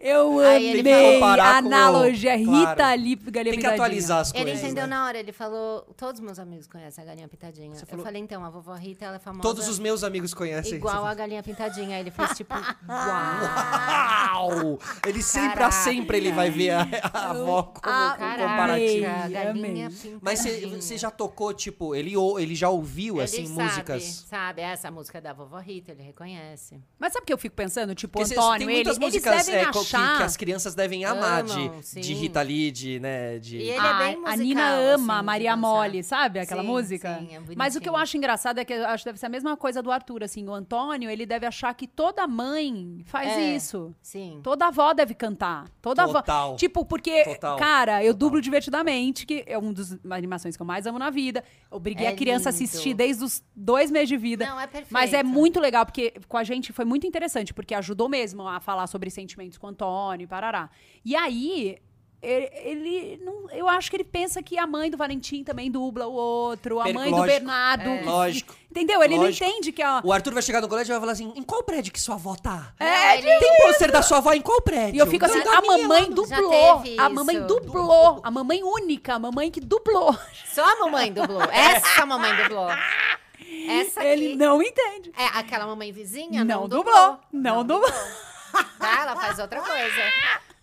Speaker 3: Eu
Speaker 2: Aí ele
Speaker 1: falou-
Speaker 3: amei a
Speaker 1: Comparar com o-
Speaker 3: analogia Rita
Speaker 1: Claro.
Speaker 3: ali, Galinha
Speaker 1: Tem que
Speaker 3: Pintadinha.
Speaker 1: atualizar as coisas.
Speaker 2: Ele entendeu
Speaker 1: né?
Speaker 2: na hora, ele falou, todos meus amigos conhecem a galinha pintadinha.
Speaker 1: Você falou-
Speaker 2: Eu falei, então, a vovó Rita ela é famosa.
Speaker 1: Todos os meus amigos conhecem.
Speaker 2: Igual a galinha pintadinha. Aí ele fez tipo,
Speaker 1: Uau! Ele sempre, a
Speaker 2: Caraca.
Speaker 1: sempre, ele vai ver a, a avó como
Speaker 3: Ah,
Speaker 1: como
Speaker 2: caraca,
Speaker 1: comparativo.
Speaker 2: galinha
Speaker 3: Amei.
Speaker 2: pintadinha.
Speaker 1: Mas você já tocou, tipo, ele, ou- ele já ouviu,
Speaker 2: Ele
Speaker 1: assim,
Speaker 2: sabe,
Speaker 1: músicas...
Speaker 2: Sabe, é essa música da vovó Rita, ele reconhece.
Speaker 3: Mas sabe o que eu fico pensando? Tipo,
Speaker 1: Porque cês-
Speaker 3: Antônio,
Speaker 1: tem
Speaker 3: ele,
Speaker 1: muitas
Speaker 3: eles
Speaker 1: músicas
Speaker 3: devem
Speaker 1: é, co- que-
Speaker 3: achar...
Speaker 1: que, as crianças devem amar
Speaker 2: Amam,
Speaker 1: de,
Speaker 2: sim.
Speaker 1: de Rita Lee, de, né, de...
Speaker 2: E ele
Speaker 3: Ah,
Speaker 2: é bem musical,
Speaker 3: a Nina ama
Speaker 2: assim,
Speaker 3: a
Speaker 2: de
Speaker 3: Maria
Speaker 2: dançar.
Speaker 3: Mole, sabe? Aquela
Speaker 2: Sim,
Speaker 3: música.
Speaker 2: sim, é
Speaker 3: Mas o que eu
Speaker 2: bonitinho.
Speaker 3: acho engraçado é que eu acho que deve ser a mesma coisa do Arthur, assim. O Antônio, ele deve achar que toda mãe faz
Speaker 2: É.
Speaker 3: isso.
Speaker 2: Sim.
Speaker 3: Toda avó deve cantar. Toda
Speaker 1: Total.
Speaker 3: avó. Tipo, porque,
Speaker 1: Total.
Speaker 3: cara, eu dublo divertidamente, que é uma das animações que eu mais amo na vida. Obriguei
Speaker 2: É
Speaker 3: a criança a
Speaker 2: lindo.
Speaker 3: assistir desde os dois meses de vida.
Speaker 2: Não, é perfeito.
Speaker 3: Mas é muito legal, porque com a gente foi muito interessante, porque ajudou mesmo a falar sobre sentimentos com o Antônio, e parará. E aí, ele, ele não, eu acho que ele pensa que a mãe do Valentim também dubla o outro, a
Speaker 1: Per-
Speaker 3: mãe do
Speaker 1: lógico.
Speaker 3: Bernardo. que-
Speaker 1: É. Lógico.
Speaker 3: Entendeu? Ele
Speaker 1: Lógico.
Speaker 3: não entende que a.
Speaker 1: O Arthur vai chegar no colégio e vai falar assim, em qual prédio que sua avó tá?
Speaker 2: É, ele-
Speaker 1: Tem pôster da sua avó em qual prédio?
Speaker 3: E eu fico
Speaker 1: Não,
Speaker 3: assim,
Speaker 1: da
Speaker 3: a
Speaker 1: minha
Speaker 3: mamãe
Speaker 1: lá no-
Speaker 2: Já
Speaker 3: dublou.
Speaker 2: teve
Speaker 3: A mamãe
Speaker 2: isso.
Speaker 3: dublou. A mamãe única, a mamãe que dublou.
Speaker 2: Só a mamãe dublou. Essa é mamãe dublou. Essa Tá aqui.
Speaker 3: Ele não entende.
Speaker 2: É aquela mamãe vizinha?
Speaker 3: Não
Speaker 2: Não,
Speaker 3: dublou, não dublou.
Speaker 2: Tá, ela faz outra coisa.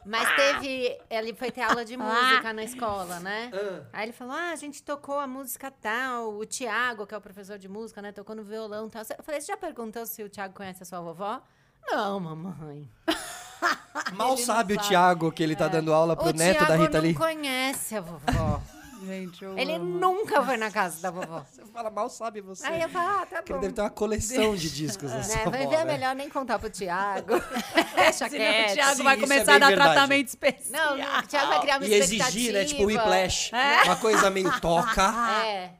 Speaker 2: Mas teve. Ele foi ter aula de música na escola, né? Aí ele falou: ah, a gente tocou a música tal. O Tiago, que é o professor de música, né? Tocou no violão e tal. Eu falei: você já perguntou se o Tiago conhece a sua vovó? Não, mamãe.
Speaker 1: Mal sabe o Thiago que ele tá dando aula pro
Speaker 2: o
Speaker 1: neto
Speaker 2: Tiago
Speaker 1: da Rita
Speaker 2: não
Speaker 1: Lee.
Speaker 2: conhece a vovó.
Speaker 3: Gente, eu
Speaker 2: Ele
Speaker 3: amo.
Speaker 2: nunca foi na casa da vovó.
Speaker 1: Você fala, mal sabe você.
Speaker 2: Aí eu falo, ah, tá
Speaker 1: Que ele
Speaker 2: bom.
Speaker 1: deve ter uma coleção de discos da sua
Speaker 2: Né?
Speaker 1: avó,
Speaker 2: Vai ver,
Speaker 1: né?
Speaker 2: é melhor nem contar pro Thiago. Deixa tá
Speaker 3: Senão o
Speaker 2: quieto.
Speaker 3: Thiago
Speaker 1: Sim,
Speaker 3: vai
Speaker 1: isso é
Speaker 3: começar a
Speaker 1: bem
Speaker 3: dar
Speaker 1: verdade.
Speaker 3: tratamento especial.
Speaker 2: Não, o Thiago vai criar uma
Speaker 1: E exigir, né? Tipo, whiplash. Uma coisa meio toca.
Speaker 2: É.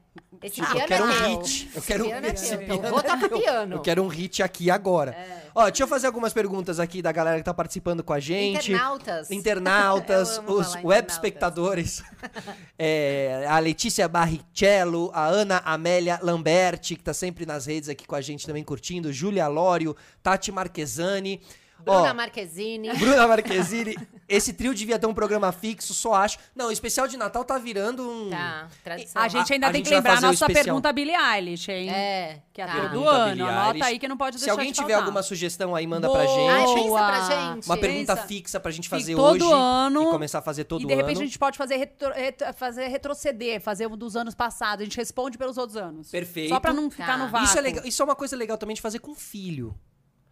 Speaker 2: Esse
Speaker 1: Tipo,
Speaker 2: É. piano
Speaker 1: eu quero
Speaker 2: é
Speaker 1: um
Speaker 2: meu.
Speaker 1: hit. Eu
Speaker 2: Esse
Speaker 1: quero um
Speaker 2: piano é
Speaker 1: hit.
Speaker 2: meu. Eu vou tocar piano. É.
Speaker 1: Eu quero um hit aqui e agora. Ó, deixa eu fazer algumas perguntas aqui da galera que tá participando com a gente.
Speaker 2: Internautas.
Speaker 1: Internautas,
Speaker 2: Eu amo
Speaker 1: os
Speaker 2: falar
Speaker 1: web
Speaker 2: internautas.
Speaker 1: espectadores, É, a Letícia Barrichello, a Ana Amélia Lamberti, que tá sempre nas redes aqui com a gente também curtindo, Júlia Lório, Tati Marquesani.
Speaker 2: Bruna
Speaker 1: Ó,
Speaker 2: Marquezine.
Speaker 1: Bruna Marquezine, esse trio devia ter um programa fixo, só acho. Não, o especial de Natal tá virando um.
Speaker 2: Tá, tradição.
Speaker 3: A gente ainda
Speaker 1: a
Speaker 3: tem
Speaker 1: gente
Speaker 3: que
Speaker 1: vai
Speaker 3: lembrar a
Speaker 1: fazer o
Speaker 3: nossa
Speaker 1: especial.
Speaker 3: pergunta Billie Eilish, hein?
Speaker 2: É.
Speaker 3: Que é
Speaker 2: tá.
Speaker 3: todo
Speaker 1: Pergunta,
Speaker 3: ano.
Speaker 1: Billie
Speaker 3: Anota
Speaker 1: Eilish.
Speaker 3: aí que não pode deixar
Speaker 1: Se alguém
Speaker 3: de
Speaker 1: tiver
Speaker 3: faltar.
Speaker 1: alguma sugestão aí, manda pra
Speaker 3: Boa!
Speaker 1: gente.
Speaker 2: Ai, Ah, pensa pra gente.
Speaker 1: Uma pergunta
Speaker 3: Pensa.
Speaker 1: fixa pra gente fazer
Speaker 3: todo
Speaker 1: hoje
Speaker 3: ano.
Speaker 1: e começar a fazer todo
Speaker 3: e de repente
Speaker 1: ano.
Speaker 3: a gente pode fazer, retro- retro- fazer retroceder, fazer um dos anos passados. A gente responde pelos outros anos.
Speaker 1: Perfeito.
Speaker 3: Só pra não ficar
Speaker 2: Tá.
Speaker 3: no vácuo.
Speaker 1: Isso é legal. Isso é uma coisa legal também de fazer com filho.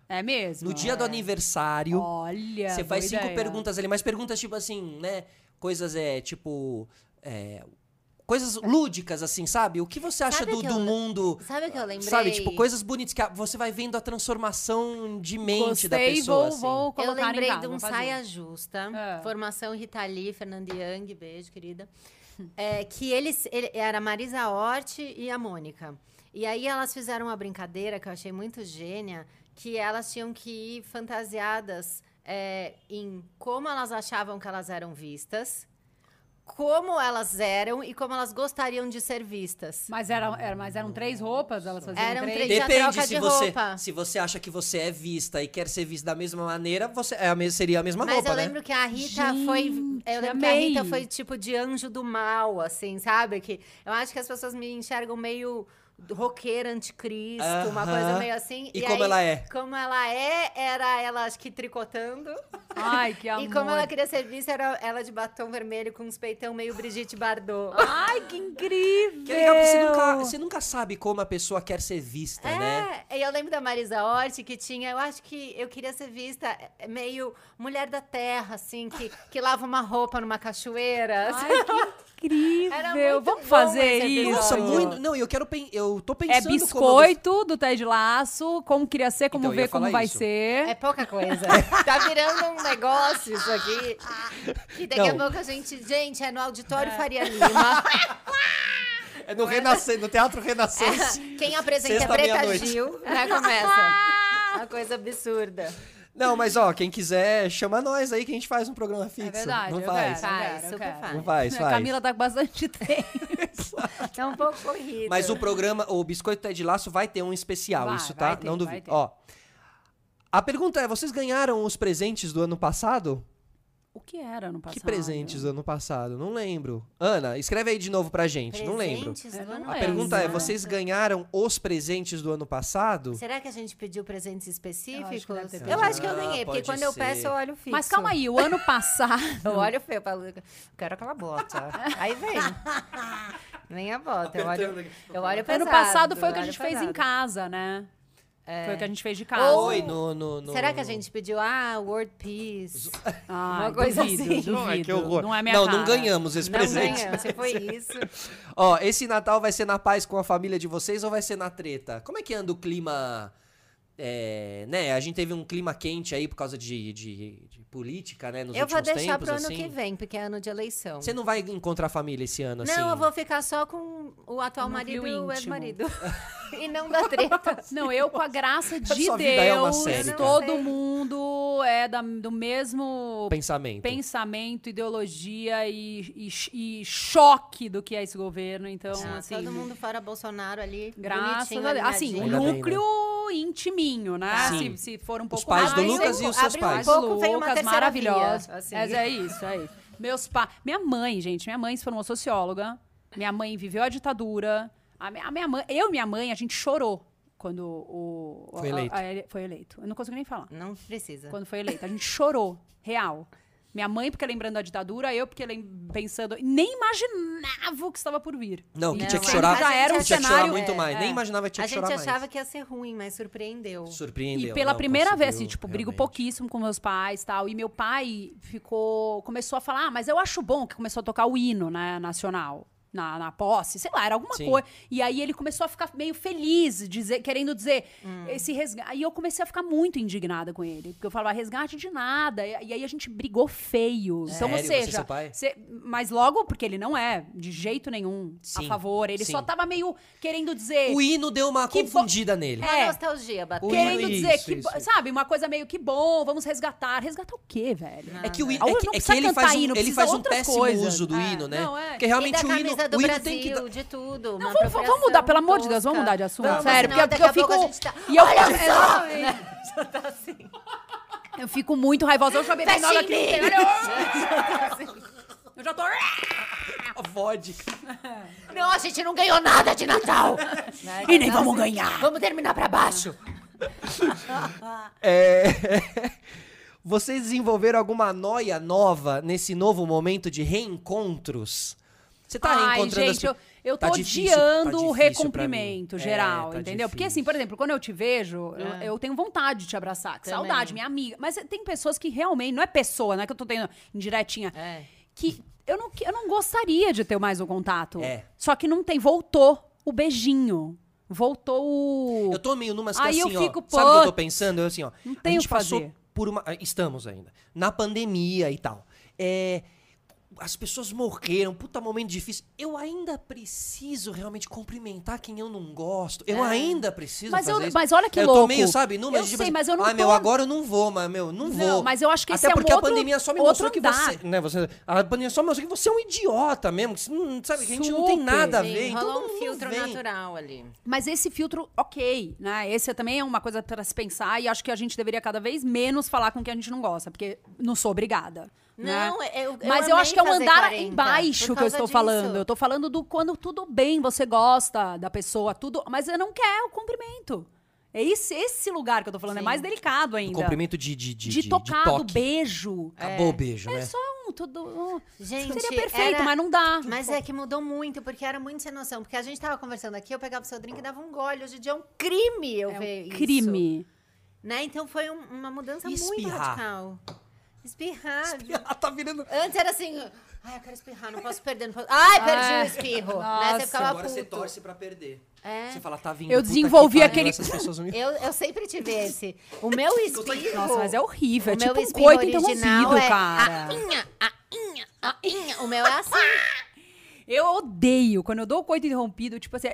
Speaker 3: É mesmo?
Speaker 1: No dia do aniversário,
Speaker 3: Olha,
Speaker 1: você faz
Speaker 3: boa
Speaker 1: cinco
Speaker 3: ideia.
Speaker 1: perguntas ali, mas perguntas tipo assim, né? Coisas é tipo é, coisas lúdicas assim, sabe? O que você acha
Speaker 2: Sabe
Speaker 1: do,
Speaker 2: que
Speaker 1: do
Speaker 2: eu-
Speaker 1: mundo?
Speaker 2: Sabe o que eu lembrei?
Speaker 1: Sabe, tipo, coisas bonitas que a- você vai vendo a transformação de mente
Speaker 3: Gostei,
Speaker 1: da pessoa.
Speaker 3: vou,
Speaker 1: assim.
Speaker 3: vou
Speaker 2: Eu
Speaker 3: colocar em
Speaker 2: lembrei
Speaker 3: casa,
Speaker 2: de um
Speaker 3: vou fazer.
Speaker 2: Saia Justa,
Speaker 3: É.
Speaker 2: formação Rita Lee, Fernanda Young, beijo, querida. É, que eles, ele- era a Marisa Hort e a Mônica. E aí elas fizeram uma brincadeira que eu achei muito gênia, que elas tinham que ir fantasiadas é, em como elas achavam que elas eram vistas, como elas eram e como elas gostariam de ser vistas.
Speaker 3: Mas, era, era- mas eram três roupas? Elas faziam
Speaker 2: Eram três- Já
Speaker 1: assim. Depende
Speaker 2: troca
Speaker 1: se
Speaker 2: de
Speaker 1: você,
Speaker 2: roupa.
Speaker 1: se você acha que você é vista e quer ser visto da mesma maneira, você é a mes- seria a mesma
Speaker 2: Mas
Speaker 1: roupa,
Speaker 2: eu
Speaker 1: né?
Speaker 2: lembro que a Rita foi.
Speaker 3: Gente,
Speaker 2: Eu lembro que
Speaker 3: amei.
Speaker 2: a Rita foi tipo de anjo do mal, assim, sabe? Que eu acho que as pessoas me enxergam meio roqueira anticristo, uma
Speaker 1: Aham.
Speaker 2: coisa meio assim.
Speaker 1: E como ela é?
Speaker 2: Como ela é, era ela, acho que tricotando.
Speaker 3: Ai, que amor.
Speaker 2: E como ela queria serviço, era ela de batom vermelho com uns peitão meio Brigitte Bardot.
Speaker 3: Ai, que incrível.
Speaker 1: Que é legal, porque você nunca, você nunca sabe como a pessoa quer ser vista, né?
Speaker 2: É, e eu lembro da Marisa Hort, que tinha, eu acho que eu queria ser vista é, meio mulher da terra, assim, que, que lava uma roupa numa cachoeira. assim.
Speaker 3: Ai, que
Speaker 2: Era
Speaker 3: incrível.
Speaker 2: muito
Speaker 3: Vamos
Speaker 2: bom
Speaker 3: fazer
Speaker 2: esse
Speaker 3: isso.
Speaker 2: episódio.
Speaker 1: Nossa, muito. Não, eu quero. pen- Eu tô pensando.
Speaker 3: É
Speaker 1: como eu
Speaker 3: biscoito do Ted Laço, como queria ser, como
Speaker 1: Então, eu ia
Speaker 3: ver, como
Speaker 1: falar
Speaker 3: vai
Speaker 1: isso.
Speaker 3: ser.
Speaker 2: É pouca coisa. tá virando um negócio isso aqui. Que daqui
Speaker 1: Não.
Speaker 2: a pouco a gente. Gente, é no auditório Faria Lima.
Speaker 1: gosto- É no, Renascer, no Teatro Renascença.
Speaker 2: Quem apresenta
Speaker 1: Sexta,
Speaker 2: é Preta
Speaker 1: meia-noite.
Speaker 2: Gil, né? Começa. Uma coisa absurda.
Speaker 1: Não, mas ó, quem quiser, chama nós aí que a gente faz um programa fixo.
Speaker 3: É verdade,
Speaker 1: não
Speaker 3: eu
Speaker 1: faz.
Speaker 3: quero, eu
Speaker 2: Faz,
Speaker 3: quero, eu
Speaker 2: super
Speaker 3: quero.
Speaker 2: faz.
Speaker 1: Não faz,
Speaker 3: A
Speaker 1: faz.
Speaker 3: Camila tá com bastante tempo.
Speaker 2: É um pouco corrido.
Speaker 1: Mas o programa, o Biscoito Ted Laço vai ter um especial,
Speaker 3: Vai,
Speaker 1: isso
Speaker 3: vai
Speaker 1: tá?
Speaker 3: ter,
Speaker 1: não
Speaker 3: vai
Speaker 1: duvido.
Speaker 3: ter.
Speaker 1: Ó. A pergunta é, vocês ganharam os presentes do ano passado?
Speaker 3: O que era no passado?
Speaker 1: Que presentes do ano passado? Não lembro. Ana, escreve aí de novo pra gente, não lembro.
Speaker 2: Presentes
Speaker 3: Eu
Speaker 2: do
Speaker 3: não
Speaker 2: ano
Speaker 1: A
Speaker 3: lembro.
Speaker 1: pergunta é,
Speaker 2: passado.
Speaker 1: vocês ganharam os presentes do ano passado?
Speaker 2: Será que a gente pediu presentes específicos?
Speaker 3: Eu acho que deve ter
Speaker 2: Eu acho que eu
Speaker 1: pedido.
Speaker 2: ganhei,
Speaker 1: Ah,
Speaker 2: porque
Speaker 1: pode
Speaker 2: quando eu
Speaker 1: ser.
Speaker 2: peço, eu olho fixo.
Speaker 3: Mas calma aí, o ano passado.
Speaker 2: Eu olho feio pra Luca. Quero aquela bota. aí vem. Vem a bota. Eu
Speaker 1: Então,
Speaker 2: olho, eu olho pesado.
Speaker 3: ano passado foi o que a
Speaker 2: olho
Speaker 3: gente fez em
Speaker 2: pesado. É.
Speaker 3: casa, né? Foi o que a gente fez de casa.
Speaker 2: Ou-
Speaker 1: Oi, no, no, no-
Speaker 2: Será que a gente pediu, ah, World Peace?
Speaker 3: Ai,
Speaker 2: Uma coisa
Speaker 3: duvido,
Speaker 2: assim.
Speaker 3: Duvido.
Speaker 1: Ai, que horror.
Speaker 3: Não é minha
Speaker 1: Não,
Speaker 3: cara.
Speaker 1: não ganhamos esse
Speaker 2: Não
Speaker 1: presente.
Speaker 2: ganhamos, se um foi isso.
Speaker 1: Ó, esse Natal vai ser na paz com a família de vocês ou vai ser na treta? Como é que anda o clima? É, né, a gente teve um clima quente aí por causa de, de- de política, né, nos
Speaker 2: eu vou
Speaker 1: últimos
Speaker 2: deixar
Speaker 1: tempos,
Speaker 2: pro ano
Speaker 1: assim.
Speaker 2: que vem, porque é ano de eleição.
Speaker 1: Você não vai encontrar família esse ano, assim?
Speaker 2: Não, eu vou ficar só com o atual
Speaker 3: No
Speaker 2: marido
Speaker 3: núcleo
Speaker 2: e o
Speaker 3: íntimo.
Speaker 2: ex-marido. e não da treta.
Speaker 3: Não, eu, com a graça de
Speaker 1: Sua
Speaker 3: Deus,
Speaker 1: vida é uma série, cara.
Speaker 3: todo
Speaker 2: Eu não sei.
Speaker 3: mundo é da- do mesmo
Speaker 1: Pensamento.
Speaker 3: pensamento, ideologia e, e- e choque do que é esse governo. Então,
Speaker 2: Ah,
Speaker 3: assim,
Speaker 2: todo mundo fora Bolsonaro ali.
Speaker 3: graças
Speaker 2: bonitinho,
Speaker 3: a Deus. Assim,
Speaker 1: Ainda
Speaker 3: um
Speaker 2: alinhadinho.
Speaker 1: bem, né?
Speaker 3: núcleo intiminho, né?
Speaker 1: Sim.
Speaker 3: Se, se for um pouco
Speaker 1: pais do
Speaker 3: mais-
Speaker 1: Lucas e os seus
Speaker 2: abriu um
Speaker 1: pais.
Speaker 2: pouco, veio uma
Speaker 3: Lucas,
Speaker 2: terceira
Speaker 3: maravilhosa.
Speaker 2: via, assim.
Speaker 3: Mas é isso, é isso. Meus pais. Minha mãe, gente, minha mãe se formou socióloga. Minha mãe viveu a ditadura. A minha, a minha mãe, eu e minha mãe, a gente chorou quando o.
Speaker 1: Foi
Speaker 3: a-
Speaker 1: eleito.
Speaker 3: a- ele- foi eleito. Eu não consigo nem falar.
Speaker 2: Não precisa.
Speaker 3: Quando foi eleito. A gente chorou, real. Minha mãe, porque lembrando a ditadura, eu porque lem- pensando. Nem imaginava o que estava por vir.
Speaker 1: Não, que
Speaker 2: Não,
Speaker 1: tinha que
Speaker 2: é.
Speaker 1: chorar.
Speaker 2: Já era um
Speaker 1: que tinha que chorar
Speaker 2: cenário-
Speaker 1: muito
Speaker 2: é,
Speaker 1: mais.
Speaker 3: é.
Speaker 1: Nem imaginava que tinha
Speaker 2: A
Speaker 1: que
Speaker 2: gente
Speaker 1: chorar
Speaker 2: achava
Speaker 1: mais.
Speaker 2: que ia ser ruim, mas surpreendeu.
Speaker 1: Surpreendeu.
Speaker 3: E pela
Speaker 1: não,
Speaker 3: primeira vez,
Speaker 1: conseguiu,
Speaker 3: assim, tipo,
Speaker 2: um
Speaker 3: brigo
Speaker 1: realmente.
Speaker 3: pouquíssimo com meus pais tal. E meu pai ficou. começou a falar, ah, mas eu acho bom que começou a tocar o hino, né, nacional. Na, na posse, sei lá, era alguma
Speaker 1: Sim.
Speaker 3: coisa. E aí ele começou a ficar meio feliz, dizer, querendo dizer esse resgate. E eu comecei a ficar muito indignada com ele. Porque eu falava, resgate de nada. E, e aí a gente brigou feio. então, ou
Speaker 1: É, Sério? Você e
Speaker 3: seja,
Speaker 1: seu pai?
Speaker 3: você- mas logo, porque ele não é de jeito nenhum
Speaker 1: Sim.
Speaker 3: a favor. Ele
Speaker 1: Sim.
Speaker 3: só tava meio querendo dizer.
Speaker 1: O hino deu uma
Speaker 3: Que bo-
Speaker 1: confundida nele.
Speaker 2: Uma
Speaker 3: É.
Speaker 2: nostalgia bateu.
Speaker 1: O
Speaker 3: Querendo
Speaker 1: Isso,
Speaker 3: dizer que,
Speaker 1: isso,
Speaker 3: bo-
Speaker 1: isso.
Speaker 3: sabe, uma coisa meio que bom, vamos resgatar. Resgatar o quê, velho?
Speaker 1: É que, o hino,
Speaker 3: Ou
Speaker 1: é
Speaker 3: não
Speaker 1: que, é
Speaker 3: precisa
Speaker 1: que ele
Speaker 3: cantar
Speaker 1: faz um,
Speaker 3: hino,
Speaker 1: ele
Speaker 3: precisa
Speaker 1: faz um
Speaker 3: outras
Speaker 1: péssimo
Speaker 3: coisas.
Speaker 1: uso do
Speaker 3: É,
Speaker 1: hino, né?
Speaker 3: não, é.
Speaker 1: Porque
Speaker 2: E
Speaker 1: realmente
Speaker 2: da
Speaker 1: o hino,
Speaker 2: camisa do
Speaker 1: o hino
Speaker 2: Brasil,
Speaker 1: tem que dar.
Speaker 2: de tudo. uma
Speaker 3: Não, vamos, vamos- vamos mudar,
Speaker 2: apropriação
Speaker 3: pelo amor de Deus,
Speaker 2: tosca.
Speaker 3: vamos mudar de assunto.
Speaker 1: Vamos,
Speaker 3: sério, porque,
Speaker 2: senão
Speaker 3: porque eu
Speaker 2: daqui a
Speaker 3: fico.
Speaker 2: pouco a gente tá-
Speaker 3: E eu,
Speaker 2: Olha
Speaker 3: fico- tá assim. eu fico muito raivosa. Eu já bebi
Speaker 2: Fecha
Speaker 3: nova
Speaker 2: em
Speaker 3: aqui.
Speaker 2: mim.
Speaker 3: Eu já tô.
Speaker 2: Tá
Speaker 1: Vodka.
Speaker 2: Não, a gente não ganhou nada de Natal.
Speaker 3: E
Speaker 2: assim.
Speaker 3: nem vamos ganhar.
Speaker 2: Vamos terminar pra baixo.
Speaker 1: É... Vocês desenvolveram alguma noia nova nesse novo momento de reencontros? Você tá
Speaker 3: Ai,
Speaker 1: reencontrando as pe-
Speaker 3: gente, eu, eu tô
Speaker 1: Tá difícil- tá
Speaker 3: odiando
Speaker 1: difícil
Speaker 3: o
Speaker 1: pra mim.
Speaker 3: recomprimento
Speaker 1: É,
Speaker 3: geral,
Speaker 1: tá
Speaker 3: entendeu? Porque assim,
Speaker 1: difícil. É.
Speaker 3: por exemplo, quando eu te vejo, eu- eu, tenho vontade de te abraçar, que
Speaker 2: Também.
Speaker 3: saudade, minha amiga. Mas tem pessoas que realmente, não é pessoa, né, que eu tô tendo indiretinha,
Speaker 2: É.
Speaker 3: que eu não, que- eu não gostaria de ter mais o contato.
Speaker 1: É.
Speaker 3: Só que não tem, voltou o beijinho, voltou o...
Speaker 1: Eu tô meio numas que
Speaker 3: Aí eu
Speaker 1: assim, ó,
Speaker 3: fico,
Speaker 1: sabe o que eu
Speaker 3: pô,
Speaker 1: tô pensando? Eu assim, ó.
Speaker 3: não
Speaker 1: a
Speaker 3: tem o
Speaker 1: gente
Speaker 3: que
Speaker 1: passou
Speaker 3: fazer.
Speaker 1: por uma. eh, Estamos ainda. Na pandemia e tal. É, As pessoas morreram, puta momento difícil. Eu ainda preciso realmente cumprimentar quem eu não gosto. Eu ainda preciso
Speaker 3: É. Mas eu-
Speaker 1: fazer isso.
Speaker 3: mas olha que
Speaker 1: eu
Speaker 3: louco.
Speaker 1: tô meio, sabe, numa
Speaker 3: Eu
Speaker 1: de, tipo
Speaker 3: sei,
Speaker 1: assim,
Speaker 3: mas eu não
Speaker 1: Ah, meu,
Speaker 3: tô-
Speaker 1: agora eu não vou, mas, meu, não
Speaker 3: Não,
Speaker 1: vou.
Speaker 3: mas eu acho que
Speaker 1: Até
Speaker 3: esse é um
Speaker 1: porque
Speaker 3: outro-
Speaker 1: a pandemia só me
Speaker 3: outro
Speaker 1: mostrou que
Speaker 3: andar.
Speaker 1: você, né, você... A pandemia só me mostrou que você é um idiota mesmo. Que, você não- sabe, que a gente não tem
Speaker 3: Super.
Speaker 1: nada a
Speaker 2: Sim,
Speaker 1: ver. então
Speaker 2: rolou
Speaker 1: não-
Speaker 2: um
Speaker 1: não
Speaker 2: filtro
Speaker 1: vem.
Speaker 2: natural ali.
Speaker 3: Mas esse filtro, ok, né? Esse também é uma coisa para se pensar e acho que a gente deveria cada vez menos falar com quem a gente não gosta, porque não sou obrigada. né?
Speaker 2: Não, eu- eu
Speaker 3: Mas eu acho
Speaker 2: amei
Speaker 3: que é um
Speaker 2: fazer
Speaker 3: andar
Speaker 2: 40,
Speaker 3: embaixo
Speaker 2: por
Speaker 3: que eu
Speaker 2: causa
Speaker 3: estou
Speaker 2: disso.
Speaker 3: falando. Eu tô falando do quando tudo bem, você gosta da pessoa, tudo, mas eu não quero o cumprimento. É esse, esse lugar que eu tô falando, é
Speaker 2: Sim.
Speaker 3: mais delicado
Speaker 1: O
Speaker 3: ainda.
Speaker 1: Um comprimento de, de, de,
Speaker 3: de,
Speaker 1: de, de
Speaker 3: tocado,
Speaker 1: toque.
Speaker 3: beijo.
Speaker 1: Acabou o beijo, né?
Speaker 3: Hum, tudo- hum.
Speaker 2: Gente,
Speaker 3: Seria perfeito,
Speaker 2: era-
Speaker 3: mas não dá.
Speaker 2: Mas é que mudou muito, porque era muito sem noção. Porque a gente tava conversando aqui, eu pegava o seu drink e dava um gole. Hoje em dia é um crime eu
Speaker 3: É um
Speaker 2: ver isso.
Speaker 3: crime.
Speaker 2: Né? Então foi um- uma mudança muito
Speaker 1: Espirrar.
Speaker 2: radical. Espirrar.
Speaker 1: Ah, tá virando.
Speaker 2: Antes era assim, ai, eu quero espirrar, não posso perder. Não posso... Ai, perdi
Speaker 3: É.
Speaker 2: o espirro. Né?
Speaker 3: Nossa.
Speaker 2: Você ficava
Speaker 1: Agora
Speaker 2: puto.
Speaker 1: você torce pra perder.
Speaker 2: É.
Speaker 1: Você fala, tá vindo.
Speaker 3: Eu
Speaker 1: puta que
Speaker 3: desenvolvi
Speaker 1: pariu,
Speaker 3: aquele-
Speaker 1: Essas pessoas me...
Speaker 2: Eu, eu sempre tive esse. O meu espirro.
Speaker 3: Nossa, mas é horrível. É
Speaker 2: o meu
Speaker 3: tipo um
Speaker 2: espirro
Speaker 3: coito
Speaker 2: original
Speaker 3: interrompido,
Speaker 2: é
Speaker 3: cara.
Speaker 2: Ainha, ainha, ainha. O meu é assim.
Speaker 3: Eu odeio. Quando eu dou o coito interrompido, tipo assim...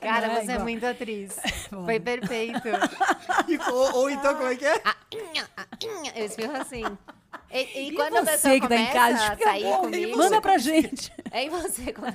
Speaker 2: Cara,
Speaker 3: Não é
Speaker 2: você é
Speaker 3: igual.
Speaker 2: muito atriz. Foi perfeito.
Speaker 1: ou, ou então, como é que é?
Speaker 2: Ainha, ainha. Eu espirro assim. E, e
Speaker 3: E
Speaker 2: quando a pessoa
Speaker 3: você que tá em
Speaker 2: começa
Speaker 3: casa,
Speaker 2: a
Speaker 3: fica
Speaker 2: sair
Speaker 3: bom,
Speaker 2: comigo,
Speaker 3: manda pra gente.
Speaker 2: é em você. quando-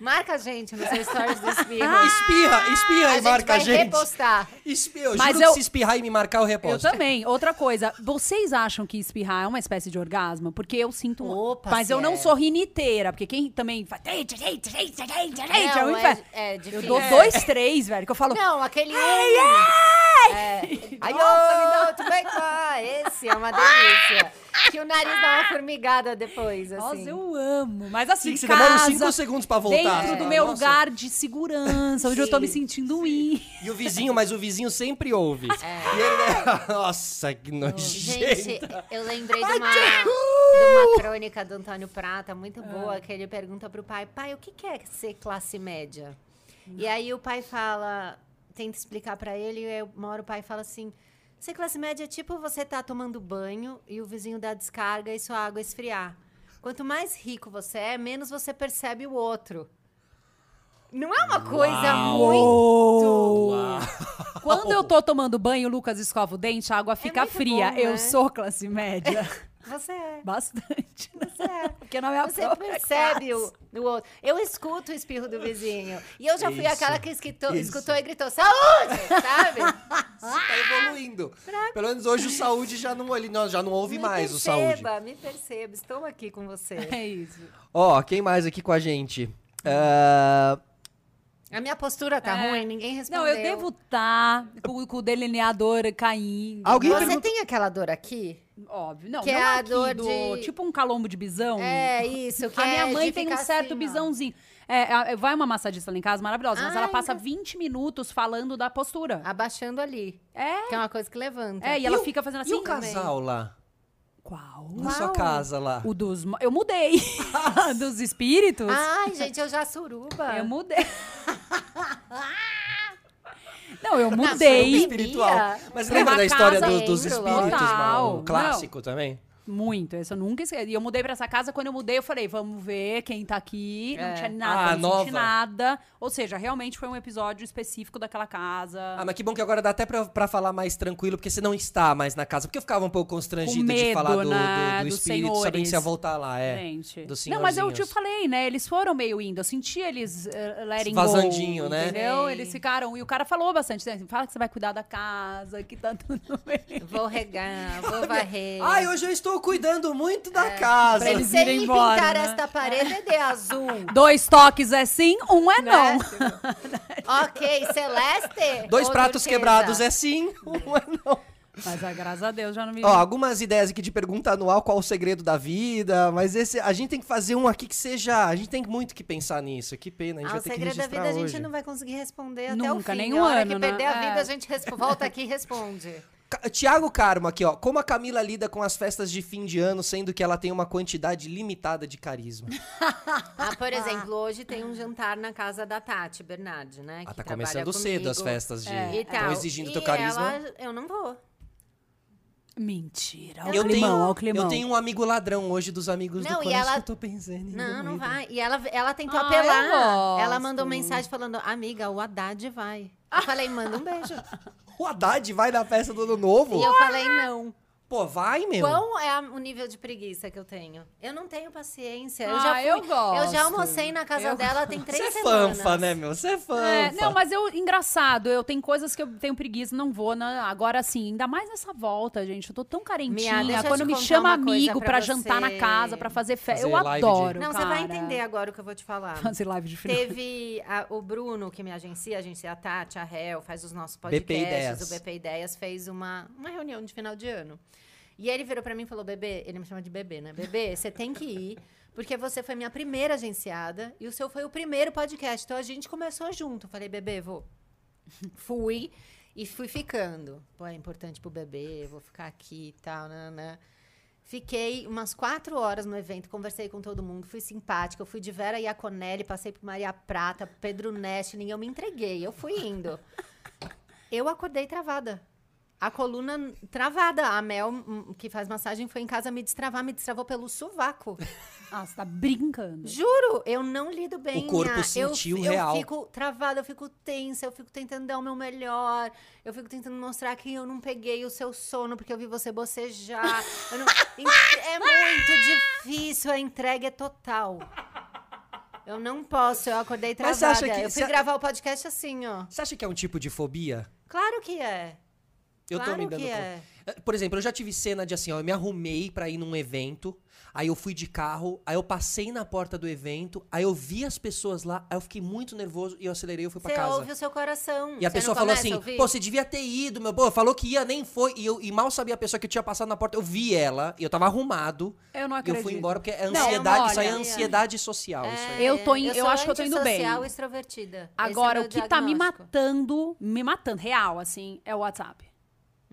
Speaker 2: Marca a gente no seu stories do espirro.
Speaker 3: Ah,
Speaker 1: Espirra, Ah, espirra
Speaker 2: a
Speaker 1: e marca a
Speaker 2: vai
Speaker 1: gente.
Speaker 2: repostar.
Speaker 1: Espirra, eu
Speaker 3: Mas
Speaker 1: juro que
Speaker 3: eu-
Speaker 1: se espirrar e me marcar, eu
Speaker 3: Eu
Speaker 1: reposto.
Speaker 3: também. Outra coisa, vocês acham que espirrar é uma espécie de orgasmo? Porque eu sinto. um-
Speaker 2: Opa,
Speaker 3: mas eu
Speaker 2: se
Speaker 3: não
Speaker 2: é.
Speaker 3: sou riniteira, porque quem também faz. "Gente, gente, gente, gente, gente", é um
Speaker 2: Não,
Speaker 3: inferno.
Speaker 2: é, é
Speaker 3: Eu
Speaker 2: difícil.
Speaker 3: dou dois, três, velho, que eu falo.
Speaker 2: Não, assim. aquele. É. Aí,
Speaker 3: Nossa,
Speaker 2: ô, tudo bem? Ah, Esse é uma delícia. Que o nariz dá uma formigada depois,
Speaker 3: Nossa,
Speaker 2: assim.
Speaker 3: eu amo. Mas assim,
Speaker 1: Sim, que você
Speaker 3: casa,
Speaker 1: demora uns 5 segundos pra voltar.
Speaker 3: Dentro
Speaker 1: Você
Speaker 3: do
Speaker 1: fala,
Speaker 3: meu
Speaker 1: "Nossa".
Speaker 3: lugar de segurança, onde eu tô me sentindo ir.
Speaker 1: E o vizinho, mas o vizinho sempre ouve.
Speaker 3: É.
Speaker 1: E ele, né? Nossa, que nojento.
Speaker 2: Gente, eu lembrei de uma, de uma crônica do Antônio Prata, muito boa, que ele pergunta pro pai, pai, o que que é ser classe média? E aí o pai fala, tenta explicar pra ele, e aí uma hora o pai fala assim, ser classe média é tipo você tá tomando banho e o vizinho dá descarga e sua água esfriar. Quanto mais rico você é, menos você percebe o outro. Não é uma coisa muito...
Speaker 3: Quando eu tô tomando banho, o Lucas escova o dente, a água fica
Speaker 2: muito
Speaker 3: fria.
Speaker 2: bom,
Speaker 3: eu
Speaker 2: né?
Speaker 3: sou classe média.
Speaker 2: Você é,
Speaker 3: Bastante. né?
Speaker 2: você é.
Speaker 3: Porque não é a
Speaker 2: Você
Speaker 3: própria
Speaker 2: percebe
Speaker 3: classe.
Speaker 2: o, o outro. Eu escuto o espirro do vizinho. E eu já fui
Speaker 1: Isso,
Speaker 2: aquela que escutou,
Speaker 1: isso.
Speaker 2: escutou e gritou, saúde, sabe?
Speaker 1: Você tá evoluindo. Pelo menos hoje o saúde já não, ele não- já não ouve mais
Speaker 2: me
Speaker 1: o saúde.
Speaker 2: perceba, me perceba. Estou aqui com você.
Speaker 3: É isso.
Speaker 1: Ó, quem mais aqui com a gente? Ah,
Speaker 2: A minha postura tá
Speaker 3: É.
Speaker 2: ruim, ninguém respondeu.
Speaker 3: Não, eu devo estar com, com o delineador caindo.
Speaker 1: Alguém
Speaker 2: Você
Speaker 1: perguntou-
Speaker 2: tem aquela dor aqui?
Speaker 3: Óbvio. Não,
Speaker 2: Que
Speaker 3: não
Speaker 2: é a
Speaker 3: aqui
Speaker 2: dor
Speaker 3: do-
Speaker 2: de-
Speaker 3: Tipo um calombo de bisão.
Speaker 2: É, isso. Que
Speaker 3: a
Speaker 2: é
Speaker 3: minha mãe
Speaker 2: de
Speaker 3: tem um
Speaker 2: ficar
Speaker 3: certo
Speaker 2: assim, ó.
Speaker 3: bisãozinho. É, a- vai uma massagista lá em casa maravilhosa, mas
Speaker 2: Ah,
Speaker 3: ela passa
Speaker 2: então- Ah,
Speaker 3: 20 minutos falando da postura.
Speaker 2: Abaixando ali.
Speaker 3: É.
Speaker 2: Que é uma coisa que levanta.
Speaker 3: É, e ela fica fazendo assim.
Speaker 1: e o casal lá?
Speaker 3: Qual?
Speaker 1: Na sua casa lá?
Speaker 3: O dos. mo- Eu mudei. dos espíritos?
Speaker 2: Ai, gente, eu já suruba.
Speaker 3: Eu mudei. Não, eu
Speaker 1: Suruba
Speaker 3: mudei.
Speaker 2: subi-
Speaker 1: espiritual. Mas
Speaker 3: Pra
Speaker 1: lembra
Speaker 3: uma
Speaker 1: da história
Speaker 3: casa
Speaker 1: do- dos
Speaker 2: dentro,
Speaker 1: espíritos,
Speaker 3: total.
Speaker 1: Mal? Um clássico também?
Speaker 3: Muito, essa eu nunca esqueci. E eu mudei pra essa casa, quando eu mudei, eu falei, vamos ver quem tá aqui. Não
Speaker 2: É.
Speaker 3: tinha
Speaker 1: Ah,
Speaker 3: nada, não
Speaker 1: nova.
Speaker 3: senti nada. Ou seja, realmente foi um episódio específico daquela casa.
Speaker 1: Ah, mas que bom que agora dá até pra, pra falar mais tranquilo, porque você não está mais na casa. Porque eu ficava um pouco constrangido
Speaker 3: Com
Speaker 1: de
Speaker 3: medo,
Speaker 1: falar do,
Speaker 3: né,
Speaker 1: do, do
Speaker 3: dos
Speaker 1: espírito, sabendo que
Speaker 3: senhores.
Speaker 1: você ia voltar lá, é.
Speaker 3: Gente.
Speaker 1: dos
Speaker 3: não, mas eu te
Speaker 1: senhorzinhos.
Speaker 3: falei, né? Eles foram meio indo. Eu senti eles eh, letting
Speaker 1: Vazandinho,
Speaker 3: go,
Speaker 1: né?
Speaker 3: Entendeu?
Speaker 2: Sei.
Speaker 3: Eles ficaram. E o cara falou bastante, né? Fala que você vai cuidar da casa, que tá tudo bem.
Speaker 2: Vou regar, vou varrer.
Speaker 1: Ai, hoje eu estou cuidando muito da casa.
Speaker 3: É, Pra eles
Speaker 2: Pensei
Speaker 3: irem
Speaker 2: em
Speaker 3: embora,
Speaker 2: pintar
Speaker 3: né?
Speaker 2: esta parede é de azul.
Speaker 3: Dois toques é sim, um é não.
Speaker 2: ok, Celeste.
Speaker 1: Dois
Speaker 2: ou
Speaker 1: pratos
Speaker 2: turquesa?
Speaker 1: quebrados é sim, um é não.
Speaker 3: Mas ah, graças a Deus já não me.
Speaker 1: Ó, algumas ideias aqui de pergunta anual, qual o segredo da vida, mas esse a gente tem que fazer um aqui que seja, a gente tem muito que pensar nisso. Que pena, a gente
Speaker 2: Ah,
Speaker 1: vai
Speaker 2: o
Speaker 1: ter que
Speaker 2: segredo da
Speaker 1: registrar
Speaker 2: vida a
Speaker 1: hoje.
Speaker 2: gente não vai conseguir responder até o
Speaker 3: Nunca,
Speaker 2: fim.
Speaker 3: nem
Speaker 2: A
Speaker 3: um
Speaker 2: hora
Speaker 3: ano,
Speaker 2: que
Speaker 3: né?
Speaker 2: perder a vida,
Speaker 3: É.
Speaker 2: a gente respo- volta aqui e responde.
Speaker 1: Ca- Tiago Carmo aqui, ó. Como a Camila lida com as festas de fim de ano, sendo que ela tem uma quantidade limitada de carisma?
Speaker 2: Ah, por exemplo, hoje tem um jantar na casa da Tati Bernardi,
Speaker 1: Ah,
Speaker 2: né? que
Speaker 1: tá
Speaker 2: trabalha
Speaker 1: começando cedo
Speaker 2: comigo
Speaker 1: as festas de.
Speaker 2: e
Speaker 1: Estão
Speaker 2: tal.
Speaker 1: exigindo teu
Speaker 2: E
Speaker 1: carisma.
Speaker 2: ela- eu não vou.
Speaker 3: Mentira. Olha
Speaker 1: Eu
Speaker 3: o climão,
Speaker 1: tenho,
Speaker 3: olha o climão.
Speaker 1: eu tenho um amigo ladrão hoje dos amigos
Speaker 2: Não,
Speaker 1: do
Speaker 2: e
Speaker 1: colégio
Speaker 2: ela-
Speaker 1: que eu tô pensando. em
Speaker 2: Não, não
Speaker 1: ir.
Speaker 2: vai. E ela, ela tentou
Speaker 3: Ah, eu
Speaker 2: apelar.
Speaker 3: gosto.
Speaker 2: Ela mandou mensagem falando, amiga, o Haddad vai. Eu falei, manda um beijo.
Speaker 1: O Haddad vai na festa do ano novo?
Speaker 2: E eu falei, não.
Speaker 1: Pô, vai, meu.
Speaker 2: Qual é a- o nível de preguiça que eu tenho? Eu não tenho paciência. É, Eu
Speaker 3: Ah,
Speaker 2: já fui-
Speaker 3: eu gosto.
Speaker 2: já almocei na casa
Speaker 3: Eu
Speaker 2: dela tem três
Speaker 1: Você é
Speaker 2: semanas.
Speaker 1: fanfa, né, meu? Você é fanfa.
Speaker 3: É, não, mas eu, engraçado, eu tenho coisas que eu tenho preguiça, não vou. na- agora, assim, ainda mais nessa volta, gente. Eu tô tão carentinha.
Speaker 2: Mia, deixa eu
Speaker 3: quando
Speaker 2: te
Speaker 3: me
Speaker 2: contar
Speaker 3: chama
Speaker 2: uma coisa
Speaker 3: amigo
Speaker 2: pra
Speaker 3: pra, jantar na
Speaker 2: você.
Speaker 3: casa, pra fazer festa.
Speaker 1: Fazer
Speaker 3: Eu
Speaker 1: live de-
Speaker 3: adoro.
Speaker 2: Não, você vai
Speaker 3: cara.
Speaker 2: entender agora o que eu vou te falar.
Speaker 3: Fazer live de final.
Speaker 2: Teve a- o Bruno, que me agencia, a agencia a Tati, a Hel, faz os nossos podcasts.
Speaker 1: BP Ideias.
Speaker 2: O BP Ideias fez uma, uma reunião de final de ano. E ele virou pra mim e falou, bebê, ele me chama de bebê, né? Bebê, você tem que ir, porque você foi minha primeira agenciada e o seu foi o primeiro podcast. Então a gente começou junto. Eu Falei, bebê, vou. Fui e fui ficando. Pô, é importante pro bebê, vou ficar aqui e tal, nanã. Fiquei umas quatro horas no evento, conversei com todo mundo, fui simpática, eu fui de Vera Iaconelli, passei por Maria Prata, Pedro Nestling, eu me entreguei, eu fui indo. Eu acordei travada. A coluna n- travada. A Mel, hum, que faz massagem, foi em casa me destravar, me destravou pelo sovaco.
Speaker 3: Ah, você tá brincando.
Speaker 2: Juro, eu não lido bem.
Speaker 1: O corpo
Speaker 2: Nha. eu,
Speaker 1: sentiu
Speaker 2: eu
Speaker 1: real.
Speaker 2: fico travada, eu fico tensa, eu fico tentando dar o meu melhor, eu fico tentando mostrar que eu não peguei o seu sono porque eu vi você bocejar. Eu não- Ent- É muito difícil, a entrega é total. Eu não posso, eu acordei
Speaker 1: Mas você acha
Speaker 2: travada.
Speaker 1: que-
Speaker 2: eu fui
Speaker 1: você-
Speaker 2: gravar o podcast assim, ó.
Speaker 1: Você acha que é um tipo de fobia?
Speaker 2: Claro que é.
Speaker 1: Eu
Speaker 2: Claro
Speaker 1: tô me dando
Speaker 2: que
Speaker 1: conta.
Speaker 2: é.
Speaker 1: Eh, Por exemplo, eu já tive cena de assim, ó, eu me arrumei pra ir num evento, aí eu fui de carro, aí eu passei na porta do evento, aí eu vi as pessoas lá, aí eu fiquei muito nervoso e eu acelerei e eu fui pra
Speaker 2: Você
Speaker 1: casa.
Speaker 2: ouve o seu coração.
Speaker 1: E a
Speaker 2: Você
Speaker 1: pessoa
Speaker 2: não
Speaker 1: falou
Speaker 2: começa
Speaker 1: assim:
Speaker 2: a ouvir?
Speaker 1: pô, você devia ter ido, meu. Pô, falou que ia, nem foi. E, eu, e mal sabia a pessoa que eu tinha passado na porta. Eu vi ela, e eu tava arrumado.
Speaker 3: Eu não
Speaker 1: E eu
Speaker 3: acredito.
Speaker 1: fui embora, porque é
Speaker 3: Não,
Speaker 1: ansiedade. isso aí é
Speaker 3: olha.
Speaker 1: ansiedade social. isso aí.
Speaker 3: Eu tô em- eu
Speaker 2: É, sou
Speaker 3: acho que eu tô indo bem.
Speaker 2: antissocial extrovertida. Esse
Speaker 3: Agora,
Speaker 2: é
Speaker 3: o que tá me
Speaker 2: diagnóstico.
Speaker 3: matando, me matando, real, assim, é o WhatsApp.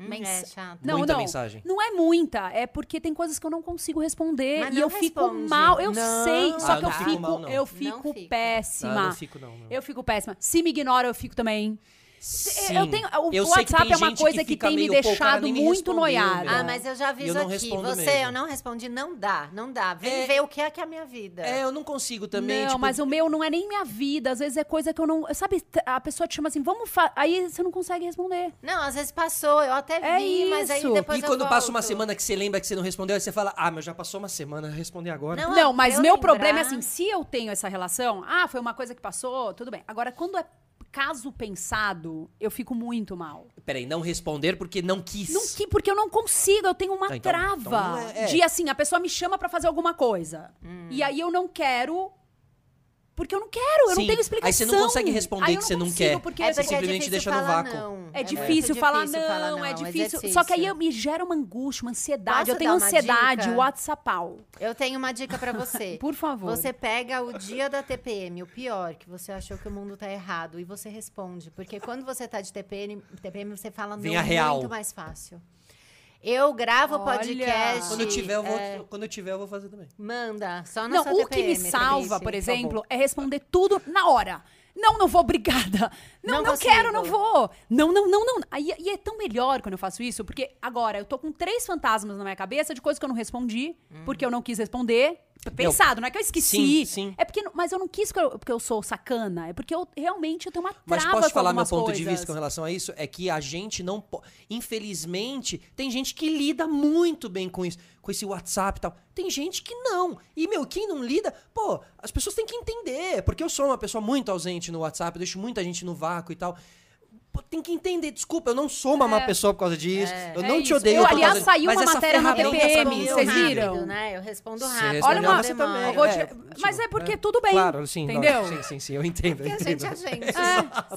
Speaker 2: Hum,
Speaker 3: Mensa-
Speaker 2: É chato.
Speaker 3: Não,
Speaker 1: Muita
Speaker 3: não.
Speaker 1: mensagem.
Speaker 3: Não é muita, é porque tem coisas que eu não consigo responder
Speaker 2: Mas
Speaker 3: e
Speaker 2: não
Speaker 3: eu fico
Speaker 2: responde.
Speaker 3: mal. Eu
Speaker 2: Não.
Speaker 3: sei, só
Speaker 1: Ah,
Speaker 3: que eu
Speaker 1: não
Speaker 3: fico,
Speaker 1: fico mal, não.
Speaker 3: eu
Speaker 1: Não
Speaker 3: fico
Speaker 2: fico.
Speaker 1: Ah, eu
Speaker 3: péssima.
Speaker 1: não fico, não. meu.
Speaker 3: eu fico péssima. Se me ignora, eu fico também.
Speaker 1: Sim.
Speaker 3: Eu tenho, o
Speaker 1: Eu sei que
Speaker 3: WhatsApp
Speaker 1: tem
Speaker 3: é uma
Speaker 1: gente que
Speaker 3: coisa que,
Speaker 1: fica
Speaker 3: tem me
Speaker 1: meio, "Pô, o cara
Speaker 3: deixado
Speaker 1: nem me
Speaker 3: muito
Speaker 1: respondeu,
Speaker 3: noiado.
Speaker 1: meu.
Speaker 2: Ah, mas eu já aviso
Speaker 1: E eu não
Speaker 2: aqui.
Speaker 1: respondo
Speaker 2: Você,
Speaker 1: mesmo.
Speaker 2: eu não respondi, não dá, não dá. Vem
Speaker 1: É-
Speaker 2: ver o que é que é a minha vida.
Speaker 1: É, eu não consigo também.
Speaker 3: não,
Speaker 1: tipo,
Speaker 3: mas o meu não é nem minha vida. Às vezes é coisa que eu não. Sabe, t- a pessoa te chama assim, vamos. fa- Aí você não consegue responder.
Speaker 2: Não, às vezes passou, eu até
Speaker 3: É
Speaker 2: vi, mas aí
Speaker 3: isso.
Speaker 2: depois
Speaker 1: E
Speaker 2: eu
Speaker 1: quando passa uma
Speaker 2: volto.
Speaker 1: semana que você lembra que você não respondeu, aí você fala, ah, mas já passou uma semana, eu respondi agora.
Speaker 2: Não,
Speaker 3: Não, mas
Speaker 2: eu
Speaker 3: meu
Speaker 2: lembrar-
Speaker 3: problema é assim, se eu tenho essa relação, ah, foi uma coisa que passou, tudo bem. Agora, quando é caso pensado, eu fico muito mal.
Speaker 1: Peraí, não responder porque não quis.
Speaker 3: Não que, porque eu não consigo, eu tenho uma
Speaker 1: Ah, então-
Speaker 3: trava
Speaker 1: então não é- Hum. é.
Speaker 3: de assim, a pessoa me chama pra fazer alguma coisa. E aí eu não quero porque eu não quero, eu não
Speaker 1: Sim,
Speaker 3: tenho explicação.
Speaker 1: aí você não consegue responder
Speaker 3: Aí eu
Speaker 1: que você não
Speaker 3: consigo,
Speaker 1: quer.
Speaker 3: Porque
Speaker 2: É
Speaker 1: Você
Speaker 2: porque é
Speaker 1: simplesmente
Speaker 2: difícil
Speaker 1: deixa no
Speaker 2: falar
Speaker 1: váculo.
Speaker 2: não.
Speaker 3: É
Speaker 2: muito
Speaker 3: difícil, falar, não, é
Speaker 2: um
Speaker 3: difícil. Só que aí eu
Speaker 2: exercício.
Speaker 3: me gera uma angústia, uma ansiedade.
Speaker 2: Posso
Speaker 3: eu tenho
Speaker 2: dar uma
Speaker 3: ansiedade,
Speaker 2: dica?
Speaker 3: WhatsAppal.
Speaker 2: Eu tenho uma dica pra você.
Speaker 3: Por favor.
Speaker 2: Você pega o dia da TPM, o pior, que você achou que o mundo tá errado, e você responde. Porque quando você tá de TPM, TPM você fala
Speaker 1: Vem
Speaker 2: não
Speaker 1: a real.
Speaker 2: muito mais fácil. Eu gravo o
Speaker 3: Olha.
Speaker 2: podcast. É,
Speaker 1: Quando eu tiver, eu vou, quando eu tiver, eu vou fazer também.
Speaker 2: Manda, só na
Speaker 3: Não,
Speaker 2: sua
Speaker 3: o que me
Speaker 2: TPM,
Speaker 3: salva,
Speaker 2: Fabrice.
Speaker 3: por exemplo, é responder tudo na hora. Não, não vou, obrigada. Não, não,
Speaker 2: Não consigo.
Speaker 3: quero, não vou. Não, não, não, não. Aí, e é tão melhor quando eu faço isso, porque agora eu tô com três fantasmas na minha cabeça de coisas que eu não respondi, porque eu não quis responder. P-
Speaker 1: Meu,
Speaker 3: Pensado, não é que eu esqueci.
Speaker 1: sim, sim.
Speaker 3: É porque, não- mas eu não quis porque eu, porque eu sou sacana. É porque eu realmente eu tenho uma trava
Speaker 1: Mas posso
Speaker 3: com
Speaker 1: falar meu
Speaker 3: algumas
Speaker 1: ponto de
Speaker 3: coisas.
Speaker 1: vista com relação a isso? É que a gente não pode. Infelizmente, tem gente que lida muito bem com isso, com esse WhatsApp e tal. Tem gente que não. E, meu, quem não lida, pô, as pessoas têm que entender. Porque eu sou uma pessoa muito ausente no WhatsApp, eu deixo muita gente no vácuo e tal. Pô, tem que entender, desculpa, eu não sou uma má pessoa por causa disso. Eu
Speaker 3: É
Speaker 1: não
Speaker 3: isso.
Speaker 1: te odeio.
Speaker 3: Eu,
Speaker 1: por causa
Speaker 3: aliás,
Speaker 1: disso,
Speaker 3: saiu
Speaker 1: mas
Speaker 3: uma
Speaker 1: essa
Speaker 3: matéria na
Speaker 1: ferramenta é só-
Speaker 3: TPM,
Speaker 2: Eu
Speaker 3: vocês
Speaker 2: respondo
Speaker 3: viram?
Speaker 2: um rápido, né? Eu respondo
Speaker 1: Você
Speaker 2: rápido.
Speaker 1: respondeu
Speaker 3: Olha uma-
Speaker 2: não
Speaker 1: você
Speaker 2: demora.
Speaker 1: também.
Speaker 3: Eu vou
Speaker 1: É,
Speaker 3: te-
Speaker 1: tipo,
Speaker 3: Mas é porque
Speaker 1: né?
Speaker 3: tudo bem.
Speaker 1: Claro, sim. não,
Speaker 3: Entendeu?
Speaker 1: sim, sim, sim, eu entendo.
Speaker 2: Porque
Speaker 1: eu
Speaker 2: a
Speaker 1: entendo.
Speaker 2: gente é gente.
Speaker 3: Não,
Speaker 2: Tá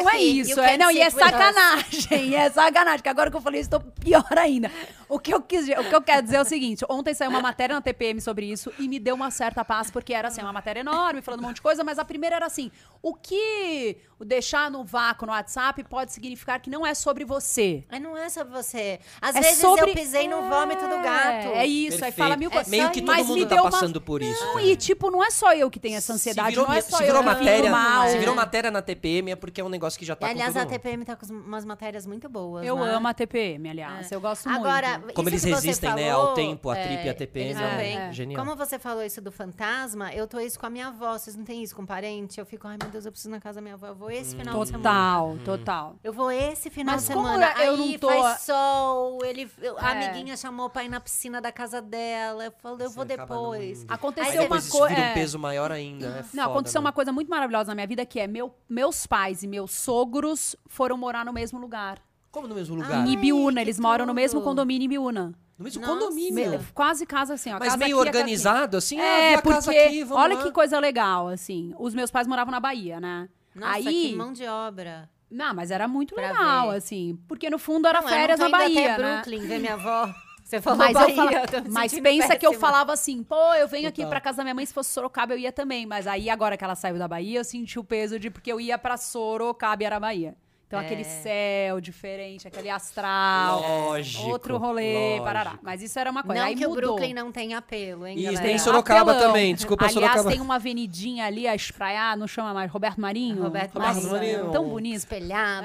Speaker 3: não é isso. É, não, e é sacanagem. É sacanagem. Que agora que eu falei isso, tô pior ainda. O que, eu quis, o que eu quero dizer é o seguinte: ontem saiu uma matéria na TPM sobre isso e me deu uma certa paz, porque era assim, uma matéria enorme, falando um monte de coisa, mas a primeira era assim: o que o deixar no vácuo no WhatsApp pode significar que não é sobre você.
Speaker 2: Mas não é sobre você. Às
Speaker 3: é
Speaker 2: vezes
Speaker 3: sobre...
Speaker 2: eu pisei no
Speaker 3: É,
Speaker 2: vômito do gato.
Speaker 3: É isso, aí
Speaker 1: Perfeito.
Speaker 3: fala mil coisas.
Speaker 1: Meio que todo
Speaker 3: Mas me
Speaker 1: mundo tá
Speaker 3: deu uma-
Speaker 1: passando por isso.
Speaker 3: Não,
Speaker 1: né?
Speaker 3: e tipo, não é só eu que tenho essa ansiedade, não é
Speaker 1: se
Speaker 3: só
Speaker 1: virou
Speaker 3: eu que fico
Speaker 1: matéria,
Speaker 3: mal.
Speaker 1: Se virou matéria na TPM é porque é um negócio que já
Speaker 2: E,
Speaker 1: tá
Speaker 2: aliás,
Speaker 1: com
Speaker 2: a
Speaker 1: todo mundo.
Speaker 2: TPM tá com umas matérias muito boas.
Speaker 3: Eu
Speaker 2: né?
Speaker 3: amo a TPM, aliás. Eu gosto
Speaker 2: Agora,
Speaker 3: muito.
Speaker 1: Como eles
Speaker 2: isso que você
Speaker 1: resistem, né,
Speaker 2: falou,
Speaker 1: ao tempo, à tripe e à TPM,
Speaker 2: eles
Speaker 3: é um-
Speaker 2: vão bem.
Speaker 1: é genial.
Speaker 2: Como você falou isso do fantasma, eu tô isso
Speaker 1: Hum.
Speaker 2: com a minha avó. Vocês não têm isso com parente? Eu fico, ai meu Deus, eu preciso ir na casa da minha avó. Eu vou esse final de semana.
Speaker 3: Total, total. legal.
Speaker 2: Eu vou esse final
Speaker 3: Mas
Speaker 2: de
Speaker 3: como
Speaker 2: semana.
Speaker 3: eu
Speaker 2: Aí
Speaker 3: não tô-
Speaker 2: faz sol, ele, a
Speaker 3: É.
Speaker 2: amiguinha chamou pra ir na piscina da casa dela. Eu falei, eu
Speaker 1: Você
Speaker 2: vou
Speaker 1: acaba não-
Speaker 2: depois.
Speaker 1: Aí
Speaker 3: Aconteceu uma
Speaker 1: depois isso
Speaker 3: coisa.
Speaker 1: vira um peso maior ainda. É
Speaker 3: Não,
Speaker 1: foda,
Speaker 3: aconteceu
Speaker 1: né?
Speaker 3: uma coisa muito maravilhosa na minha vida, que é meu, meus pais e meus sogros foram morar no mesmo lugar.
Speaker 1: Como no
Speaker 3: Ah,
Speaker 1: mesmo lugar?
Speaker 3: Em Ibiúna,
Speaker 2: que
Speaker 3: eles moram no mesmo
Speaker 2: tudo.
Speaker 3: condomínio em Ibiúna.
Speaker 1: No mesmo
Speaker 2: Nossa.
Speaker 1: condomínio.
Speaker 3: Me- Quase casa assim, ó.
Speaker 1: Mas
Speaker 3: casa
Speaker 1: meio
Speaker 3: aqui, a casa aqui.
Speaker 1: organizado, assim? ah, vi
Speaker 3: É,
Speaker 1: a
Speaker 3: porque
Speaker 1: casa aqui, vamos
Speaker 3: olha
Speaker 1: lá.
Speaker 3: que coisa legal, assim. Os meus pais moravam na Bahia, né?
Speaker 2: Nossa,
Speaker 3: Aí,
Speaker 2: que mão de obra.
Speaker 3: não, mas era muito
Speaker 2: Pra
Speaker 3: legal,
Speaker 2: ver.
Speaker 3: assim, porque no fundo era
Speaker 2: Não, um eu
Speaker 3: férias
Speaker 2: não
Speaker 3: na
Speaker 2: tô indo
Speaker 3: Bahia,
Speaker 2: até
Speaker 3: né?
Speaker 2: Brooklyn ver minha avó. Você falou
Speaker 3: Mas, eu
Speaker 2: Bahia,
Speaker 3: fala-
Speaker 2: eu tô me
Speaker 3: mas
Speaker 2: sentindo
Speaker 3: pensa que eu
Speaker 2: péssima.
Speaker 3: falava assim, pô, eu venho aqui
Speaker 1: Total.
Speaker 3: pra casa da minha mãe, se fosse Sorocaba eu ia também. Mas aí agora que ela saiu da Bahia, eu senti o peso de porque eu ia pra Sorocaba e era Bahia. Então
Speaker 2: É.
Speaker 3: aquele céu diferente, aquele astral,
Speaker 1: Lógico,
Speaker 3: outro rolê,
Speaker 1: lógico.
Speaker 3: parará. Mas isso era uma coisa.
Speaker 2: Não
Speaker 3: aí
Speaker 2: que
Speaker 3: mudou.
Speaker 2: o Brooklyn não tem apelo, hein,
Speaker 1: E
Speaker 2: galera?
Speaker 1: tem Sorocaba
Speaker 3: Apelão.
Speaker 1: também, desculpa,
Speaker 3: Aliás,
Speaker 1: Sorocaba.
Speaker 3: tem uma avenidinha ali, a Espraiá, não chama mais, Roberto Marinho?
Speaker 2: Roberto
Speaker 3: Nossa,
Speaker 1: Marinho.
Speaker 3: Tão bonito.
Speaker 2: Espelhado.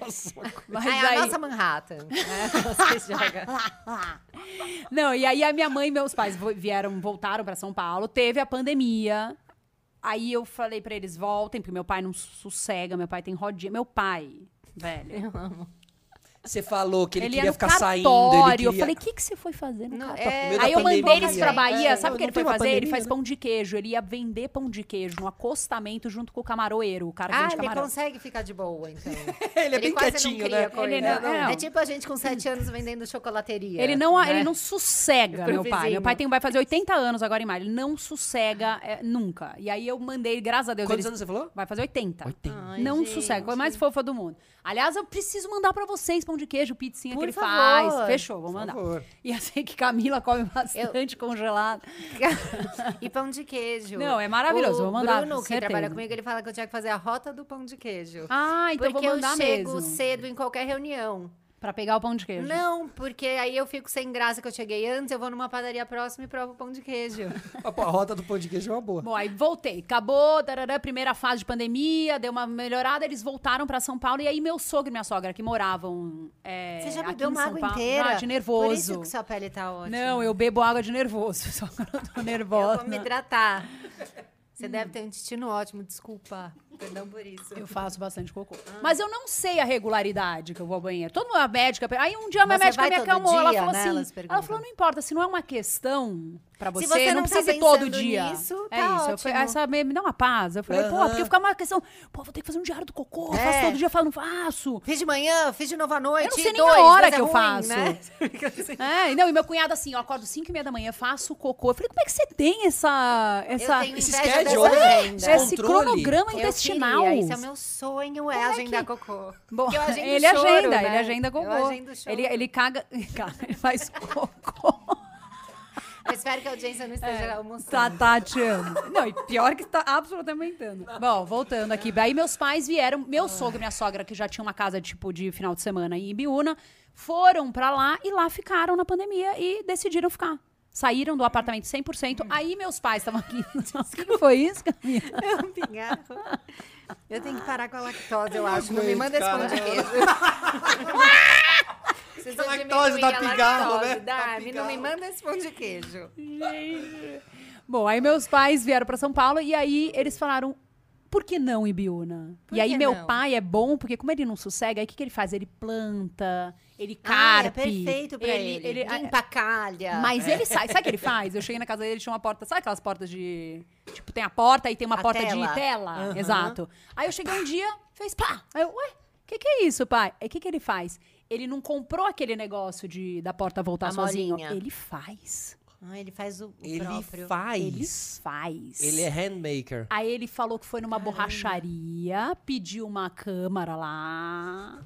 Speaker 1: Nossa,
Speaker 3: Mas
Speaker 2: Ah, é
Speaker 3: aí- É,
Speaker 2: a nossa Manhattan. né? Você joga.
Speaker 3: Tá Não, e aí a minha mãe e meus pais vo- vieram, voltaram pra São Paulo, teve a pandemia. Aí eu falei pra eles, voltem, porque meu pai não sossega, meu pai tem rodinha. Meu pai, velho.
Speaker 1: você falou que ele,
Speaker 3: ia
Speaker 1: queria
Speaker 3: no
Speaker 1: ficar
Speaker 3: cartório.
Speaker 1: saindo. Ele queria...
Speaker 3: é Eu falei, o que, que você foi fazer no
Speaker 2: Não,
Speaker 3: cartório?
Speaker 2: é,
Speaker 1: No meio da
Speaker 3: Aí eu mandei
Speaker 1: pandemia. né?
Speaker 3: eles pra Bahia,
Speaker 2: É,
Speaker 3: sabe o que
Speaker 1: não
Speaker 3: ele foi
Speaker 1: tem uma
Speaker 3: fazer? Ele
Speaker 1: pandemia,
Speaker 3: fez
Speaker 1: né?
Speaker 3: pão de queijo. Ele ia vender pão de queijo no acostamento junto com o camaroeiro, o cara que
Speaker 2: Ah,
Speaker 3: vende
Speaker 2: ele
Speaker 3: camarão.
Speaker 2: consegue ficar de boa, então.
Speaker 1: Ele é bem
Speaker 2: quase
Speaker 1: quietinho,
Speaker 2: não cria
Speaker 1: né?
Speaker 2: Coisa.
Speaker 3: Ele não- é, não.
Speaker 2: É tipo a gente com 7 anos vendendo chocolateria.
Speaker 3: Ele não,
Speaker 2: né?
Speaker 3: ele não sossega,
Speaker 2: Pro
Speaker 3: meu pai. Meu
Speaker 2: vizinho.
Speaker 3: pai tem, vai fazer 80 anos agora em maio. Ele não sossega é, nunca. E aí eu mandei, graças a Deus,
Speaker 1: Quantos
Speaker 3: ele
Speaker 1: anos você falou?
Speaker 3: vai fazer 80.
Speaker 1: 80.
Speaker 2: Ai,
Speaker 3: Não
Speaker 2: gente.
Speaker 3: sossega, coisa mais fofa do mundo. Aliás, eu preciso mandar pra vocês pão de queijo, pizzinha
Speaker 2: Por
Speaker 3: que ele
Speaker 2: favor.
Speaker 3: faz. Fechou, vou mandar.
Speaker 1: favor.
Speaker 3: E eu sei que Camila come bastante congelado.
Speaker 2: e pão de queijo.
Speaker 3: Não, é maravilhoso,
Speaker 2: O
Speaker 3: vou mandar,
Speaker 2: Bruno,
Speaker 3: com
Speaker 2: que
Speaker 3: certeza.
Speaker 2: trabalha comigo, ele fala que eu tinha que fazer a rota do pão de queijo.
Speaker 3: Ah, então
Speaker 2: porque
Speaker 3: vou mandar
Speaker 2: eu chego
Speaker 3: mesmo.
Speaker 2: cedo em qualquer reunião.
Speaker 3: Pra pegar o pão de queijo.
Speaker 2: Não, porque aí eu fico sem graça que eu cheguei antes, eu vou numa padaria próxima e provo pão de queijo.
Speaker 1: Ah, pô, A rota do pão de queijo é uma boa.
Speaker 3: Bom, aí voltei. Acabou, tarará, primeira fase de pandemia, deu uma melhorada, eles voltaram pra São Paulo. E aí meu sogro e minha sogra, que moravam é,
Speaker 2: Você já
Speaker 3: aqui
Speaker 2: bebeu
Speaker 3: em
Speaker 2: uma
Speaker 3: São
Speaker 2: água
Speaker 3: Paulo-
Speaker 2: inteira?
Speaker 3: Ah, de
Speaker 2: Por
Speaker 3: nervoso.
Speaker 2: isso que sua pele tá ótima.
Speaker 3: Não, eu bebo água de nervoso, só quando eu tô
Speaker 2: Eu
Speaker 3: nervosa.
Speaker 2: vou me hidratar. Você
Speaker 3: Hum.
Speaker 2: deve ter um intestino ótimo, desculpa. Perdão por isso.
Speaker 3: Eu faço bastante cocô.
Speaker 2: Ah.
Speaker 3: Mas eu não sei a regularidade que eu vou ao banheiro. Toda uma médica. Aí um dia a minha
Speaker 2: Você
Speaker 3: médica
Speaker 2: vai
Speaker 3: me
Speaker 2: todo
Speaker 3: acalmou. ela
Speaker 2: dia,
Speaker 3: falou
Speaker 2: né? Elas
Speaker 3: assim. Ela
Speaker 2: perguntam.
Speaker 3: falou: não importa, se não é uma questão pra você,
Speaker 2: você não
Speaker 3: não
Speaker 2: tá
Speaker 3: precisa ir todo
Speaker 2: pensando
Speaker 3: dia.
Speaker 2: nisso,
Speaker 3: é
Speaker 2: tá
Speaker 3: isso. Eu falei,
Speaker 2: ótimo.
Speaker 3: essa me, me dá uma paz. Eu falei, pô,
Speaker 1: Aham.
Speaker 3: porque fica uma questão. Pô, vou ter que fazer um diário do cocô. Eu
Speaker 2: É.
Speaker 3: faço todo dia, eu falo, não faço.
Speaker 2: Fiz de manhã, fiz de novo à noite.
Speaker 3: Eu não sei
Speaker 2: e
Speaker 3: nem a
Speaker 2: dois,
Speaker 3: hora
Speaker 2: mas é
Speaker 3: que eu
Speaker 2: ruim,
Speaker 3: faço.
Speaker 2: Né? Fica assim.
Speaker 3: É, e não, e meu cunhado assim, eu acordo 5 e meia da manhã, faço cocô. Eu falei, como é que você tem essa. essa
Speaker 2: eu tenho
Speaker 1: esse
Speaker 2: inveja
Speaker 1: schedule,
Speaker 2: dessa
Speaker 1: né?
Speaker 2: agenda.
Speaker 1: Esse
Speaker 3: esse
Speaker 1: controle.
Speaker 3: cronograma
Speaker 2: Eu
Speaker 3: intestinal.
Speaker 2: queria, Esse é o meu sonho, é agendar cocô.
Speaker 3: Bom,
Speaker 2: Porque eu agendo
Speaker 3: ele
Speaker 2: choro,
Speaker 3: agenda,
Speaker 2: né?
Speaker 3: ele agenda cocô.
Speaker 2: Eu agendo choro.
Speaker 3: Ele, ele caga, caga, ele faz cocô.
Speaker 2: Eu espero que a audiência não esteja almoçando.
Speaker 3: Tá, tá, te amo. Não, e pior que tá absolutamente entendo. Bom, voltando aqui. Aí meus pais vieram, meu sogro e minha sogra, que já tinha uma casa, tipo, de final de semana em Ibiúna, foram pra lá e lá ficaram na pandemia e decidiram ficar. Saíram do apartamento 100%. Aí meus pais estavam aqui. Nossa, o Hum. que foi isso, Camila?
Speaker 2: É um pingarro. Eu tenho que parar com a lactose, eu acho. Não me
Speaker 1: aguento,
Speaker 2: manda esse pão
Speaker 1: cara.
Speaker 2: de queijo. Preciso
Speaker 1: A lactose
Speaker 2: diminuir
Speaker 1: dá
Speaker 2: a
Speaker 1: pigarro,
Speaker 2: lactose,
Speaker 1: né?
Speaker 2: dá.
Speaker 1: Dá
Speaker 2: Me- Não me
Speaker 1: pigarro.
Speaker 2: manda esse pão de queijo.
Speaker 3: Bom, aí meus pais vieram pra São Paulo e aí eles falaram, por que não Ibiúna?
Speaker 2: Por
Speaker 3: e aí
Speaker 2: que
Speaker 3: meu
Speaker 2: não?
Speaker 3: pai é bom, porque como ele não sossega, aí o que, que ele faz? Ele planta, ele
Speaker 2: Ah, é
Speaker 3: carpe. ah,
Speaker 2: perfeito pra ele. Limpa a calha.
Speaker 3: Mas ele sai, sabe o que ele faz? Eu cheguei na casa dele, ele tinha uma porta, sabe aquelas portas de. Tipo, tem a porta e tem uma
Speaker 2: A
Speaker 3: porta de
Speaker 2: tela.
Speaker 3: tela. Exato. Aí eu cheguei um dia, fez pá! Aí eu, ué, o que, que é isso, pai? Aí o que, que ele faz? Ele não comprou aquele negócio de, da porta voltar
Speaker 2: A
Speaker 3: sozinho.
Speaker 2: molinha.
Speaker 3: Ele faz.
Speaker 2: Ah, ele faz o o
Speaker 1: Ele
Speaker 2: próprio.
Speaker 1: faz.
Speaker 3: Ele faz.
Speaker 1: Ele é handmaker.
Speaker 3: Aí ele falou que foi numa borracharia, pediu uma câmara lá.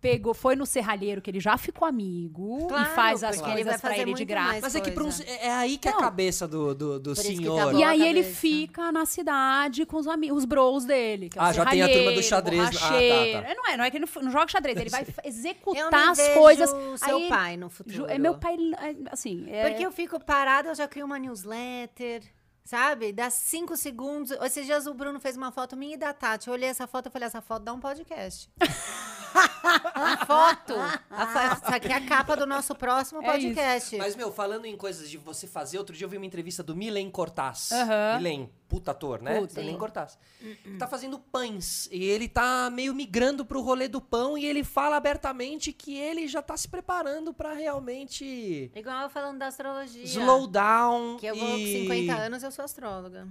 Speaker 3: Pegou, foi no serralheiro que ele já ficou amigo
Speaker 2: Claro,
Speaker 3: e faz as
Speaker 2: porque ele
Speaker 3: coisas
Speaker 2: vai
Speaker 3: pra
Speaker 2: fazer
Speaker 3: ele de
Speaker 2: muito
Speaker 3: graça.
Speaker 2: mais
Speaker 1: Mas é que pra um,
Speaker 2: coisa.
Speaker 1: é é aí que é
Speaker 3: Não.
Speaker 1: a cabeça do, do, do
Speaker 2: isso que tá
Speaker 1: senhor.
Speaker 2: bom.
Speaker 3: E
Speaker 2: Boa
Speaker 3: aí ele
Speaker 2: cabeça.
Speaker 3: fica na cidade com os amigos, os bros dele. que é o
Speaker 1: Ah, já tem a turma do
Speaker 3: serralheiro,
Speaker 1: xadrez. Ah, tá, tá.
Speaker 3: borracheiro. É, Não é, não é que ele não, não joga xadrez, ele vai
Speaker 2: Eu
Speaker 3: executar
Speaker 2: não
Speaker 3: as
Speaker 2: vejo
Speaker 3: coisas.
Speaker 2: seu
Speaker 3: Aí-
Speaker 2: pai no futuro.
Speaker 3: Ju- É meu pai, é, assim. É,
Speaker 2: Porque eu fico parada, eu já crio uma newsletter, sabe? Dá cinco segundos. Esses dias o Bruno fez uma foto minha e da Tati. Eu olhei essa foto, eu falei, essa foto dá um podcast. A foto. A fa- Essa aqui é a capa do nosso próximo
Speaker 3: É isso.
Speaker 2: podcast.
Speaker 1: Mas, meu, falando em coisas de você fazer, outro dia eu vi uma entrevista do Milen Cortaz.
Speaker 3: Aham.
Speaker 1: Milen, puta ator, né?
Speaker 3: Puta.
Speaker 1: Milen Cortaz. Tá fazendo pães. E ele tá meio migrando pro rolê do pão e ele fala abertamente que ele já tá se preparando pra realmente
Speaker 2: Igual eu falando da astrologia.
Speaker 1: slow down.
Speaker 2: Que eu vou
Speaker 1: e...
Speaker 2: com 50 anos, eu sou astróloga.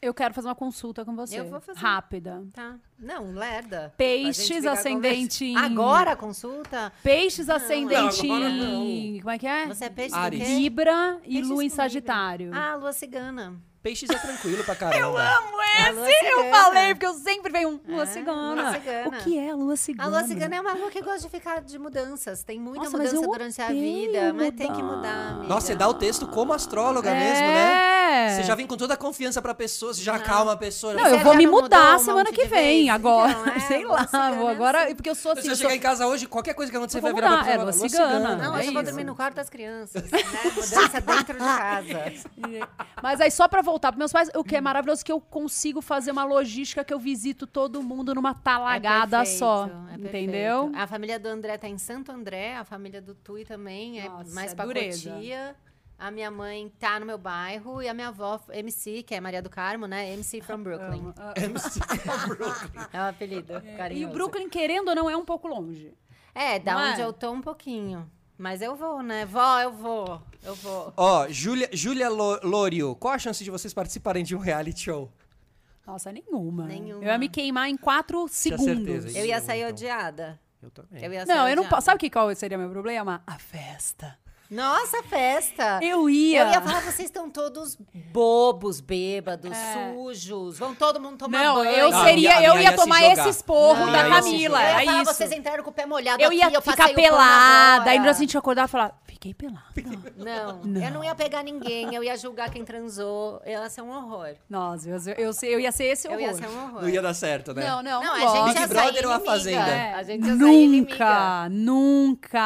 Speaker 3: Eu quero fazer uma consulta com você.
Speaker 2: Eu vou fazer.
Speaker 3: Rápida.
Speaker 2: Tá. Não, lerda.
Speaker 3: Peixes,
Speaker 2: Pra gente ficar
Speaker 3: ascendente
Speaker 2: conversa-
Speaker 3: em-
Speaker 2: Agora a consulta?
Speaker 3: Peixes ascendente
Speaker 1: agora
Speaker 3: em...
Speaker 1: não.
Speaker 3: Como é que é?
Speaker 2: Você é peixe
Speaker 1: Ares.
Speaker 2: do quê?
Speaker 3: Libra e
Speaker 2: Peixes
Speaker 3: Lua em
Speaker 2: com
Speaker 3: Sagitário.
Speaker 2: Ah, lua cigana.
Speaker 1: Peixes é tranquilo pra caramba. Eu amo.
Speaker 2: É, a lua
Speaker 3: assim Eu
Speaker 2: cigana.
Speaker 3: falei, porque eu sempre venho um
Speaker 2: Ah, lua
Speaker 3: Lua Cigana.
Speaker 2: cigana.
Speaker 3: O que é Lua
Speaker 2: A
Speaker 3: Cigana?
Speaker 2: lua cigana é uma lua que gosta de ficar de mudanças. Tem muita
Speaker 3: Nossa, mas
Speaker 2: mudança
Speaker 3: eu
Speaker 2: durante a
Speaker 3: odeio
Speaker 2: vida, mas tem que mudar.
Speaker 3: mudar.
Speaker 2: Amiga.
Speaker 1: Nossa, você dá o texto como astróloga
Speaker 3: é...
Speaker 1: mesmo, né? Você já vem com toda a confiança pra pessoa, você já acalma a pessoa.
Speaker 3: Não, eu
Speaker 2: Você
Speaker 3: vou
Speaker 2: já
Speaker 3: me
Speaker 2: não
Speaker 3: mudar
Speaker 2: mudou um
Speaker 3: semana
Speaker 2: monte
Speaker 3: que
Speaker 2: de
Speaker 3: vem,
Speaker 2: vezes?
Speaker 3: agora.
Speaker 2: Então, é,
Speaker 3: sei
Speaker 2: lua
Speaker 3: lá,
Speaker 2: cigana
Speaker 3: vou
Speaker 2: é
Speaker 3: agora.
Speaker 2: assim.
Speaker 3: Porque eu sou
Speaker 1: Se
Speaker 3: assim.
Speaker 1: você
Speaker 3: eu sou-
Speaker 1: chegar em casa hoje, qualquer coisa que acontecer
Speaker 3: Eu
Speaker 1: vai
Speaker 3: vou
Speaker 1: virar
Speaker 3: mudar,
Speaker 1: pra
Speaker 3: é,
Speaker 1: pessoa.
Speaker 3: lua cigana.
Speaker 2: Não,
Speaker 1: é
Speaker 2: hoje eu vou
Speaker 1: isso.
Speaker 2: dormir no quarto das crianças. Né? Mudança dentro de casa.
Speaker 3: Mas aí, só pra voltar pros meus pais, o que é maravilhoso é que eu consigo fazer uma logística que eu visito todo mundo numa talagada
Speaker 2: É perfeito,
Speaker 3: só.
Speaker 2: é
Speaker 3: entendeu?
Speaker 2: perfeito. A família do André tá em Santo André, a família do Tui também,
Speaker 3: Nossa,
Speaker 2: é mais
Speaker 3: é
Speaker 2: pra
Speaker 3: dureza.
Speaker 2: Cotia. A minha mãe tá no meu bairro e a minha avó, MC, que é Maria do Carmo, né? MC from Brooklyn.
Speaker 1: MC Brooklyn.
Speaker 2: É o apelido
Speaker 3: E o
Speaker 2: carinhoso.
Speaker 3: Brooklyn, querendo ou não, é um pouco longe.
Speaker 2: É, da
Speaker 3: Não
Speaker 2: onde
Speaker 3: é?
Speaker 2: eu tô um pouquinho. Mas eu vou, né? Vó, eu vou. Eu vou.
Speaker 1: Ó, Júlia Júlia Lo- Lório, qual a chance de vocês participarem de um reality show?
Speaker 3: Nossa, nenhuma.
Speaker 2: Nenhuma.
Speaker 3: Eu ia me queimar em quatro segundos.
Speaker 1: certeza, isso.
Speaker 2: Eu ia
Speaker 1: eu,
Speaker 2: sair
Speaker 1: então. É.
Speaker 2: odiada.
Speaker 1: Eu também.
Speaker 2: Eu ia sair
Speaker 3: Não, eu não
Speaker 2: odiada.
Speaker 3: posso. um Sabe o que qual seria meu problema? A festa.
Speaker 2: Nossa, festa!
Speaker 3: Eu ia.
Speaker 2: Eu ia falar, vocês estão todos bobos, bêbados, sujos. Vão todo mundo tomar
Speaker 3: É. Não,
Speaker 2: banho.
Speaker 3: eu
Speaker 1: Não, a
Speaker 3: seria,
Speaker 1: minha
Speaker 3: eu ia
Speaker 1: ia se
Speaker 3: tomar
Speaker 1: jogar.
Speaker 3: esse esporro
Speaker 1: Não,
Speaker 3: da
Speaker 1: eu ia se
Speaker 3: Camila.
Speaker 1: jogar.
Speaker 2: Eu
Speaker 3: É
Speaker 2: ia falar,
Speaker 3: isso.
Speaker 2: vocês entraram com o pé molhado
Speaker 3: Eu
Speaker 2: aqui,
Speaker 3: ia
Speaker 2: eu
Speaker 3: ficar
Speaker 2: passei o pano
Speaker 3: pelada. Aí assim, tipo, no dia
Speaker 2: agora.
Speaker 3: seguinte eu acordava e falava, fiquei pelada.
Speaker 2: Não, eu não ia pegar ninguém, eu ia julgar quem transou. Eu ia ser um horror.
Speaker 3: Nossa, eu, eu, eu, eu ia ser esse
Speaker 2: Eu
Speaker 3: horror.
Speaker 2: ia ser um horror.
Speaker 1: Não ia dar certo, né?
Speaker 3: Não, não,
Speaker 2: Não,
Speaker 3: não,
Speaker 2: a
Speaker 3: gosto.
Speaker 2: gente
Speaker 1: Big
Speaker 2: ia sair
Speaker 1: Brother ou a
Speaker 2: inimiga.
Speaker 1: Fazenda?
Speaker 2: É, A gente ia sair inimiga.
Speaker 3: Nunca, nunca.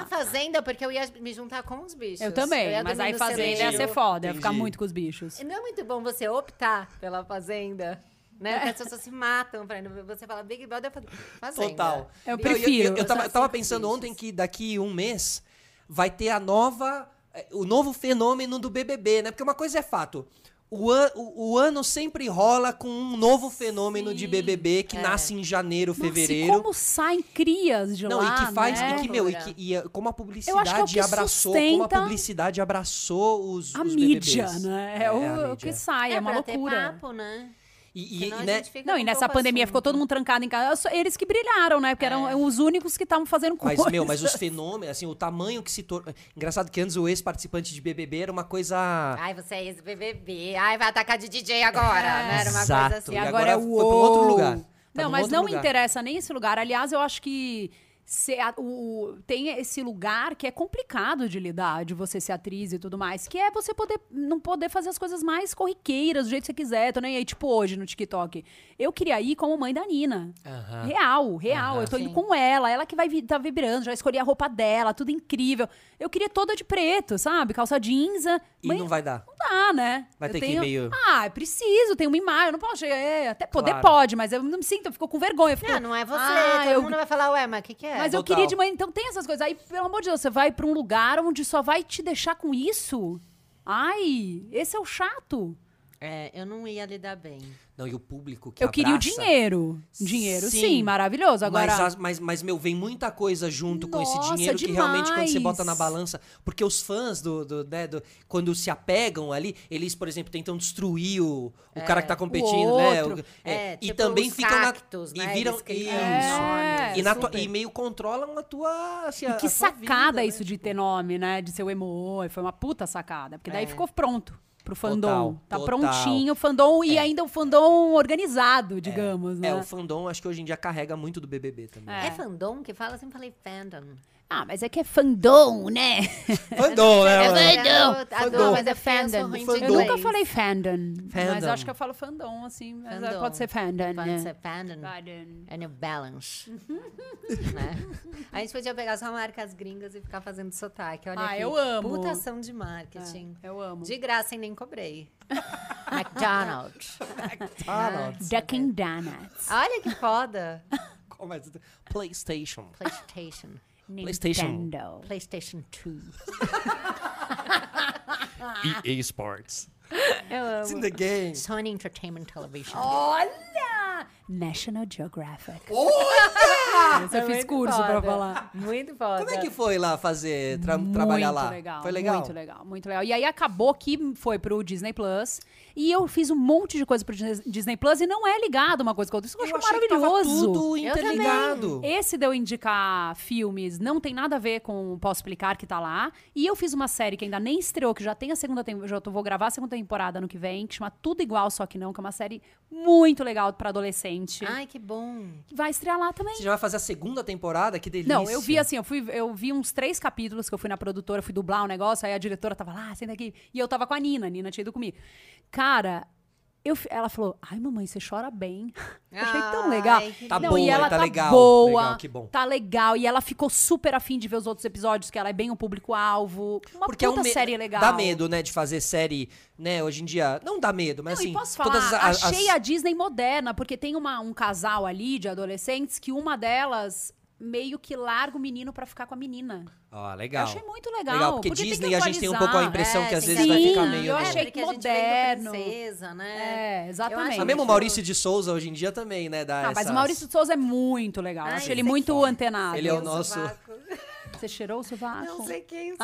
Speaker 2: A fazenda, porque eu ia me juntar com os bichos.
Speaker 3: Eu também,
Speaker 2: ia
Speaker 3: mas
Speaker 2: dormir
Speaker 3: aí
Speaker 2: no
Speaker 3: fazenda ia
Speaker 2: celeiro.
Speaker 3: ser foda, ia
Speaker 1: Entendi.
Speaker 3: ficar muito com os bichos.
Speaker 2: Não é muito bom você optar pela fazenda,
Speaker 3: É.
Speaker 2: né? Porque as pessoas se matam pra ir no- Você fala Big Brother é fazenda.
Speaker 1: Total.
Speaker 3: Eu
Speaker 1: Não,
Speaker 3: prefiro.
Speaker 1: Eu, eu, eu tava,
Speaker 2: Eu só
Speaker 1: tava
Speaker 2: sinto
Speaker 1: pensando
Speaker 2: isso.
Speaker 1: ontem que daqui um mês vai ter a nova. eh, O novo fenômeno do BBB, né? Porque uma coisa é fato. O, an- o- o ano sempre rola com um novo fenômeno de
Speaker 3: Sim.
Speaker 1: BBB que
Speaker 2: É.
Speaker 1: nasce em janeiro,
Speaker 3: Nossa, e
Speaker 1: fevereiro.
Speaker 3: como saem crias de
Speaker 1: Não,
Speaker 3: lá,
Speaker 1: e que faz,
Speaker 3: né?
Speaker 1: e que, meu, e,
Speaker 2: Loucura.
Speaker 1: que, e a- como a
Speaker 3: Eu acho que é o
Speaker 1: publicidade
Speaker 3: que
Speaker 1: abraçou, como a
Speaker 3: sustenta
Speaker 1: publicidade abraçou os,
Speaker 3: A
Speaker 1: os
Speaker 3: mídia,
Speaker 1: BBBs.
Speaker 3: né? É,
Speaker 1: a
Speaker 3: o, o
Speaker 1: mídia.
Speaker 3: que sai, é, uma
Speaker 2: pra ter
Speaker 3: loucura.
Speaker 2: papo, né?
Speaker 1: E, e-
Speaker 2: Senão a
Speaker 1: e, né,
Speaker 2: gente fica
Speaker 3: Não,
Speaker 2: com
Speaker 3: e nessa
Speaker 2: pouco
Speaker 3: pandemia ficou
Speaker 2: assunto.
Speaker 3: todo mundo trancado em casa. Só Eles que brilharam, né?
Speaker 2: É.
Speaker 3: Porque eram os únicos que estavam fazendo coisa.
Speaker 1: Mas, meu, mas os fenômenos, assim, o tamanho que se tornou. Engraçado que antes o ex-participante de BBB era uma coisa.
Speaker 2: Ai, você é ex-BBB. Ai, vai atacar de DJ
Speaker 3: É.
Speaker 2: agora. né? Era uma
Speaker 1: Exato.
Speaker 2: coisa assim.
Speaker 3: E
Speaker 1: E
Speaker 3: agora,
Speaker 1: agora
Speaker 3: é o
Speaker 1: foi pra um outro lugar. Tá
Speaker 3: não,
Speaker 1: num
Speaker 3: mas
Speaker 1: outro
Speaker 3: não me
Speaker 1: lugar.
Speaker 3: interessa nem esse lugar. Aliás, eu acho que ser a- o, o- tem esse lugar que é complicado de lidar, de você ser atriz e tudo mais, que é você poder não poder fazer as coisas mais corriqueiras do jeito que você quiser. Tô nem aí, tipo hoje no TikTok. Eu queria ir como mãe da Nina.
Speaker 1: Aham.
Speaker 3: Real, real.
Speaker 1: Ah. Aham.
Speaker 3: eu tô indo
Speaker 2: Sim.
Speaker 3: com ela, ela que vai vi- tá vibrando, já escolhi a roupa dela, tudo incrível. Eu queria toda de preto, sabe? Calça cinza.
Speaker 1: E
Speaker 3: Mãe-
Speaker 1: não vai dar.
Speaker 3: não dá, né?
Speaker 1: Vai
Speaker 3: Eu
Speaker 1: ter que ir
Speaker 3: tenho...
Speaker 1: meio-
Speaker 3: Ah, eu preciso, tem uma imagem, eu não posso chegar. É, até poder
Speaker 1: Claro.
Speaker 3: pode, mas eu não me sinto, eu fico com vergonha. eu fico-
Speaker 2: Não, não é você.
Speaker 3: Ah,
Speaker 2: todo
Speaker 3: eu-
Speaker 2: mundo vai falar, ué, mas o que, que é?
Speaker 3: Mas eu
Speaker 1: Total.
Speaker 3: queria de manhã, então tem essas coisas. Aí, pelo amor de Deus, você vai pra um lugar onde só vai te deixar com isso? Ai, esse é o chato.
Speaker 2: É, eu não ia lidar bem.
Speaker 1: Não, e o público que
Speaker 3: eu queria o
Speaker 1: abraça-
Speaker 3: dinheiro. Dinheiro, sim,
Speaker 1: Sim.
Speaker 3: maravilhoso. Agora.
Speaker 1: Mas, as- mas, mas, meu, vem muita coisa junto com esse
Speaker 3: Nossa,
Speaker 1: dinheiro que realmente quando você
Speaker 3: demais.
Speaker 1: bota na balança. Porque os fãs do, do, né, do- quando se apegam ali, eles, por exemplo, tentam destruir o, o cara que tá competindo, né?
Speaker 3: outro.
Speaker 1: O- é,
Speaker 2: É,
Speaker 1: e
Speaker 2: tipo
Speaker 1: também
Speaker 2: os
Speaker 1: ficam na-
Speaker 2: cactos,
Speaker 1: e
Speaker 2: né?
Speaker 1: viram
Speaker 2: Eles criam
Speaker 1: isso.
Speaker 3: nomes,
Speaker 1: e, na tua-
Speaker 2: super.
Speaker 1: e meio controlam a tua. Assim, a-
Speaker 3: E que
Speaker 1: a tua
Speaker 3: sacada
Speaker 1: vida,
Speaker 3: isso
Speaker 1: né?
Speaker 3: de ter nome, né? De ser o emo. Foi uma puta sacada. Porque daí
Speaker 2: É.
Speaker 3: ficou pronto pro fandom.
Speaker 1: Total,
Speaker 3: tá
Speaker 1: total.
Speaker 3: prontinho o fandom e ainda o fandom organizado, digamos, né?
Speaker 1: É, o fandom acho que hoje em dia carrega muito do BBB também.
Speaker 2: É, fandom que fala? Eu sempre falei fandom.
Speaker 3: Ah, mas é que é fandom, né?
Speaker 1: Fandom, né? mano?
Speaker 2: É fandom.
Speaker 1: Fandom.
Speaker 2: mas é fandom. É
Speaker 1: Fandom.
Speaker 3: Eu nunca falei fandom, mas
Speaker 1: Fandom.
Speaker 3: acho que eu falo fandom, assim. Mas
Speaker 2: Fandom.
Speaker 3: pode ser fandom, né?
Speaker 2: Pode ser fandom.
Speaker 3: Fandom.
Speaker 2: É New Balance. né? A gente podia pegar só marcas gringas e ficar fazendo sotaque. Olha
Speaker 3: Ah,
Speaker 2: que
Speaker 3: eu amo. É,
Speaker 2: Puta ação de marketing.
Speaker 3: Eu amo.
Speaker 2: De graça e nem cobrei. McDonald's.
Speaker 1: Ah, não.
Speaker 3: Dunkin' Donuts.
Speaker 2: Olha que foda.
Speaker 1: Começa. é? PlayStation.
Speaker 2: PlayStation.
Speaker 1: PlayStation. um.
Speaker 3: Nintendo.
Speaker 2: PlayStation 2.
Speaker 1: EA Sports.
Speaker 3: Eu
Speaker 1: It's
Speaker 3: amo.
Speaker 1: in the game.
Speaker 2: Sony Entertainment Television.
Speaker 3: Oh, Olha! National Geographic. Esse eu
Speaker 2: É
Speaker 3: fiz
Speaker 2: muito
Speaker 3: curso pra
Speaker 2: foda.
Speaker 3: falar.
Speaker 2: Muito foda.
Speaker 1: Como é que foi lá fazer, tra- trabalhar
Speaker 3: muito
Speaker 1: lá?
Speaker 3: Legal,
Speaker 1: foi legal?
Speaker 3: Muito legal, muito legal. E aí acabou que foi pro Disney Plus. E eu fiz um monte de coisa pro Dis- Disney Plus e não é ligado uma coisa com a outra. Isso eu acho
Speaker 1: Eu achei que tava
Speaker 3: maravilhoso.
Speaker 1: tudo
Speaker 2: Eu também.
Speaker 1: interligado.
Speaker 3: Esse deu indicar filmes, não tem nada a ver com o Posso Explicar que tá lá. E eu fiz uma série que ainda nem estreou, que já tem a segunda temporada, já tô- vou gravar a segunda temporada ano que vem, que chama Tudo Igual, Só Que Não, que é uma série muito legal pra adolescente.
Speaker 1: Ah.
Speaker 2: Ai, que bom.
Speaker 3: Que vai estrear lá também.
Speaker 1: Você já vai fazer a segunda temporada? Que delícia.
Speaker 3: Não, eu vi assim, eu fui, eu vi uns três capítulos que eu fui na produtora, fui dublar o negócio, aí a diretora tava lá, senta aqui. E eu tava com a Nina, a Nina tinha ido comigo. Cara, eu, fi- ela falou, ai mamãe, você chora bem. Eu achei tão
Speaker 2: Ai,
Speaker 3: legal.
Speaker 2: que
Speaker 1: Tá
Speaker 3: Não,
Speaker 1: boa,
Speaker 3: e ela
Speaker 1: tá legal,
Speaker 3: boa,
Speaker 1: legal, que bom.
Speaker 3: tá legal. E ela ficou super afim de ver os outros episódios, que ela é bem o público-alvo. Uma
Speaker 1: Porque é
Speaker 3: puta
Speaker 1: um me-
Speaker 3: série legal.
Speaker 1: Dá medo, né, de fazer série, né, hoje em dia. Não dá medo, mas
Speaker 3: Não,
Speaker 1: assim,
Speaker 3: e posso falar,
Speaker 1: todas as,
Speaker 3: achei
Speaker 1: as-
Speaker 3: a Disney moderna, porque tem uma, um casal ali de adolescentes que uma delas meio que larga o menino pra ficar com a menina.
Speaker 1: Ó,
Speaker 3: Eu
Speaker 1: legal.
Speaker 3: achei muito legal.
Speaker 1: porque,
Speaker 3: tem que
Speaker 1: Disney a gente tem um
Speaker 3: atualizar.
Speaker 1: pouco a impressão que às
Speaker 2: É, tem
Speaker 3: que
Speaker 1: vezes vai ficar
Speaker 3: atualizar.
Speaker 1: meio. né?
Speaker 3: Eu
Speaker 1: no-
Speaker 3: achei
Speaker 2: É,
Speaker 3: que
Speaker 2: porque a gente veio do
Speaker 3: moderno.
Speaker 2: princesa, né?
Speaker 3: É, exatamente.
Speaker 1: Mas
Speaker 2: acho
Speaker 1: mesmo o
Speaker 2: que-
Speaker 1: Maurício de Souza hoje em dia também, né? Dá
Speaker 3: Ah, mas
Speaker 1: essas-
Speaker 3: o Maurício de Souza é muito legal.
Speaker 2: Ai,
Speaker 3: acho
Speaker 2: isso
Speaker 3: ele
Speaker 2: é
Speaker 3: muito antenado.
Speaker 1: Ele é o nosso-
Speaker 2: sovaco.
Speaker 3: Você cheirou o sovaco?
Speaker 2: Não sei quem.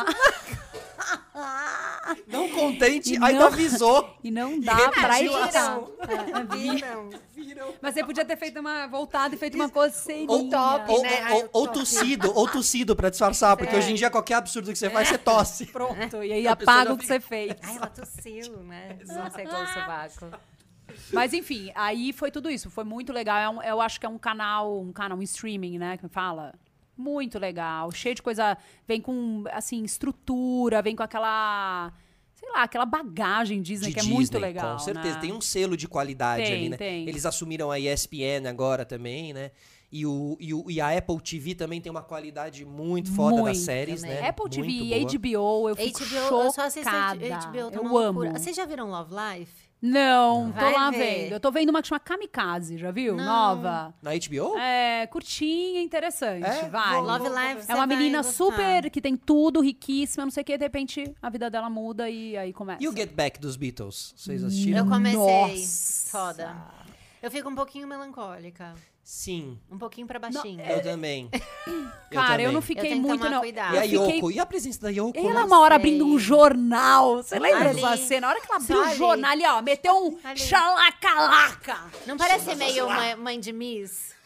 Speaker 3: Ah.
Speaker 1: Não contente,
Speaker 3: E
Speaker 1: ainda
Speaker 3: não-
Speaker 1: avisou.
Speaker 3: E não dá pra É,
Speaker 1: repetiu o
Speaker 3: evitar.
Speaker 1: assunto.
Speaker 2: Viram.
Speaker 3: Mas você podia ter feito uma... Voltado e feito uma coceirinha.
Speaker 1: Ou,
Speaker 2: top,
Speaker 1: ou,
Speaker 2: né? Ai,
Speaker 1: ou-
Speaker 2: o
Speaker 1: ou
Speaker 2: top.
Speaker 1: tossido, ou tossido pra disfarçar,
Speaker 3: É.
Speaker 1: porque hoje em dia qualquer absurdo que você faz, você tosse.
Speaker 3: Pronto, e aí
Speaker 1: A pessoa
Speaker 3: apaga
Speaker 1: já
Speaker 3: o que você fez.
Speaker 2: Ai, ela tossiu, né? Não sei qual o sovaco.
Speaker 3: Mas enfim, aí foi tudo isso. Foi muito legal. É um- eu acho que é um canal, um canal, um streaming, né? Que fala. Muito legal. Cheio de coisa. Vem com, assim, estrutura, vem com aquela. Sei lá, aquela bagagem Disney
Speaker 1: de
Speaker 3: que é
Speaker 1: Disney,
Speaker 3: muito legal.
Speaker 1: Com certeza,
Speaker 3: né?
Speaker 1: tem um selo de qualidade
Speaker 3: Tem,
Speaker 1: ali, né?
Speaker 3: tem.
Speaker 1: Eles assumiram a ESPN agora também, né? E, o, e, o- e a Apple TV também tem uma qualidade muito foda
Speaker 3: Muito,
Speaker 1: das séries,
Speaker 2: também.
Speaker 1: né?
Speaker 3: É, Apple TV
Speaker 1: Muito
Speaker 3: e
Speaker 1: boa.
Speaker 3: HBO, eu fico
Speaker 2: HBO, eu só assisto
Speaker 3: chocada.
Speaker 2: HBO, tá
Speaker 3: eu
Speaker 2: uma
Speaker 3: amo.
Speaker 2: loucura. Vocês já viram Love Life?
Speaker 3: Não,
Speaker 2: Vai
Speaker 3: tô lá
Speaker 2: ver.
Speaker 3: vendo. Eu tô vendo uma que chama Kamikaze, já viu?
Speaker 2: Não.
Speaker 3: Nova.
Speaker 1: Na HBO?
Speaker 3: É, curtinha, interessante,
Speaker 1: É?
Speaker 3: vai.
Speaker 1: Vou lá
Speaker 2: Love Life, você tá
Speaker 3: É uma
Speaker 2: vai
Speaker 3: menina
Speaker 2: gostar.
Speaker 3: super, que tem tudo, riquíssima, não sei o que, de repente a vida dela muda e aí começa.
Speaker 1: E o Get Back dos Beatles?
Speaker 3: Hum.
Speaker 1: Vocês
Speaker 2: Eu
Speaker 1: assistiram?
Speaker 2: comecei.
Speaker 3: Nossa.
Speaker 2: Foda. Eu fico um pouquinho melancólica.
Speaker 1: Sim,
Speaker 2: Um pouquinho pra baixinha.
Speaker 3: é.
Speaker 1: eu também.
Speaker 3: Cara,
Speaker 1: também.
Speaker 3: eu, não
Speaker 2: Eu
Speaker 3: fiquei
Speaker 2: tenho que
Speaker 3: muito,
Speaker 2: tomar
Speaker 3: não.
Speaker 2: cuidado.
Speaker 1: E a
Speaker 3: eu fiquei-
Speaker 1: Yoko? assim? E a presença da Yoko?
Speaker 3: Ela
Speaker 1: lá?
Speaker 3: uma hora
Speaker 2: sei.
Speaker 3: abrindo um jornal. Você lembra
Speaker 2: Ali.
Speaker 3: dessa cena? A hora que ela abriu
Speaker 2: Só
Speaker 3: o
Speaker 2: ali.
Speaker 3: jornal ali, ó, meteu um
Speaker 2: Ali.
Speaker 3: xalacalaca.
Speaker 2: Não parece meio uma mãe de Miss?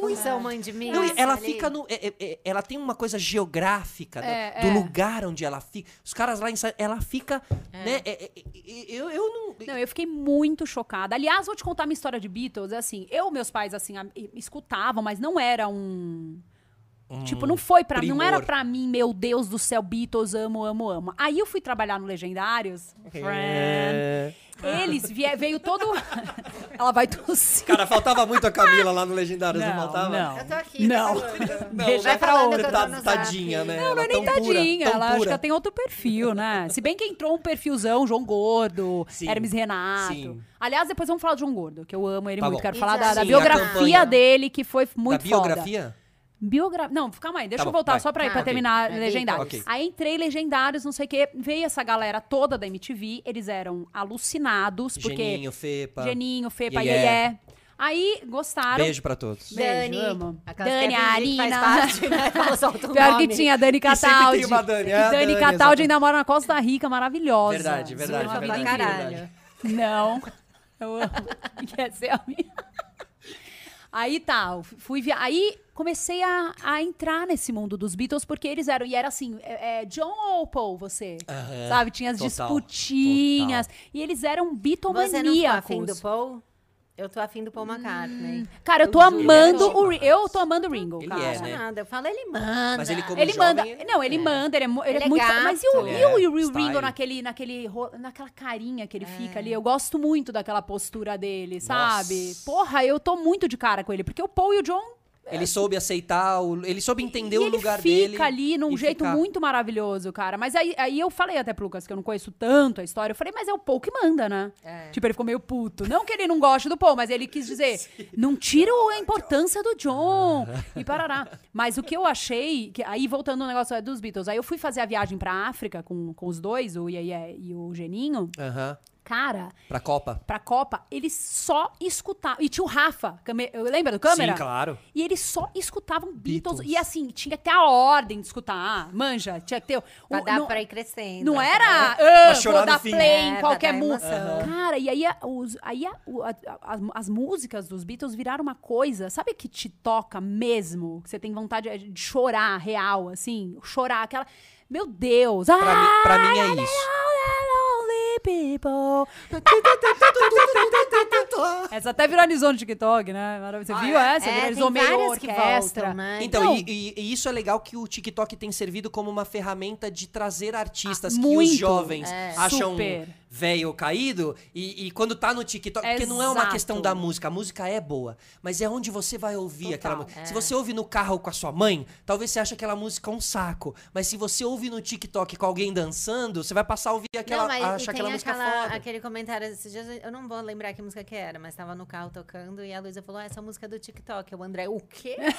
Speaker 2: Função mãe de Miss?
Speaker 1: Não, e ela
Speaker 2: ali?
Speaker 1: fica no. é- é- é- ela tem uma coisa geográfica do,
Speaker 3: É,
Speaker 1: do
Speaker 3: é.
Speaker 1: lugar onde ela fica. Os caras lá em Sa- Ela fica. Né, é- é- é- eu, eu não.
Speaker 3: Não, eu fiquei muito chocada. Aliás, vou te contar minha história de Beatles. É Assim, eu, meus pais, assim, a- e- escutavam, mas não era um. tipo, não foi pra mim, não era
Speaker 1: primor.
Speaker 3: pra mim, meu Deus do céu, Beatles, amo, amo, amo. Aí eu fui trabalhar no Legendários. Friend.
Speaker 1: É.
Speaker 3: Eles vie- veio todo. Ela vai tossir.
Speaker 1: Cara, faltava muito a Camila lá no Legendários, não,
Speaker 3: Não,
Speaker 1: faltava?
Speaker 3: não.
Speaker 2: Eu tô aqui.
Speaker 3: Não.
Speaker 2: falando.
Speaker 1: Não,
Speaker 3: Deixa
Speaker 1: vai
Speaker 2: pra
Speaker 1: falando
Speaker 2: outra.
Speaker 1: que eu tô no zap. Tadinha, né? Não, não é nem
Speaker 3: Tadinha,
Speaker 1: tão
Speaker 3: ela acho que
Speaker 1: pura.
Speaker 3: ela tem outro perfil, né? Se bem que entrou um perfilzão, João Gordo,
Speaker 1: Sim,
Speaker 3: Hermes Renato.
Speaker 1: sim.
Speaker 3: Aliás, depois vamos falar do João Gordo, que eu amo ele
Speaker 1: Tá
Speaker 3: muito.
Speaker 1: bom.
Speaker 3: Quero
Speaker 2: E
Speaker 3: falar
Speaker 2: já-
Speaker 3: da,
Speaker 2: Sim,
Speaker 3: da
Speaker 2: a
Speaker 3: biografia
Speaker 1: campanha.
Speaker 3: dele, que foi muito
Speaker 1: da
Speaker 3: foda.
Speaker 1: biografia?
Speaker 3: Biogra... Não, calma aí, deixa
Speaker 1: Tá
Speaker 3: eu
Speaker 1: bom,
Speaker 3: voltar
Speaker 1: vai.
Speaker 3: só pra,
Speaker 2: Ah,
Speaker 3: pra
Speaker 2: ok.
Speaker 3: terminar
Speaker 2: Vai,
Speaker 3: Legendários.
Speaker 1: Beatles.
Speaker 3: Aí entrei Legendários, não sei o quê, veio essa galera toda da MTV, eles eram alucinados, porque...
Speaker 1: Geninho, Fepa.
Speaker 3: Geninho, Fepa,
Speaker 1: Yeyé.
Speaker 3: Yeyé. Aí gostaram...
Speaker 1: Beijo pra todos.
Speaker 3: Beijo,
Speaker 2: Dani.
Speaker 3: amo.
Speaker 2: Aquelas
Speaker 3: Dani,
Speaker 2: que é fingir que faz
Speaker 3: Arina.
Speaker 2: parte, né? Fala, solta um
Speaker 3: Pior que
Speaker 2: nome.
Speaker 3: tinha a Dani
Speaker 1: sempre tem
Speaker 3: Cataldi.
Speaker 1: uma Dani,
Speaker 3: E
Speaker 1: é a
Speaker 3: Dani
Speaker 1: Dani,
Speaker 3: Cataldi
Speaker 1: exatamente.
Speaker 3: ainda mora na Costa Rica, maravilhosa.
Speaker 1: Verdade, verdade,
Speaker 3: Uma vida
Speaker 1: verdade.
Speaker 3: incrível.
Speaker 2: Caralho.
Speaker 3: Não. Eu amo. Quer ser a minha. Aí tá, eu fui via... Aí comecei a, a entrar nesse mundo dos Beatles, porque eles eram. E era assim, é, é, John ou Paul, você?
Speaker 1: Aham.
Speaker 3: Sabe? Tinha as
Speaker 1: É, Total,
Speaker 3: disputinhas. E eles
Speaker 2: Você
Speaker 3: eram
Speaker 2: não ficou afim do
Speaker 3: bitomaníacos.
Speaker 2: Paul? Eu tô afim do
Speaker 3: Hum.
Speaker 2: Paul McCartney.
Speaker 3: Cara, eu tô
Speaker 2: juro,
Speaker 3: amando
Speaker 2: eu tô
Speaker 3: o Ringo. Eu tô amando o Ringo,
Speaker 1: Ele é,
Speaker 3: cara.
Speaker 1: né?
Speaker 2: apaixonada. Eu falo, ele
Speaker 3: Ah,
Speaker 2: manda.
Speaker 1: Mas ele como
Speaker 3: Ele
Speaker 1: jovem,
Speaker 3: manda. Não, ele manda, ele é, mo- ele
Speaker 2: Ele
Speaker 3: é
Speaker 2: é
Speaker 3: muito.
Speaker 2: gato.
Speaker 3: Mas e o,
Speaker 1: Ele
Speaker 3: e o- e o
Speaker 1: é
Speaker 3: Ringo
Speaker 1: style.
Speaker 3: naquele, naquele, ro- naquela carinha que ele fica ali? Eu gosto muito daquela postura dele, sabe? Porra, eu tô muito de cara com ele, porque o Paul e o John.
Speaker 1: Ele soube aceitar, o- ele soube entender
Speaker 3: e
Speaker 1: o
Speaker 3: ele
Speaker 1: lugar
Speaker 3: fica
Speaker 1: dele.
Speaker 3: ali num
Speaker 1: e
Speaker 3: jeito
Speaker 1: ficar.
Speaker 3: muito maravilhoso, cara. Mas aí, aí eu falei até pro Lucas, que eu não conheço tanto a história. Eu falei, mas é o Paul que manda, né?
Speaker 2: É.
Speaker 3: Tipo, ele ficou meio puto. Não que ele não goste do Paul, mas ele quis dizer, não tira o- a importância do John.
Speaker 1: Ah.
Speaker 3: E parará. Mas o que eu achei, que, aí voltando ao negócio é dos Beatles, aí eu fui fazer a viagem pra África com, com os dois, o Iaia e o Geninho.
Speaker 1: Aham.
Speaker 3: Cara,
Speaker 1: Pra Copa.
Speaker 3: pra Copa, eles só escutavam. E tinha o Rafa, câmera- lembra do câmera?
Speaker 1: Sim, claro.
Speaker 3: E eles só escutavam Beatles.
Speaker 1: Beatles.
Speaker 3: E assim, tinha até a ordem de escutar. Ah, Manja, tinha que ter. o-
Speaker 2: Pra
Speaker 3: o-
Speaker 2: dar
Speaker 3: não,
Speaker 2: pra ir crescendo. né?
Speaker 3: não era.
Speaker 1: Pra
Speaker 3: ah,
Speaker 1: chorar
Speaker 3: vou
Speaker 1: no
Speaker 3: dar
Speaker 1: fim.
Speaker 3: play
Speaker 2: É,
Speaker 3: em
Speaker 2: pra
Speaker 3: qualquer
Speaker 2: dar
Speaker 3: música.
Speaker 2: emoção.
Speaker 3: Cara, e aí, a- os, aí a- o- a- a- as, as músicas dos Beatles viraram uma coisa. Sabe que te toca mesmo? Que você tem vontade eh, de chorar real, assim? Chorar aquela. Meu Deus!
Speaker 1: Pra,
Speaker 3: ah,
Speaker 1: mim- pra mim é isso.
Speaker 3: Lonely people. Essa até viralizou no TikTok, né? Maravilhoso. Você
Speaker 1: Ah,
Speaker 3: viu
Speaker 1: é?
Speaker 3: essa?
Speaker 2: É,
Speaker 3: viralizou
Speaker 2: tem
Speaker 3: meio
Speaker 2: várias que
Speaker 3: orquestra.
Speaker 2: voltam, né?
Speaker 1: Então, e, e- e isso é legal que o TikTok tem servido como uma ferramenta de trazer artistas
Speaker 3: Ah,
Speaker 1: que
Speaker 3: muito.
Speaker 1: os jovens
Speaker 3: É.
Speaker 1: acham
Speaker 3: Super.
Speaker 1: velho ou caído. E, e quando tá no TikTok, porque não é uma
Speaker 3: Exato.
Speaker 1: questão da música, a música é boa, mas é onde você vai ouvir aquela
Speaker 3: Total.
Speaker 2: é.
Speaker 1: música. Se você ouve no carro com a sua mãe, talvez você ache aquela música um saco. Mas se você ouve no TikTok com alguém dançando, você vai passar a ouvir aquela,
Speaker 2: não, mas e
Speaker 1: achar
Speaker 2: tem
Speaker 1: aquela música
Speaker 2: aquela-
Speaker 1: foda.
Speaker 2: aquele comentário esses dias, eu não vou lembrar que música que era, mas tava no carro tocando e a Luísa falou: ah, essa música é do TikTok. O André, o quê? é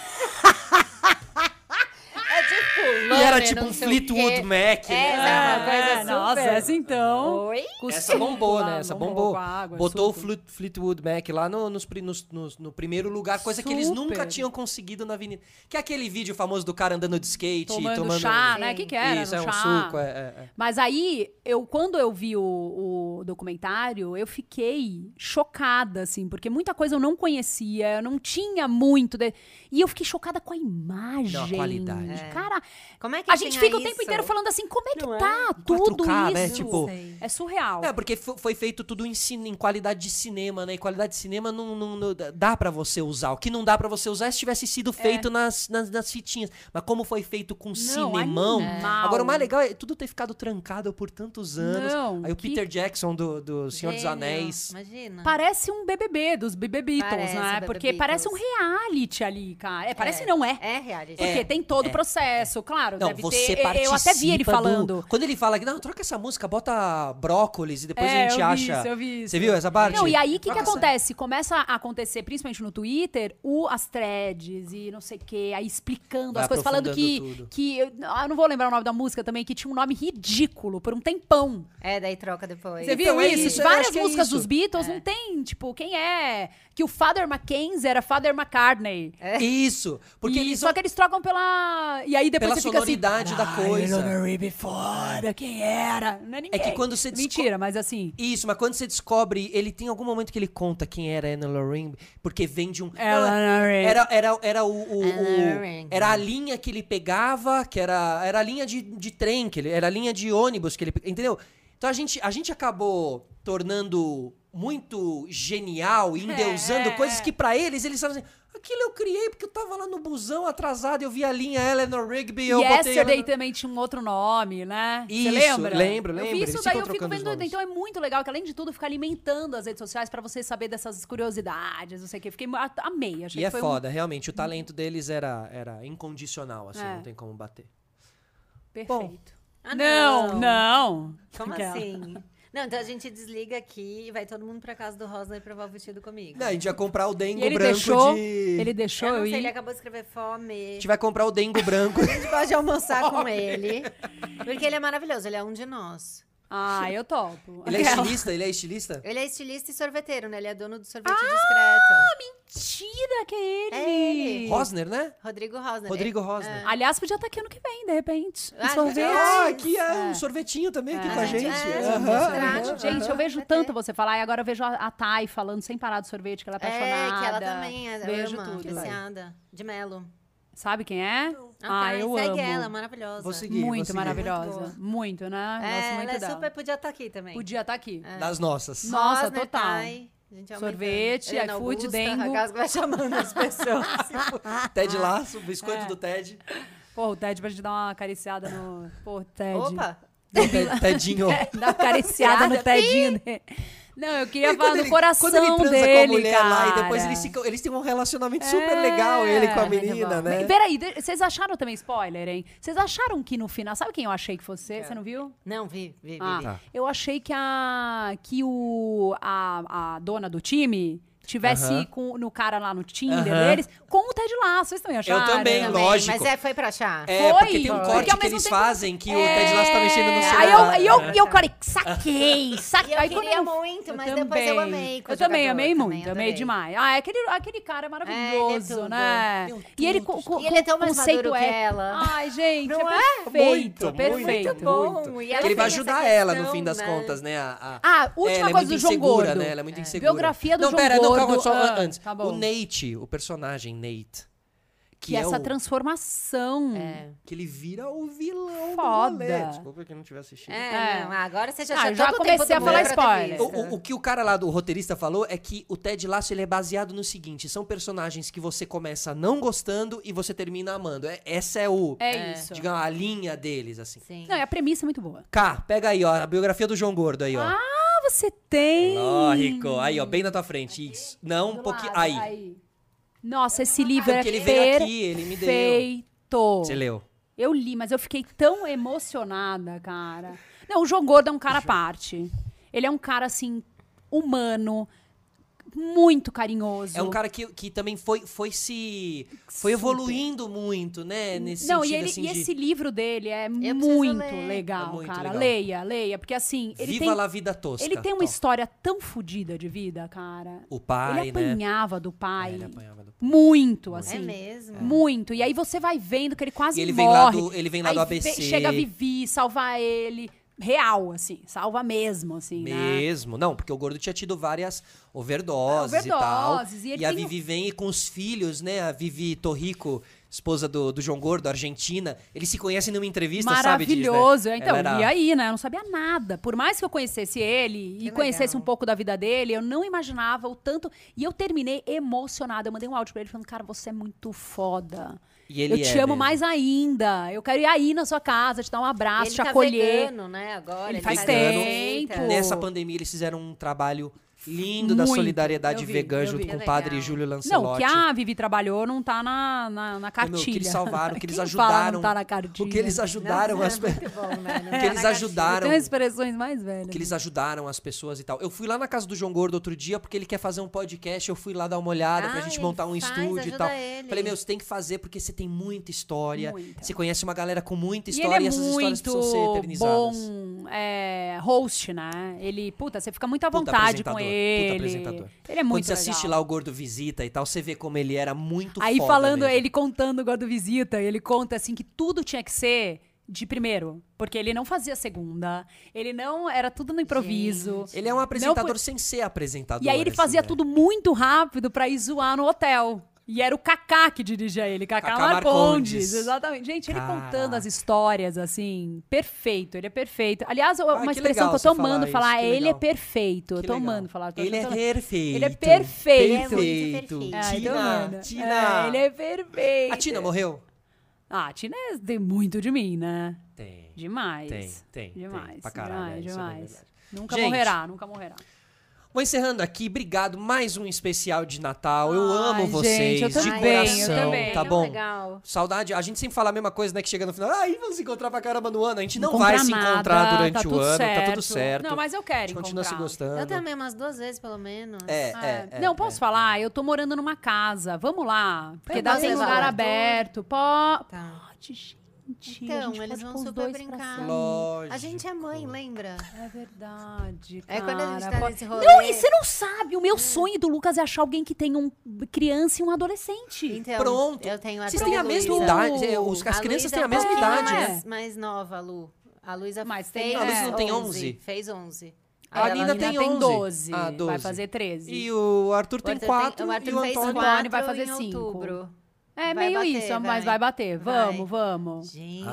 Speaker 2: tipo.
Speaker 1: E era
Speaker 2: Loner,
Speaker 1: tipo
Speaker 2: não
Speaker 1: um
Speaker 2: sei o quê.
Speaker 1: Fleetwood Mac.
Speaker 2: É,
Speaker 1: né?
Speaker 2: exato.
Speaker 1: Ah,
Speaker 2: coisa super-
Speaker 3: Nossa, essa então.
Speaker 2: Oi?
Speaker 1: Essa bombou, né?
Speaker 3: Ah,
Speaker 1: Essa bombou.
Speaker 3: com água,
Speaker 1: Botou
Speaker 3: suco.
Speaker 1: o Fleet- Fleetwood Mac lá no, nos pri- nos- nos- no primeiro lugar, coisa que eles
Speaker 3: Super.
Speaker 1: nunca tinham conseguido na avenida. Que é aquele vídeo famoso do cara andando de skate,
Speaker 3: tomando,
Speaker 1: tomando,
Speaker 3: chá, né?
Speaker 2: Sim.
Speaker 3: O que, que era?
Speaker 1: Isso,
Speaker 3: Era
Speaker 1: é
Speaker 3: um
Speaker 1: um
Speaker 3: chá.
Speaker 1: suco. é, é, é.
Speaker 3: Mas aí, eu quando eu vi o, o documentário, eu fiquei chocada, assim, porque muita coisa eu não conhecia, eu não tinha muito. de- E eu fiquei chocada com a imagem.
Speaker 1: qualidade.
Speaker 2: É.
Speaker 3: Cara,
Speaker 2: Como é que
Speaker 3: a gente
Speaker 2: tinha
Speaker 3: fica o
Speaker 2: isso?
Speaker 3: tempo inteiro falando assim, como é que
Speaker 2: Não é?
Speaker 3: tá
Speaker 1: Em
Speaker 3: tudo
Speaker 1: 4K,
Speaker 3: isso?
Speaker 1: né? Tipo,
Speaker 3: É surreal.
Speaker 1: É, porque fo- foi feito tudo em, cine- em qualidade de cinema, né? E qualidade de cinema não, não- não dá- dá pra você usar. O que não dá pra você usar é se tivesse sido feito nas, nas, nas fitinhas. Mas como foi feito com cinemão.
Speaker 3: animal.
Speaker 1: Agora, o mais legal é tudo ter ficado trancado por tantos anos.
Speaker 3: Não,
Speaker 1: Aí o
Speaker 3: que-
Speaker 1: Peter Jackson do, do Senhor dos
Speaker 2: Gênio,
Speaker 1: Anéis.
Speaker 2: Imagina.
Speaker 3: Parece um BBB dos BB Beatles,
Speaker 2: Parece
Speaker 3: né?
Speaker 2: BB
Speaker 3: Porque parece um reality ali, cara. É, parece não é.
Speaker 2: É reality.
Speaker 3: Porque tem todo o processo, claro.
Speaker 1: é, Não,
Speaker 3: deve
Speaker 1: você
Speaker 3: ter. Eu-
Speaker 1: participa
Speaker 3: Eu até vi ele
Speaker 1: do-
Speaker 3: falando.
Speaker 1: Quando ele fala que, não, troca essa música, bota brócolis e depois
Speaker 3: É,
Speaker 1: a gente
Speaker 3: eu vi
Speaker 1: acha.
Speaker 3: isso, eu vi isso.
Speaker 1: Você viu essa parte?
Speaker 3: Não, e aí o que, que
Speaker 1: Troca essa-
Speaker 3: acontece? Começa a acontecer, principalmente no Twitter, o, as threads e não sei o quê, aí explicando
Speaker 1: Vai
Speaker 3: as coisas, falando
Speaker 1: aprofundando
Speaker 3: que.
Speaker 1: tudo.
Speaker 3: que eu, ah, eu não vou lembrar o nome da música também, que tinha um nome ridículo por um tempão.
Speaker 2: É, daí troca depois.
Speaker 3: Você
Speaker 1: Então,
Speaker 3: viu
Speaker 1: é
Speaker 3: isso?
Speaker 1: isso, eu
Speaker 3: Várias
Speaker 1: acho que é
Speaker 3: músicas
Speaker 1: isso.
Speaker 3: dos Beatles não tem, tipo, quem é? Que o Father Mackenzie era Father McCartney.
Speaker 1: É Isso. Porque
Speaker 3: E-
Speaker 1: eles
Speaker 3: só que eles trocam pela. E aí depois
Speaker 1: pela
Speaker 3: você fica assim.
Speaker 1: sonoridade da
Speaker 3: "Ah,
Speaker 1: coisa."
Speaker 3: eu não me before, quem era? Não é ninguém.
Speaker 1: É que quando você desco-
Speaker 3: Mentira, mas assim.
Speaker 1: Isso, mas quando você descobre, ele tem algum momento que ele conta quem era Anna Loring, porque vem de um.
Speaker 3: É, Eleanor Rigby.
Speaker 1: Era, era, era o. o- o-
Speaker 2: Eleanor Rigby.
Speaker 1: era a linha que ele pegava, que era. Era a linha de, de trem, que ele, era a linha de ônibus que ele. pe- Entendeu? Então a gente, a gente acabou tornando muito genial, e endeusando
Speaker 3: é,
Speaker 1: coisas
Speaker 3: é.
Speaker 1: que pra eles, eles falam assim. Aquilo eu criei porque eu tava lá no busão atrasado, eu vi a linha Eleanor Rigby, eu botei.
Speaker 3: Yesterday
Speaker 1: Eleanor-
Speaker 3: também tinha um outro nome, né? Você
Speaker 1: Isso, lembro,
Speaker 3: lembra?
Speaker 1: lembro.
Speaker 3: Eu vi
Speaker 1: Eles
Speaker 3: isso
Speaker 1: ficam
Speaker 3: daí, eu fico
Speaker 1: trocando os
Speaker 3: vendo.
Speaker 1: nomes.
Speaker 3: Então é muito legal que, além de tudo, fica alimentando as redes sociais pra você saber dessas curiosidades, não sei o quê. Fiquei a- amei, achei
Speaker 1: E
Speaker 3: que
Speaker 1: é
Speaker 3: foi um-
Speaker 1: foda, realmente. O talento deles era, era incondicional, assim,
Speaker 3: É.
Speaker 1: não tem como bater.
Speaker 3: perfeito.
Speaker 2: Ah,
Speaker 3: não, não.
Speaker 2: Como
Speaker 3: Aquela.
Speaker 2: assim? Não, então a gente desliga aqui e vai todo mundo pra casa do Rosa e provar o vestido comigo.
Speaker 1: Não, a gente vai comprar o dengo
Speaker 3: E ele
Speaker 1: branco
Speaker 3: deixou,
Speaker 1: de.
Speaker 3: ele deixou
Speaker 2: eu
Speaker 3: eu,
Speaker 2: não sei,
Speaker 3: ir.
Speaker 2: ele é acabou de escrever fome.
Speaker 1: A gente vai comprar o dengo branco.
Speaker 2: A gente pode almoçar com ele. Porque ele é maravilhoso, ele é um de nós.
Speaker 3: Ah, eu topo.
Speaker 1: ele é
Speaker 3: Aquela.
Speaker 1: estilista? Ele é estilista?
Speaker 2: Ele é estilista e sorveteiro, né? Ele é dono do
Speaker 3: Ah,
Speaker 2: sorvete discreto.
Speaker 3: Mentira que é ele.
Speaker 2: É ele.
Speaker 1: Rosner, né?
Speaker 2: Rodrigo Rosner.
Speaker 1: Rodrigo Rosner.
Speaker 3: Aliás, podia estar aqui ano que vem, de repente. Um
Speaker 2: Ah,
Speaker 3: sorvete.
Speaker 1: Ah,
Speaker 2: é.
Speaker 1: aqui é um sorvetinho também aqui
Speaker 3: É.
Speaker 1: com a
Speaker 3: É,
Speaker 1: gente.
Speaker 2: é,
Speaker 1: Aham,
Speaker 2: gente,
Speaker 1: aham.
Speaker 2: traz.
Speaker 3: Gente, eu vejo
Speaker 2: Vai ter.
Speaker 3: tanto você falar e agora eu vejo a, a Thay falando sem parar do sorvete, que ela é apaixonada.
Speaker 2: É, que ela também é
Speaker 3: Vejo
Speaker 2: ama,
Speaker 3: tudo.
Speaker 2: viciada. De Melo.
Speaker 3: Sabe quem é?
Speaker 2: Ah,
Speaker 3: ah, eu
Speaker 2: segue
Speaker 3: amo.
Speaker 2: ela, maravilhosa.
Speaker 1: Vou seguir. vou
Speaker 3: Muito
Speaker 1: seguir.
Speaker 3: maravilhosa.
Speaker 2: Muito
Speaker 3: Muito,
Speaker 2: É,
Speaker 3: né? Gosto muito
Speaker 2: ela é
Speaker 3: dela.
Speaker 2: super, É, podia estar aqui também.
Speaker 3: Podia estar aqui.
Speaker 1: Das nossas.
Speaker 3: Nossa,
Speaker 2: Rosner,
Speaker 3: total.
Speaker 2: Thay, a gente é aumentando.
Speaker 3: Sorvete,
Speaker 2: Helena
Speaker 3: iFood,
Speaker 2: Augusta,
Speaker 3: Dengo.
Speaker 2: a Gasco vai chamando as pessoas.
Speaker 1: Ted
Speaker 3: Ah.
Speaker 1: Laço,
Speaker 3: É.
Speaker 1: biscoito do Ted.
Speaker 3: Pô, o Ted pra gente dar uma acariciada no. Pô, Ted.
Speaker 2: Opa!
Speaker 1: Ted- Tedinho.
Speaker 3: É. Dá uma acariciada no Tedinho dele. Não, eu queria
Speaker 1: E
Speaker 3: falar do coração
Speaker 1: quando ele transa
Speaker 3: dele,
Speaker 1: com a mulher
Speaker 3: cara.
Speaker 1: lá e depois eles, ficam- eles têm um relacionamento super
Speaker 3: É.
Speaker 1: legal, ele com a
Speaker 2: Muito
Speaker 1: menina,
Speaker 2: bom.
Speaker 1: né?
Speaker 3: Mas, Peraí, de- vocês acharam também spoiler, hein? Vocês acharam que no final. Sabe quem eu achei que fosse? Você não viu?
Speaker 2: Não, vi, vi, vi.
Speaker 3: Ah,
Speaker 2: vi.
Speaker 1: Tá.
Speaker 3: Eu achei que a. que o. a, a dona do time tivesse
Speaker 1: Aham.
Speaker 3: com, no cara lá no Tinder
Speaker 1: Aham.
Speaker 3: deles com o Ted Lasso. Vocês também acharam?
Speaker 1: também,
Speaker 2: Também,
Speaker 1: lógico.
Speaker 2: Mas é, foi pra achar.
Speaker 1: É,
Speaker 3: Foi,
Speaker 1: porque tem um
Speaker 3: foi.
Speaker 1: corte
Speaker 3: Porque ao
Speaker 1: que
Speaker 3: mesmo
Speaker 1: eles
Speaker 3: tempo-
Speaker 1: fazem que o
Speaker 3: É.
Speaker 1: Ted Lasso tá mexendo no
Speaker 3: Aí
Speaker 1: celular.
Speaker 3: eu, aí eu,
Speaker 1: né?
Speaker 3: e eu, cara, saquei,
Speaker 2: E
Speaker 3: saquei.
Speaker 2: eu
Speaker 3: Aí quando
Speaker 2: queria
Speaker 3: eu-
Speaker 2: muito,
Speaker 3: eu
Speaker 2: mas depois eu
Speaker 3: também.
Speaker 2: amei. com o
Speaker 3: Eu também
Speaker 2: jogador,
Speaker 3: amei muito, amei
Speaker 2: adorei.
Speaker 3: demais. Ah, aquele, aquele cara é maravilhoso,
Speaker 2: tudo.
Speaker 3: né?
Speaker 1: Meu
Speaker 3: E ele,
Speaker 1: Deus
Speaker 3: co,
Speaker 1: do
Speaker 3: co,
Speaker 2: E ele é tão mais
Speaker 3: conceito
Speaker 2: maduro que
Speaker 3: é-
Speaker 2: ela.
Speaker 3: Ai, gente,
Speaker 2: Não
Speaker 3: é
Speaker 2: é?
Speaker 3: perfeito,
Speaker 1: muito,
Speaker 3: perfeito.
Speaker 1: Muito,
Speaker 2: bom,
Speaker 1: muito.
Speaker 2: e ela
Speaker 1: Que ele vai
Speaker 2: tem essa
Speaker 1: ajudar ela no
Speaker 2: questão,
Speaker 1: fim das
Speaker 2: né?
Speaker 1: contas, né? A, a-
Speaker 3: Ah,
Speaker 1: É,
Speaker 3: última
Speaker 1: ela é
Speaker 3: coisa
Speaker 1: muito
Speaker 3: do João
Speaker 1: insegura,
Speaker 3: Gordo.
Speaker 1: né? Ela é muito insegura.
Speaker 3: Biografia do
Speaker 1: não,
Speaker 3: João
Speaker 1: pera,
Speaker 3: Gordo.
Speaker 1: Não, calma, só
Speaker 3: Ah,
Speaker 1: antes.
Speaker 3: Tá
Speaker 1: o
Speaker 3: bom.
Speaker 1: Nate, o personagem Nate, que,
Speaker 3: que
Speaker 1: é
Speaker 3: essa
Speaker 1: o-
Speaker 3: transformação.
Speaker 2: É.
Speaker 1: que ele vira o vilão
Speaker 3: Foda.
Speaker 1: do rolê. Desculpa que não tiver assistido.
Speaker 2: É, não, agora você já
Speaker 3: Ah,
Speaker 2: tinha
Speaker 3: já
Speaker 2: todo o
Speaker 3: comecei
Speaker 2: tempo
Speaker 3: a
Speaker 2: do
Speaker 3: falar
Speaker 2: mundo pra ter
Speaker 3: spoiler.
Speaker 1: O,
Speaker 2: visto.
Speaker 1: o- o que o cara lá do roteirista falou é que o Ted Lasso ele é baseado no seguinte: são personagens que você começa não gostando e você termina amando. É, essa é o,
Speaker 3: É isso.
Speaker 1: digamos, a linha deles assim.
Speaker 2: Sim.
Speaker 3: Não, é a premissa é muito boa.
Speaker 1: Cá, pega aí, ó, a biografia do João Gordo aí, ó.
Speaker 3: Ah, você tem.
Speaker 1: Lógico. Aí, ó, bem na tua frente. Isso. Não, um
Speaker 3: Do
Speaker 1: pouquinho.
Speaker 3: lado,
Speaker 1: Aí. Ah,
Speaker 3: Nossa, esse livro é
Speaker 1: Porque ele veio
Speaker 3: perfeito.
Speaker 1: aqui, ele me deu. Você leu.
Speaker 3: Eu li, mas eu fiquei tão emocionada, cara. Não, o João Gordo é um cara à parte. Ele é um cara, assim, humano, muito carinhoso.
Speaker 1: É um cara que, que também foi, foi se. Foi
Speaker 3: Super.
Speaker 1: evoluindo muito, né? Nesse
Speaker 3: Não,
Speaker 1: sentido,
Speaker 3: e, ele-
Speaker 1: assim,
Speaker 3: e
Speaker 1: de
Speaker 3: esse livro dele é
Speaker 2: preciso
Speaker 3: muito
Speaker 2: ler.
Speaker 3: legal,
Speaker 1: É muito
Speaker 3: cara.
Speaker 1: legal.
Speaker 3: Leia, leia, porque assim, ele
Speaker 1: Viva
Speaker 3: tem,
Speaker 1: lá a vida tosca.
Speaker 3: ele tem uma
Speaker 1: Tom.
Speaker 3: história tão fodida de vida, cara.
Speaker 1: O pai,
Speaker 3: ele
Speaker 1: né?
Speaker 3: apanhava do pai.
Speaker 1: É, ele apanhava do
Speaker 3: Muito, assim.
Speaker 2: É mesmo.
Speaker 3: Muito. E aí você vai vendo que ele quase
Speaker 1: E ele vem lá
Speaker 3: morre.
Speaker 1: do, ele vem lá
Speaker 3: Aí
Speaker 1: do
Speaker 3: ve-
Speaker 1: ABC.
Speaker 3: Chega a Vivi, salva ele. Real, assim. Salva mesmo, assim, né?
Speaker 1: Mesmo. Não, porque o gordo tinha tido várias overdoses,
Speaker 3: É,
Speaker 1: e tal.
Speaker 3: overdoses, e ele
Speaker 1: a
Speaker 3: tem um-
Speaker 1: Vivi vem e com os filhos, né? A Vivi Torrico, esposa do, do João Gordo, argentina. Eles se conhecem numa entrevista, sabe disso, né?
Speaker 3: Maravilhoso. é, Então,
Speaker 1: Ela era-
Speaker 3: e aí, né? Eu não sabia nada. Por mais que eu conhecesse ele e
Speaker 2: legal.
Speaker 3: conhecesse um pouco da vida dele, eu não imaginava o tanto. E eu terminei emocionada. Eu mandei um áudio pra ele falando, cara, você é muito foda.
Speaker 1: E ele
Speaker 3: eu te
Speaker 1: é
Speaker 3: amo
Speaker 1: mesmo.
Speaker 3: mais ainda. Eu quero ir aí na sua casa, te dar um abraço,
Speaker 2: ele
Speaker 3: te
Speaker 2: tá
Speaker 3: acolher.
Speaker 2: vegano, né, agora.
Speaker 3: Ele faz
Speaker 1: Vegano.
Speaker 2: direita.
Speaker 3: tempo.
Speaker 1: É, Nessa pandemia, eles fizeram um trabalho lindo da
Speaker 3: Muito.
Speaker 1: solidariedade
Speaker 3: Eu vi,
Speaker 1: vegana
Speaker 3: eu
Speaker 1: junto
Speaker 3: vi.
Speaker 1: com
Speaker 2: Que
Speaker 1: o padre
Speaker 2: legal.
Speaker 1: Júlio
Speaker 3: Não, o
Speaker 1: Lancelotti.
Speaker 3: que a Vivi trabalhou não tá na, na, na
Speaker 1: Meu,
Speaker 3: cartilha.
Speaker 1: o que eles salvaram, o que eles
Speaker 3: Quem Fala,
Speaker 1: ajudaram.
Speaker 3: não tá na cartilha.
Speaker 1: o que eles ajudaram
Speaker 2: Nossa,
Speaker 1: as pe-
Speaker 2: é muito bom, né?
Speaker 1: o que eles ajudaram.
Speaker 3: Tem as expressões mais velhas.
Speaker 1: Que eles ajudaram as pessoas e tal. Eu fui lá na casa do João Gordo outro dia porque ele quer fazer um podcast. Eu fui lá dar uma olhada pra
Speaker 2: Ah,
Speaker 1: gente
Speaker 2: ele
Speaker 1: montar um
Speaker 2: faz,
Speaker 1: estúdio e
Speaker 2: ajuda
Speaker 1: tal.
Speaker 2: ele.
Speaker 1: Falei, meu, você tem que fazer porque você tem muita história.
Speaker 3: Muita.
Speaker 1: Você conhece uma galera com muita
Speaker 3: E
Speaker 1: história
Speaker 3: ele
Speaker 1: e,
Speaker 3: é
Speaker 1: essas histórias
Speaker 3: muito
Speaker 1: precisam ser eternizadas.
Speaker 3: bom é, host, né? Ele, puta, você fica muito à
Speaker 1: Puta
Speaker 3: vontade
Speaker 1: apresentador,
Speaker 3: com
Speaker 1: puta
Speaker 3: ele.
Speaker 1: apresentador.
Speaker 3: Ele é
Speaker 1: Quando
Speaker 3: muito
Speaker 1: você assiste
Speaker 3: legal.
Speaker 1: lá o Gordo Visita e tal, você vê como ele era muito
Speaker 3: Aí
Speaker 1: foda
Speaker 3: falando,
Speaker 1: mesmo.
Speaker 3: ele contando o do Visita, ele conta assim que tudo tinha que ser de primeiro. Porque ele não fazia segunda, ele não. Era tudo no improviso.
Speaker 1: Ele é um apresentador sem ser apresentador.
Speaker 3: E aí ele
Speaker 1: assim,
Speaker 3: fazia
Speaker 1: né?
Speaker 3: tudo muito rápido pra ir zoar no hotel. E era o Kaká que dirigia ele, Kaká,
Speaker 1: Kaká
Speaker 3: Marcondes.
Speaker 1: Marcondes.
Speaker 3: Exatamente. Gente, ele
Speaker 1: Cara.
Speaker 3: contando as histórias, assim, perfeito, ele é perfeito. Aliás,
Speaker 1: Ah, que
Speaker 3: uma expressão
Speaker 1: legal
Speaker 3: que eu tô
Speaker 1: você falar
Speaker 3: amando
Speaker 1: isso,
Speaker 3: falar,
Speaker 1: que
Speaker 3: ele é
Speaker 1: legal.
Speaker 3: perfeito. eu
Speaker 1: Que
Speaker 3: tô
Speaker 1: legal.
Speaker 3: amando falar. tô
Speaker 1: Ele é
Speaker 3: achando-
Speaker 1: perfeito.
Speaker 3: Ele é
Speaker 1: Perfeito.
Speaker 2: Ele é
Speaker 3: perfeito.
Speaker 2: muito
Speaker 3: Ai, tô
Speaker 1: Tina,
Speaker 3: amando.
Speaker 1: Tina.
Speaker 3: É, ele é perfeito.
Speaker 1: A Tina morreu?
Speaker 3: Ah, a Tina é- tem muito de mim, né?
Speaker 1: Tem.
Speaker 3: Demais.
Speaker 1: Tem, tem, tem.
Speaker 3: Demais.
Speaker 1: Pra caralho, é,
Speaker 3: demais,
Speaker 1: isso é
Speaker 3: demais.
Speaker 1: verdade.
Speaker 3: nunca
Speaker 1: Gente.
Speaker 3: morrerá, nunca morrerá.
Speaker 1: Vou encerrando aqui. Obrigado. Mais um especial de Natal. Eu
Speaker 3: Ai,
Speaker 1: amo
Speaker 3: gente,
Speaker 1: vocês.
Speaker 3: eu
Speaker 1: de
Speaker 3: também, eu
Speaker 1: coração,
Speaker 3: também.
Speaker 1: Tá
Speaker 2: Tão
Speaker 1: bom?
Speaker 2: legal.
Speaker 1: Saudade. A gente sempre fala a mesma coisa, né? Que chega no final. Aí vamos se encontrar pra caramba no ano. A gente não,
Speaker 3: Encontrar
Speaker 1: vai se
Speaker 3: nada,
Speaker 1: encontrar durante
Speaker 3: tá
Speaker 1: o
Speaker 3: tudo
Speaker 1: ano. Tá
Speaker 3: certo.
Speaker 1: tudo certo.
Speaker 3: Não, mas eu quero
Speaker 1: a gente continua se
Speaker 3: encontrar.
Speaker 1: gostando.
Speaker 2: Eu também, umas duas vezes, pelo menos.
Speaker 1: É,
Speaker 3: É.
Speaker 1: é, é,
Speaker 3: não,
Speaker 1: é.
Speaker 3: posso falar? Eu tô morando numa casa. Vamos lá. Porque
Speaker 2: Eu
Speaker 3: dá
Speaker 2: posso
Speaker 3: tem
Speaker 2: levar
Speaker 3: lugar
Speaker 2: o Arthur?
Speaker 3: aberto. Po-
Speaker 2: Tá.
Speaker 3: Pode, gente.
Speaker 2: Então,
Speaker 3: a gente
Speaker 2: eles
Speaker 3: pode
Speaker 2: vão
Speaker 3: pôr os
Speaker 2: super
Speaker 3: dois pra
Speaker 2: brincar.
Speaker 3: sair.
Speaker 1: Lógico.
Speaker 2: A gente é mãe, lembra?
Speaker 3: É verdade.
Speaker 2: É quando a gente
Speaker 3: cara.
Speaker 2: tá
Speaker 3: Pode-
Speaker 2: nesse rolê.
Speaker 3: Não, e você não sabe. O meu sonho do Lucas é achar alguém que tenha um criança e um adolescente.
Speaker 2: Então,
Speaker 1: Pronto.
Speaker 2: Eu tenho
Speaker 1: Vocês têm a mesma
Speaker 2: Luísa.
Speaker 1: idade. é, os- as
Speaker 2: A
Speaker 1: crianças
Speaker 2: Luísa
Speaker 1: têm a
Speaker 2: é um
Speaker 1: mesma
Speaker 2: pouquinho
Speaker 1: idade,
Speaker 3: é.
Speaker 1: né?
Speaker 2: mais, mais nova, a Lu. A Luísa
Speaker 3: Mas tem-
Speaker 2: fez.
Speaker 3: A Luísa
Speaker 1: não tem 11?
Speaker 2: Fez 11.
Speaker 1: A
Speaker 2: Aí ela
Speaker 1: Nina
Speaker 3: Nina
Speaker 1: tem 11.
Speaker 3: 12.
Speaker 1: Ah,
Speaker 3: Vai
Speaker 1: 12.
Speaker 3: fazer 13.
Speaker 1: E o Arthur tem
Speaker 2: Arthur tem-
Speaker 1: quatro
Speaker 2: o Arthur
Speaker 1: e o
Speaker 2: fez
Speaker 1: Antônio.
Speaker 2: quatro
Speaker 3: Antônio vai fazer
Speaker 2: em
Speaker 3: cinco.
Speaker 2: outubro.
Speaker 3: É
Speaker 2: vai
Speaker 3: meio
Speaker 2: bater,
Speaker 3: isso, mas vai
Speaker 2: vai.
Speaker 3: bater. Vamos, vamos.
Speaker 2: Gente.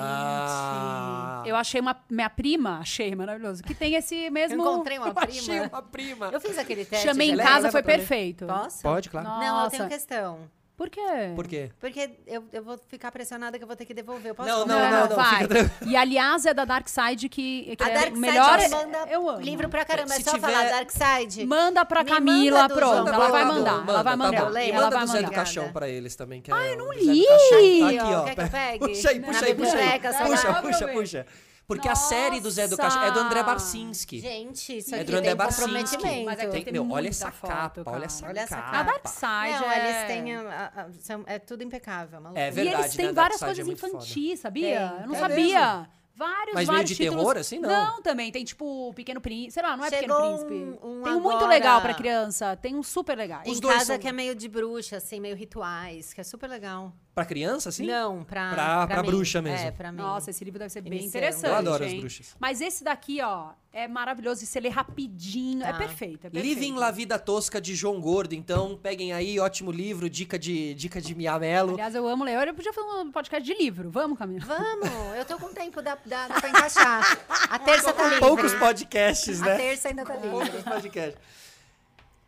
Speaker 1: Ah.
Speaker 3: Eu achei uma minha prima, achei maravilhoso, que tem esse mesmo.
Speaker 2: encontrei um uma
Speaker 1: achei
Speaker 2: prima.
Speaker 1: uma prima.
Speaker 2: Eu fiz aquele teste.
Speaker 3: Chamei em
Speaker 2: você
Speaker 1: Ela-
Speaker 3: casa,
Speaker 1: ela
Speaker 3: foi
Speaker 1: pra mim.
Speaker 3: perfeito.
Speaker 2: Posso?
Speaker 1: Pode, claro.
Speaker 2: Não, eu tenho
Speaker 3: Nossa.
Speaker 2: questão.
Speaker 3: Por quê?
Speaker 1: Por quê?
Speaker 2: Porque eu, eu vou ficar pressionada que eu vou ter que devolver. Eu posso
Speaker 1: Não,
Speaker 2: comprar?
Speaker 1: não, não,
Speaker 3: vai.
Speaker 1: fica tranquilo.
Speaker 3: E aliás, é da Dark Side que, que
Speaker 2: A
Speaker 3: é
Speaker 2: Dark Side
Speaker 3: melhor.
Speaker 2: manda
Speaker 3: eu amo.
Speaker 2: livro pra caramba.
Speaker 1: Se
Speaker 2: é só
Speaker 1: tiver-
Speaker 2: falar Dark Side.
Speaker 3: Manda pra
Speaker 2: Me
Speaker 3: Camila,
Speaker 2: manda do
Speaker 3: pronto.
Speaker 2: João
Speaker 3: ela vai
Speaker 2: Paulo.
Speaker 3: mandar. ela
Speaker 1: Manda,
Speaker 3: vai mandar.
Speaker 1: tá bom. E
Speaker 2: leio,
Speaker 3: ela
Speaker 1: manda
Speaker 3: vai
Speaker 1: do Zé do
Speaker 3: mandar.
Speaker 1: Caixão pra eles também. Que ah, eu não
Speaker 3: li!
Speaker 1: Tá aqui, ó.
Speaker 2: Quer que eu pegue?
Speaker 1: Puxa aí,
Speaker 2: Na
Speaker 1: puxa aí, puxa aí.
Speaker 2: biblioteca, sei
Speaker 1: Puxa,
Speaker 3: lá.
Speaker 1: puxa, puxa. Porque a série do Zé do Caixão é do André
Speaker 3: Nossa!
Speaker 1: Barcinski.
Speaker 2: Gente, isso
Speaker 1: é
Speaker 2: aqui
Speaker 1: do André
Speaker 2: tem
Speaker 1: Barcinski.
Speaker 2: comprometimento.
Speaker 3: Mas é que
Speaker 1: Tem-
Speaker 3: tem
Speaker 1: meu, olha
Speaker 3: muita
Speaker 1: essa
Speaker 3: foto,
Speaker 1: capa,
Speaker 3: cara.
Speaker 1: olha essa
Speaker 2: Olha essa
Speaker 1: capa.
Speaker 3: A
Speaker 2: capa.
Speaker 3: Dark Side.
Speaker 2: Não,
Speaker 3: é...
Speaker 2: eles têm... a- a- a- são- é tudo impecável, maluco.
Speaker 1: É
Speaker 3: E
Speaker 1: verdade,
Speaker 3: eles têm
Speaker 1: né?
Speaker 3: várias
Speaker 1: Dark Side é
Speaker 3: coisas
Speaker 1: muito foda.
Speaker 3: infantis, sabia?
Speaker 2: Tem, tá
Speaker 3: Eu não
Speaker 1: tem.
Speaker 3: sabia. Vários,
Speaker 1: Mas meio
Speaker 3: vários
Speaker 1: de
Speaker 3: títulos.
Speaker 1: terror, assim, não?
Speaker 3: Não, também. Tem tipo Pequeno Príncipe. Sei lá, não é
Speaker 2: Chegou
Speaker 3: Pequeno Príncipe.
Speaker 2: um- um
Speaker 3: tem um muito
Speaker 2: agora.
Speaker 3: legal pra criança. Tem um super legal.
Speaker 1: Os
Speaker 2: Em
Speaker 1: dois
Speaker 2: casa
Speaker 1: são-
Speaker 2: que é meio de bruxa, assim, meio rituais, que é super legal.
Speaker 1: Pra criança, assim?
Speaker 2: Não, pra
Speaker 1: Pra- pra
Speaker 2: mim.
Speaker 1: bruxa mesmo.
Speaker 2: É, pra mim.
Speaker 3: Nossa, esse livro deve ser bem
Speaker 2: Iniciando.
Speaker 3: interessante.
Speaker 1: Eu adoro as
Speaker 3: hein?
Speaker 1: bruxas.
Speaker 3: Mas esse daqui, ó, é maravilhoso e você lê rapidinho. É
Speaker 2: Tá.
Speaker 3: perfeito. É perfeito.
Speaker 1: Living La Vida Tosca de João Gordo. Então, peguem aí, ótimo livro, dica de dica de Mia Mello.
Speaker 3: Aliás, eu amo ler. Olha, Eu podia fazer um podcast de livro. Vamos, Camila.
Speaker 2: Vamos, eu tô com tempo, dá, dá, dá pra encaixar. A terça tá livre.
Speaker 1: Poucos podcasts,
Speaker 2: A
Speaker 1: né?
Speaker 2: terça ainda tá livre.
Speaker 1: Poucos podcasts.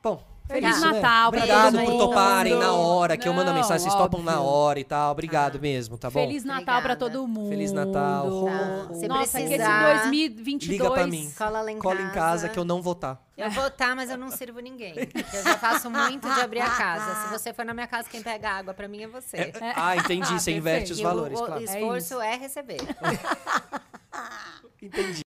Speaker 1: Bom, é
Speaker 3: Feliz
Speaker 1: isso,
Speaker 3: Natal
Speaker 1: né?
Speaker 3: pra
Speaker 1: Obrigado
Speaker 2: todo
Speaker 1: por
Speaker 2: mundo.
Speaker 1: toparem na hora, que eu mando a
Speaker 3: Não,
Speaker 1: mensagem, vocês topam na
Speaker 3: óbvio. Ah.
Speaker 1: hora e tal. Obrigado mesmo, tá bom?
Speaker 3: Feliz Natal pra
Speaker 2: Obrigada.
Speaker 3: todo mundo.
Speaker 1: Feliz Natal.
Speaker 2: Tá. Se
Speaker 3: Nossa, que esse
Speaker 2: precisar,
Speaker 3: 2022...
Speaker 1: Liga pra mim.
Speaker 2: Cola lá em
Speaker 1: Cola em casa
Speaker 2: casa
Speaker 1: que eu não vou tá. estar.
Speaker 2: Eu vou estar, mas eu não sirvo ninguém. porque Eu já faço muito de abrir a casa. Se você for na minha casa, quem pega água pra mim é você. É
Speaker 1: Ah, entendi,
Speaker 3: Ah,
Speaker 1: você inverte
Speaker 3: perfeito.
Speaker 1: os
Speaker 2: E
Speaker 1: valores,
Speaker 2: o, o
Speaker 1: claro.
Speaker 2: esforço é receber.
Speaker 1: Entendi.